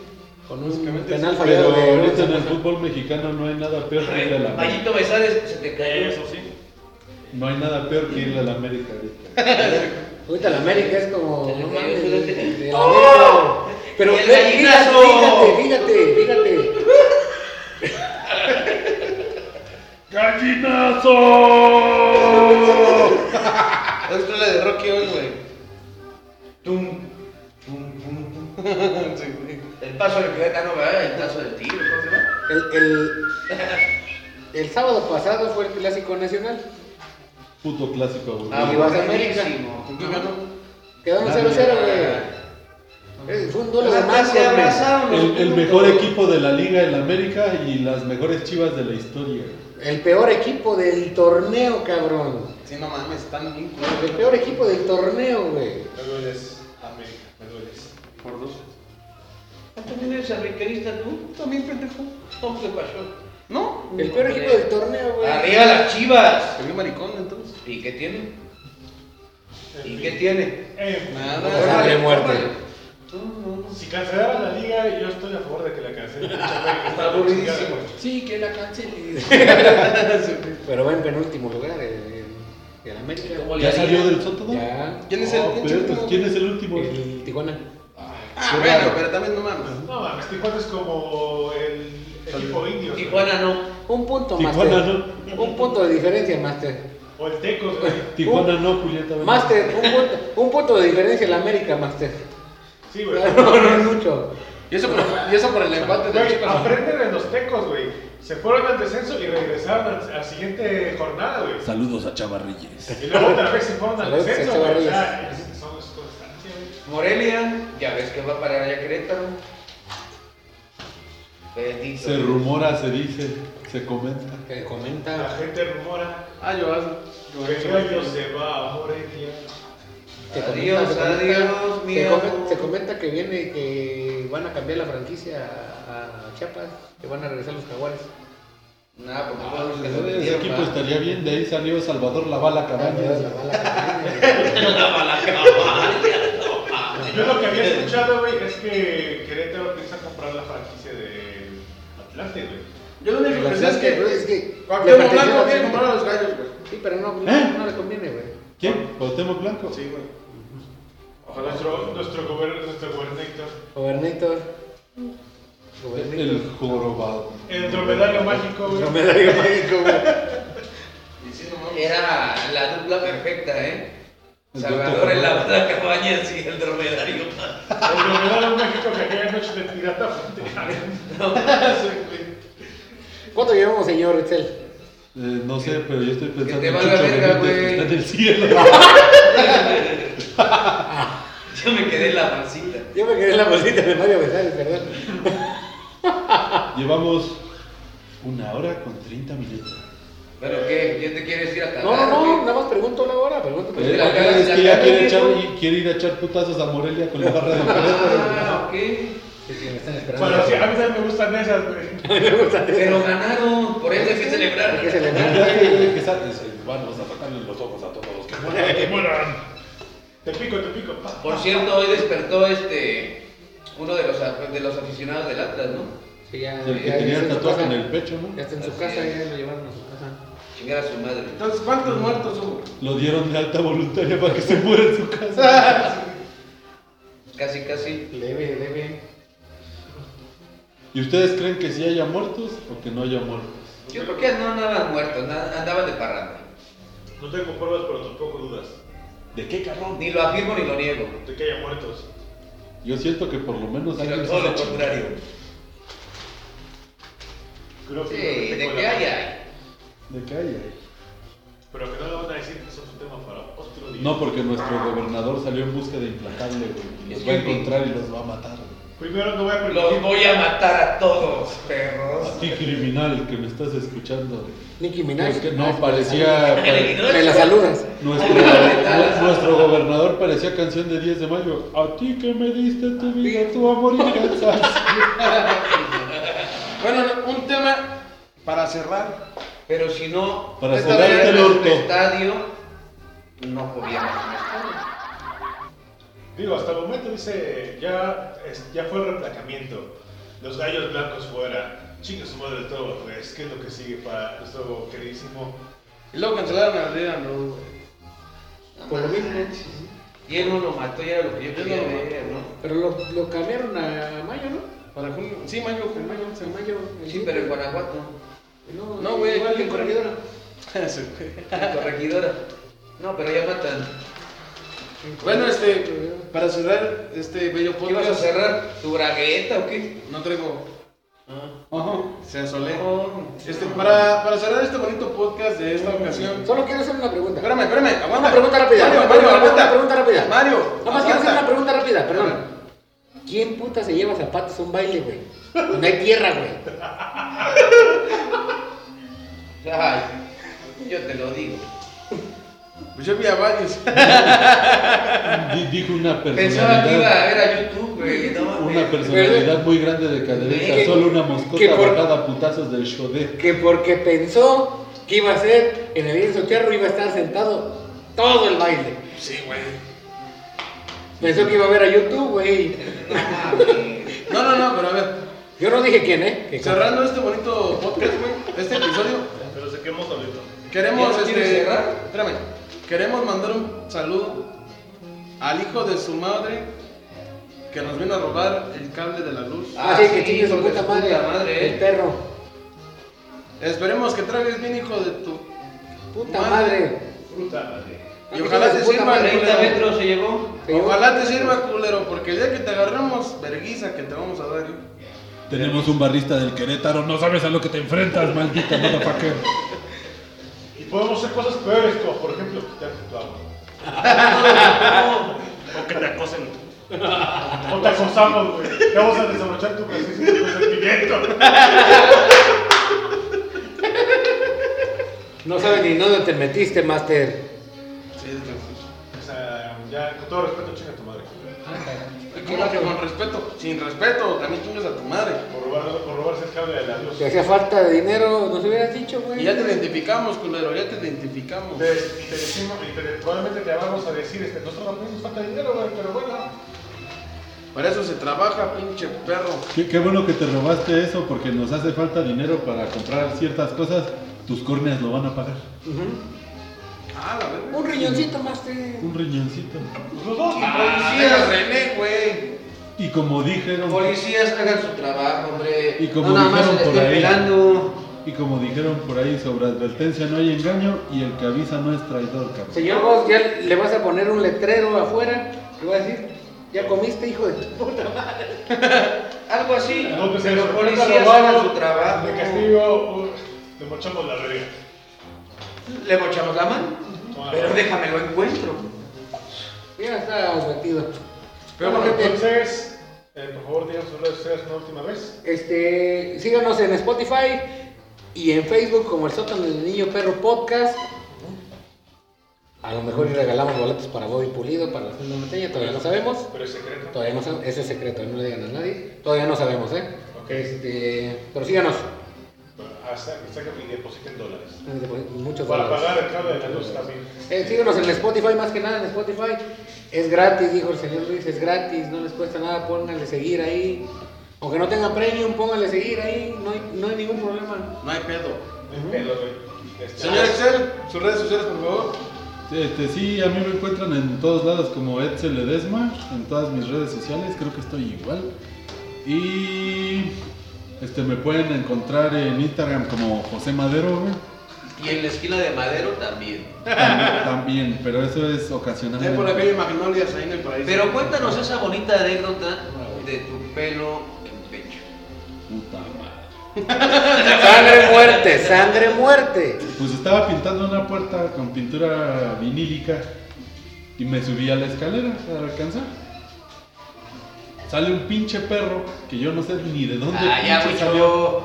C: Con un
D: Básicamente
C: penal
E: Pero
C: fallado de
E: ahorita en el
C: Wilson.
E: fútbol mexicano no hay nada peor que ir a la América.
B: Mayito Besares se te cayó.
G: Eso sí.
E: No hay nada peor que ir a la América ahorita.
C: Ahorita la América es como.
B: El
C: no
B: América.
C: mames, el- el- el
B: ¡Oh!
C: América. Pero
B: ¡El
C: ve- fíjate,
B: gallinazo!
C: fíjate, fíjate, fíjate.
D: Es la de Rocky hoy, güey.
B: Tum, tum, tum, tum.
D: Sí, güey.
B: El paso del querétano, ¿verdad? El paso del tigre, ¿cómo se llama?
C: El, el, el sábado pasado fue el clásico nacional.
E: Puto clásico aburrido.
C: Ah, bueno. vas a América.
B: buenísimo.
D: ¿Con qué ganó?
C: Quedaron 0-0, güey. Eh, Fue un duelo de
B: Hasta
C: más.
B: se abrazaron los
E: El, el
B: putos.
E: mejor equipo de la liga en América y las mejores chivas de la historia.
C: El peor equipo del torneo, cabrón.
D: Sí, no mames, están bien
C: El
D: culeros.
C: peor equipo del torneo, güey.
A: Me dueles, América. Me dueles.
D: Por dos.
B: ¿Ah, ¿También eres arriquerista tú?
D: También pendejo.
B: ¿Cómo te pasó?
D: ¿No?
C: El peor equipo del torneo, güey.
B: Arriba las chivas.
D: Se vio maricón entonces.
B: ¿Y qué tiene?
A: En
B: ¿Y
A: fin.
B: qué tiene?
A: En
C: Ah,
D: Nada.
C: Sangre muerte.
A: fin. Si cancelaran la liga, yo estoy a favor de que la cancelen. Está
B: aburridísimo.
C: Sí, que la cancelen. Pero va en penúltimo lugar. eh, En, en América.
B: ¿Cómo le
E: ¿Ya
B: haría?
E: salió del sótano?
C: Ya.
D: ¿Quién es el
E: Oh,
D: pinche
E: pero, pues,
D: último?
E: ¿Quién es el último?
C: El Tijuana.
D: Ah, bueno, pero también no mames.
A: No mames, Tijuana es como el equipo indio. güey.
B: Tijuana no.
C: Un punto más.
E: Tijuana,
C: Un punto de diferencia, Master.
A: O el Tecos, güey.
E: Tijuana no, Julieta. ven.
C: Master, un punto, un punto de diferencia en la América, Master.
A: Sí, güey.
C: No, no es mucho.
D: Y eso por, y eso por el empate de
A: Güey,
D: Chivas.
A: aprenden de los Tecos, güey. Se fueron al descenso y regresaron al- a la siguiente jornada, güey.
E: Saludos a Chava Reyes.
A: Y luego otra vez se fueron al
C: Saludos,
A: descenso,
C: Chava
A: güey. O
C: Reyes.
A: sea, es- son es constancia, güey.
B: Morelia, ya ves que va para allá Querétaro. Bendito.
E: Se rumora, se dice, se comenta.
C: Que
A: La
C: Eh, comenta,
A: gente rumora
D: Ah, yo hazlo.
A: que el gallo se va a Morelia.
C: que
B: Adiós,
C: comenta, se comenta-
B: adiós,
C: se
B: mi
C: come-
B: amor.
C: Se comenta que viene, que van a cambiar la franquicia a, a Chiapas, que van a regresar los jaguares.
B: Nada, porque
E: Ah,
B: todos los que
E: pues,
B: se
E: ese
B: metieron,
E: equipo
B: va. [LAUGHS]
E: estaría bien, de ahí salió Salvador la bala
C: Adiós, la
E: cabaña.
C: bala cabaña.
A: Yo lo que había
B: Eh,
A: escuchado, güey, es que Querétaro piensa comprar la franquicia de Atlante, güey.
D: Yo lo único que sé [LAUGHS] es
C: Pero es
D: que.
C: que-
D: Cualquier
C: la franquicia
D: blanco
C: va a
D: quiere
C: ser-
D: comprar a los gallos, güey.
C: Sí, pero no, no, no le conviene, güey.
E: ¿Quién? ¿Cuauhtémoc Blanco?
D: Sí, güey. Ojalá
A: Nuestro, nuestro gober- nuestro gobernector.
C: Gobernitos.
E: El jorobado. Eh,
A: El dromedario mágico, güey.
C: Dromedario mágico, güey.
D: Y sí, no mames.
B: Era la dupla perfecta, ¿eh?
E: El
B: Salvador
E: doctor
B: en la otra cabaña y el dromedario. [LAUGHS]
A: El dromedario mágico que aquella noche de pirata fue-
C: ¿Cuánto llevamos, señor Itzel?
E: Eh, no sé, pero yo estoy pensando
B: te
E: en
B: valga
E: Chucho
B: verga,
E: Benítez, que
B: güey.
E: está en el cielo.
B: Yo me quedé en la pancita.
C: Yo me quedé en la bolsita de Mario Besares, ¿verdad?
E: Llevamos una hora con 30 minutos.
B: ¿Pero qué? ¿Ya te quieres ir a cagar?
C: No, no,
B: güey?
C: no, nada más pregunto la hora, pregunto.
E: Eh,
B: la cara-
E: es
B: la
E: que ya
B: cara
E: quiere,
B: de
E: echar-
B: viejo.
E: quiere ir a echar putazos a Morelia con la barra de
B: Ah, ok.
C: Sí, sí, me están esperando.
A: Bueno, sí, a mí también me gustan esas, güey.
B: Pero ganaron, por eso hay que celebrar.
C: Hay que celebrar.
E: Morelia. que sales, eh, Vamos a sacarle los ojos a todos. que mueran.
A: Que mueran. Te pico, te pico. pa.
B: Por cierto, hoy despertó este uno de los, a- de los aficionados del Atlas, ¿no?
C: Sí, ya,
E: El que
C: ya está
E: tenía el
C: en su
E: tatuaje en
C: casa.
E: el pecho, ¿no?
C: Ya está en su
B: Así
C: casa,
B: es.
C: ya lo llevaron a su casa.
B: Chingar a su madre.
D: Entonces, ¿cuántos muertos hubo?
E: Lo dieron de alta voluntaria para que se muera en su casa.
B: Casi, casi.
C: Leve, leve.
E: ¿Y ustedes creen que sí haya muertos o que no haya muertos?
B: Yo creo que no andaban muertos, na- andaban de parranda.
A: No tengo pruebas, pero tampoco dudas
E: ¿De qué cabrón?
B: Ni lo afirmo ni lo niego.
A: de que haya muertos.
E: Yo siento que por lo menos
B: Sino
E: alguien
B: todo
E: se
B: lo
E: chingó.
B: contrario.
A: Creo
B: Sí,
A: no tengo
B: de
A: la-
B: que hay, hay.
E: ¿De qué hay?
A: Pero que no lo van a decir, eso es un tema para otro día.
E: No, porque nuestro gobernador salió en busca de implacable, güey. y Los va a encontrar y los va a matar, güey.
A: Primero no voy a
B: Los
A: permitir.
B: voy a matar a todos, perros.
E: A ti, criminal, que me estás escuchando.
C: Nicki Minaj.
E: Porque no, parecía... pare-
C: Me la saludas.
E: Nuestro, nu- nuestro gobernador parecía canción de 10 de mayo. A ti que me diste tu vida, tu amor y cansancio.
D: Bueno, un tema para cerrar.
B: Pero si no,
E: Para
D: Esta
E: cerrarte el
B: en un
E: orto.
B: estadio, no podíamos.
A: Digo, hasta el momento dice, ya, es- ya fue el replacamiento. Los gallos blancos fuera. Chicos, su madre de todo. Es que es lo que sigue para nuestro queridísimo.
D: Y luego cancelaron al día, no.
C: Por lo mismo.
B: Y él no lo mató, y era lo que yo
D: Yo no
B: quería
D: lo
B: ver, ¿no?
C: Pero lo, lo cambiaron a mayo, ¿no?
D: Para junio. Sí, mayo,
C: En
D: junio. [LAUGHS]
C: mayo, en mayo. en
B: Sí, pero en Guanajuato,
C: No,
D: No, güey,
C: Igual que
D: yo-
C: corregidora.
D: Sí, güey.
B: en corregidora. No, pero ya matan.
D: Bueno, este, para cerrar este bello
B: ¿Qué vas
D: podcast.
B: a cerrar? ¿Tu bragueta o qué?
D: No traigo. Se asolé.
B: No.
D: Este, para, para cerrar este bonito podcast de esta ocasión.
C: Solo quiero hacer una pregunta.
D: Espérame, espérame. Aguanta.
C: Una pregunta rápida.
D: Mario,
C: una
D: Mario,
C: pregunta,
D: aguanta.
C: una pregunta rápida.
D: Mario,
C: Nada más quiero hacer
D: aguanta.
C: una pregunta rápida, perdón. ¿Quién puta se lleva zapatos a un baile, güey? No hay tierra, güey.
B: Ay, yo te lo digo.
D: Pues yo vi a varios.
E: Di- Dijo una
B: Pensaba que iba
E: personalidad.
B: a ver a YouTube, güey. No,
E: Una
B: persona.
E: personalidad muy grande de
B: Que-
E: cadereta, solo una
C: que
E: moscota
C: por-
E: bajada a putazos del Shodet.
C: Que porque pensó que iba a ser en el lienzo charro, iba a estar sentado todo el baile.
D: Sí, güey.
C: Pensó que iba a ver a YouTube, güey.
D: No, no, no, pero a ver.
C: Yo no dije quién, ¿eh? Que-
D: Cerrando este bonito podcast, güey. Este episodio.
G: Pero se quemó solito.
D: Queremos
B: ¿Ya no quieres
D: este,
B: cerrar?
D: Espérame. Queremos mandar un saludo al hijo de su madre que nos vino a robar el cable de la luz.
C: Ah, sí, que chingue su
B: hijo de
C: puta madre.
B: madre,
C: El
B: eh.
C: perro.
D: Esperemos que traigas bien, hijo de tu.
C: Puta
D: Madre.
C: madre.
A: Fruta, madre.
D: Y ojalá
C: Hijo de
D: te
C: su puta
D: sirva,
C: madre.
B: 30 metros se llevó.
C: Se llevó-
D: Ojalá te sirva, culero, porque el día que te agarramos, verguiza que te vamos a dar. ¿eh?
E: Tenemos un barrista del Querétaro, no sabes a lo que te enfrentas, maldita motherfucker.
A: Y podemos hacer cosas peores, como por ejemplo quitarte tu agua.
G: [LAUGHS] O que te acosen.
A: O te acosamos, güey. Te vamos a desabrochar tu presencia y tu consentimiento.
C: No sabes ni dónde te metiste, Master.
D: Sí, es
A: O sea, ya, con todo respeto, chinga tu madre.
D: que- ¿Cómo que con respeto? Sin respeto, también chingas a tu madre.
A: Por, robar- por robarse el cable de la luz.
C: Si hacía falta de dinero, nos hubieras dicho,
D: Y
C: güey.
D: ya te identificamos, culero, ya te identificamos.
A: Te- y te decimos, y te- probablemente te vamos a decir, este, nosotros no nos falta dinero, güey, pero bueno.
D: Para eso se trabaja, pinche perro.
E: Qué, qué bueno que te robaste eso porque nos hace falta dinero para comprar ciertas cosas. Tus córneas lo van a pagar.
D: Ah, la verga.
C: Un riñoncito más te.
E: Un riñoncito.
A: Los dos.
D: Ah, era René, güey.
E: Y como dijeron,
B: Policías hagan su trabajo, hombre.
E: Y como
B: no nada más
E: dijeron
B: se le
E: por
B: estén
E: ahí.
B: pelando.
E: y como dijeron por ahí, sobre advertencia no hay engaño y el que avisa no es traidor, cabrón.
C: Señor vos ya le vas a poner un letrero afuera que va a decir, ya comiste, hijo de tu puta madre.
B: Algo así.
A: No, pues,
B: que los
A: eso,
B: policías
A: cuando
B: hagan
A: vamos
B: su trabajo.
A: De castigo, uh, le mochamos la verga.
B: Le mochamos la mano.
A: No,
B: Pero
A: no.
B: déjame lo encuentro.
C: Ya está metido.
A: Pero
C: Bueno, gente,
A: entonces, eh, por favor, digan sus redes sociales una última vez.
C: Este, síganos en Spotify y en Facebook como el sótano del niño perro podcast. A lo mejor y regalamos boletos para Bobby Pulido, para la Hacienda Norteña, todavía no sabemos.
A: Pero es secreto.
C: Todavía no sabemos, ese es secreto, no le digan a nadie. Todavía no sabemos, ¿eh? Este, pero síganos.
A: Hasta que saquen y depositen dólares.
C: Muchos
A: Para
C: dólares.
A: pagar el cable de la luz también.
C: Eh, síguenos en Spotify, más que nada en Spotify. Es gratis, dijo el señor Luis, es gratis, no les cuesta nada, pónganle seguir ahí. Aunque no tenga premium, pónganle seguir ahí, no hay, no hay ningún problema.
D: No hay pedo.
A: No hay pedo, güey. Este,
D: Señor Excel, sus redes sociales, por favor.
E: Este, sí, a mí me encuentran en todos lados como Edsel Ledesma, en todas mis redes sociales, creo que estoy igual. Y este, me pueden encontrar en Instagram como José Madero, güey.
B: Y en la esquina de Madero también.
E: También, también, pero eso es ocasional.
D: Ahí por la calle Magnolias, ahí en el paraíso.
B: Pero cuéntanos esa bonita anécdota de tu pelo en pecho.
E: Puta madre.
C: Sangre muerte, sangre muerte.
E: Pues estaba pintando una puerta con pintura vinílica y me subí a la escalera para alcanzar. Sale un pinche perro que yo no sé ni de dónde
B: Ah, ya,
E: pinche salió.
B: mucho.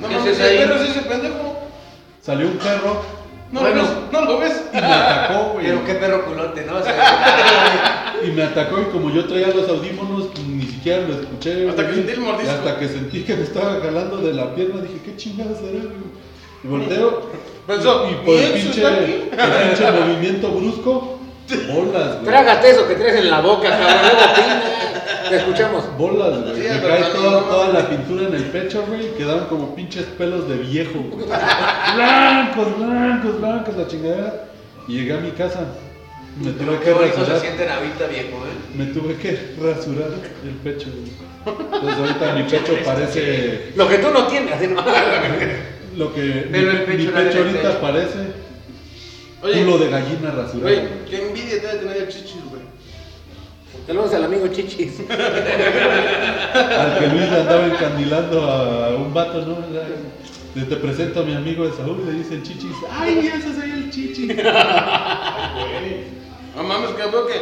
D: No
B: ¿Qué
D: mames,
B: haces
D: el
B: ahí?
D: perro es ese pendejo.
E: Salió un perro
D: No
B: Bueno.
D: lo ves, no lo ves.
E: y me atacó, güey.
B: Pero qué perro culote, ¿no? O sea,
E: Y me atacó y como yo traía los audífonos, pues, ni siquiera lo escuché.
D: Hasta
E: güey.
D: que sentí el mordisco.
E: Y Hasta que sentí que me estaba jalando de la pierna, dije, ¿qué chingados será, güey? Y volteo.
D: Pensó,
E: y, y por
D: ¿mi
E: el
D: ex
E: pinche,
D: está aquí?
E: el pinche movimiento brusco, bolas, güey.
C: Trágate eso que traes en la boca, cabrón, luego opina. Te escuchamos.
E: Bolas, güey.
D: Sí,
E: me
D: pero
E: cae
D: también
E: toda,
D: no.
E: toda la pintura en el pecho, güey. Quedaban como pinches pelos de viejo, güey. Blancos, blancos, blancos, la chingadera. Y llegué a mi casa. Me tuve
B: pero
E: que
B: qué bonito se
E: rasurar.
B: sienten ahorita, viejo, ¿eh?
E: Me tuve que rasurar el pecho. güey. Entonces ahorita mi pecho parece
C: Lo que tú no tienes, ¿eh? ¿no?
E: lo que
B: Pero
E: mi,
B: el pecho
E: mi
B: era
E: pecho
B: de
E: ahorita
B: pecho.
E: parece
D: Oye.
E: culo de gallina rasurado.
D: Güey, qué envidia te debe tener el chichis, güey.
C: Saludos al amigo Chichis.
E: Al que Luis le andaba encandilando a un vato, ¿no? Era- Te, te presento a mi amigo de Saúl, le dicen chichis. ¡Ay, ese soy el [LAUGHS] chichi!
D: No mames, que veo que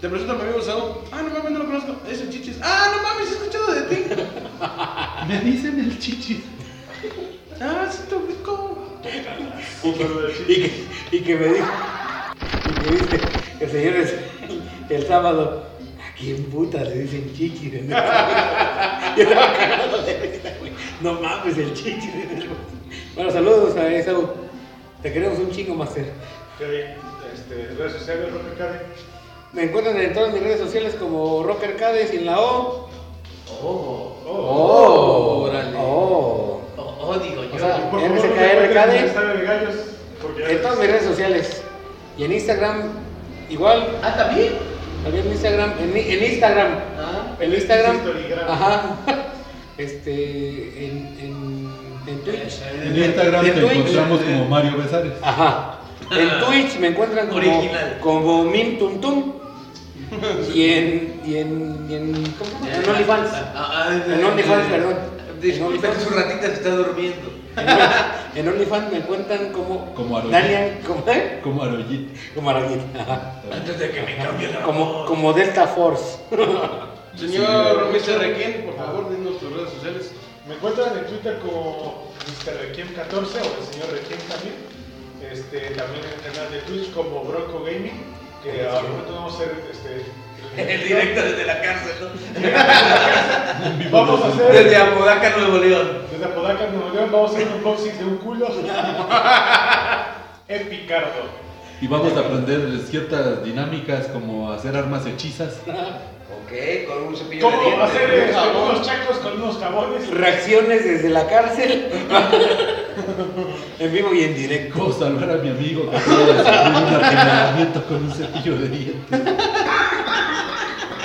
D: te presento a mi amigo Saúl. Ah, no mames, no lo conozco. Es el chichis. Ah, no mames, he escuchado de ti.
E: Me dicen el chichi.
D: Ah, sí, te ubico.
C: Y que, y que me dijo, y que dice, el señor es- el sábado, ¿a quién puta le dicen chichi? [LAUGHS] en el sábado?" Yo estaba cagado de risa, güey. No mames, el chichi. en el- Bueno, saludos a eso. Te queremos un chingo, Master.
A: Karen, este, redes sociales, Roque Karen.
C: Me encuentran en todas mis redes sociales como Rocker Cade sin la O.
B: Oh,
C: Oh,
B: órale.
C: Oh.
B: oh, oh, digo yo.
C: O sea,
A: Y por favor, no
C: RCKR,
A: me cuenten
C: Karen.
A: en Instagram de gallos, porque
C: En todas mis redes sociales. Y en Instagram, igual,
B: ah, también.
C: también en Instagram, en, en Instagram.
B: Ah,
C: En Instagram.
A: Historygram.
C: Ajá. [LAUGHS] Este. En, en, en Twitch.
E: En Instagram
C: ¿De
E: te
C: Twitch?
E: encontramos como Mario Besares.
C: Ajá.
B: [LAUGHS]
C: En Twitch me encuentran como,
B: Original.
C: como Min Tum Tum. Y en. Y en. y en ¿Cómo se llama? En OnlyFans.
B: Ah, ah,
C: En OnlyFans,
B: eh,
C: perdón. En
B: Disculpen, [LAUGHS]
C: OnlyFans.
B: su ratita se está durmiendo.
C: En- En OnlyFans me encuentran como.
E: Como Aroñita.
C: Daniel. Como, ¿eh?
E: Como Aroyit.
C: [LAUGHS] como Aroñita, ajá.
B: Antes de que me cambie la
C: Como, como Delta Force.
D: Señor Mr. Requén, por favor, dinos tus redes sociales.
A: Me encuentran en Twitter como Mr. Requiem 14 o el señor Requiem también. Este, también en el canal de Twitch como Bronco Gaming, que ahora momento vamos a hacer este,
B: [LAUGHS] El directo desde la cárcel,
A: [LAUGHS]
B: ¿no?
A: Vamos a hacer
B: Desde Apodaca, Nuevo León.
A: Desde Apodaca, Nuevo León, vamos a hacer un unboxing de un culo. [LAUGHS] Epicardo.
E: Y vamos a aprender ciertas dinámicas como hacer armas hechizas.
B: Ok, con un cepillo de
A: ¿Cómo
B: dientes.
A: hacer este, unos chacos con unos jabones?
C: Reacciones desde la cárcel. [LAUGHS] En vivo y en directo.
E: ¿Cómo salvar a mi amigo que acaba de sufrir un apuñalamiento con un cepillo de dientes?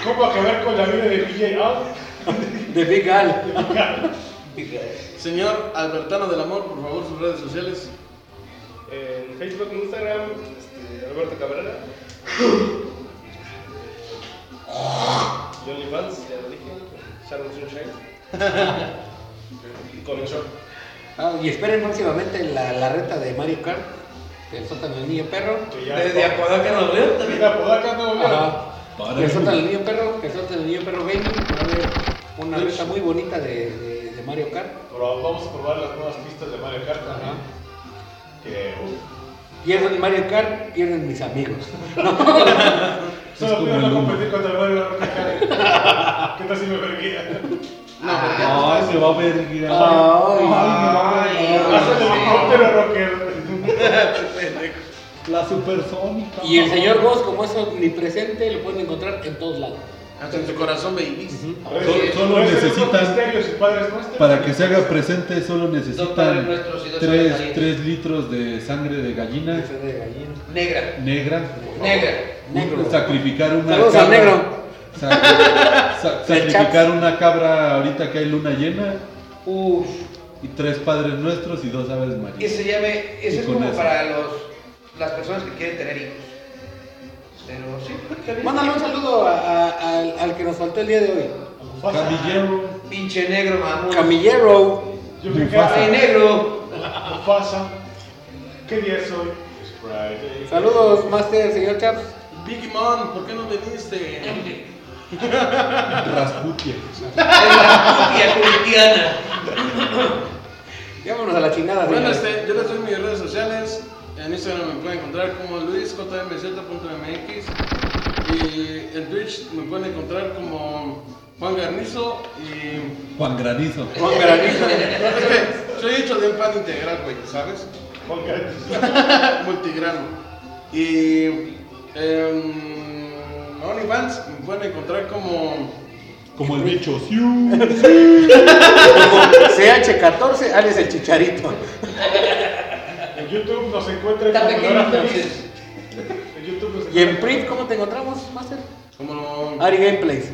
A: ¿Cómo acabar con la vida de PJ Al?
C: De Big Al.
D: Señor Albertano del Amor, por favor, sus redes sociales.
G: En Facebook, en Instagram, este, Alberto Cabrera. Johnny Vance, ya lo dije. Sharon
E: [LAUGHS]
G: Sunshine. Y Con el short.
C: Ah, y esperen próximamente la, la reta de Mario Kart, el sótano del niño perro.
A: Que ya- pues,
B: Desde Apodaca nos veo también.
A: La podaca no habla.
C: Ajá.
E: Para
C: Que el
E: mí.
C: sótano del niño perro, que el sótano del niño perro gaming. Va a haber una reta muy bonita de, de- de Mario Kart.
A: Pero vamos a probar las nuevas pistas de Mario Kart.
C: Ajá.
A: Que uh,
C: Pierden Mario Kart, pierden mis amigos.
A: Solo
E: como
A: puedo no
E: el humo.
A: competir contra el Mario Kart. ¿Qué tal si me verguía?
D: No, pero ya-
E: Ay, se va a ver, mira.
C: Ay,
A: Hazle el helicóptero, rocker.
E: La supersónica.
C: Y el señor Voz, como es omnipresente, lo pueden encontrar en todos lados.
D: hasta en tu corazón, babies.
E: Solo- solo
A: Ese Pues, es otro
E: necesitan-
A: misterio, si padres no están.
E: Para que se haga presente solo
B: Dos padres
E: necesitan
B: nuestros y dos
E: 3,
B: salvadores.
E: litros de sangre de gallina
B: Negra.
E: negra.
B: Negra.
C: Negro.
E: Sacrificar una
C: Saludos al negro.
E: Sac- sa-
C: [LAUGHS] Del
E: sacrificar una cabra ahorita que hay luna llena.
B: Uf.
E: Y tres padres nuestros y dos aves marinas.
B: Ese ya me,
E: Y
B: ese es
E: con
B: como
E: eso.
B: para los, las personas que quieren tener hijos. Pero sí, está bien.
C: Mándale un saludo a- a- al, al que nos faltó el día de hoy.
E: Camillero.
B: Pinche negro, mamón.
C: Camillero.
A: Yo me
E: Mufasa.
B: Ay,
A: quedé.
B: negro.
A: Mufasa. ¿Qué día es hoy? It's Friday.
C: Saludos, Master, señor Chaps.
D: Biggie Man, ¿por qué no viniste?
E: Rasputia.
B: Es la putia cristiana.
C: Vámonos a la chingada,
D: Bueno,
C: señores.
D: este, yo les doy mis redes sociales. En Instagram me pueden encontrar como luisjmz.mx y en Twitch me pueden encontrar como Juan Garnizo y... [LAUGHS]
E: Juan Granizo.
C: Juan Granizo.
D: Es que soy hecho de un pan integral, güey, ¿sabes?
A: Juan Carlos.
D: Multigrano. Y... em, OnlyFans me pueden encontrar como...
E: Como el bicho. Siu.
C: CH14, alias el chicharito.
A: En YouTube nos encuentran
B: Está
A: como
B: pequeño
A: Dora Feliz.
B: entonces.
A: En YouTube nos
C: Y en
A: encuentran.
C: print, ¿cómo te encontramos, Master?
D: Como...
C: Ari Gameplays.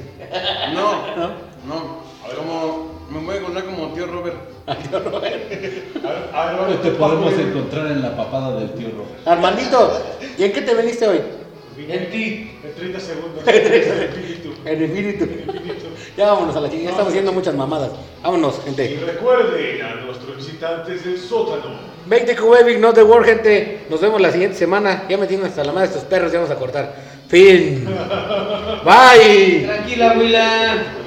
D: No,
C: ¿No?
D: no. Como... Me voy a encontrar como tío Robert.
A: A- a- a-
E: Te Este podemos encontrar en la papada del tío Robert.
C: Armandito, ¿y en qué te veniste hoy?
B: En ti.
A: En 30 segundos. Espíritu.
C: En espíritu.
A: Espíritu.
C: Ya vámonos a la chingada. Ya estamos haciendo muchas mamadas. Vámonos,
A: Y
C: gente.
A: recuerden a nuestros visitantes del sótano.
C: 20 Cubevic, not the world, gente. Nos vemos la siguiente semana. Ya me tienen hasta la madre estos perros. Ya vamos a cortar. Fin. Bye.
B: Tranquila, abuela.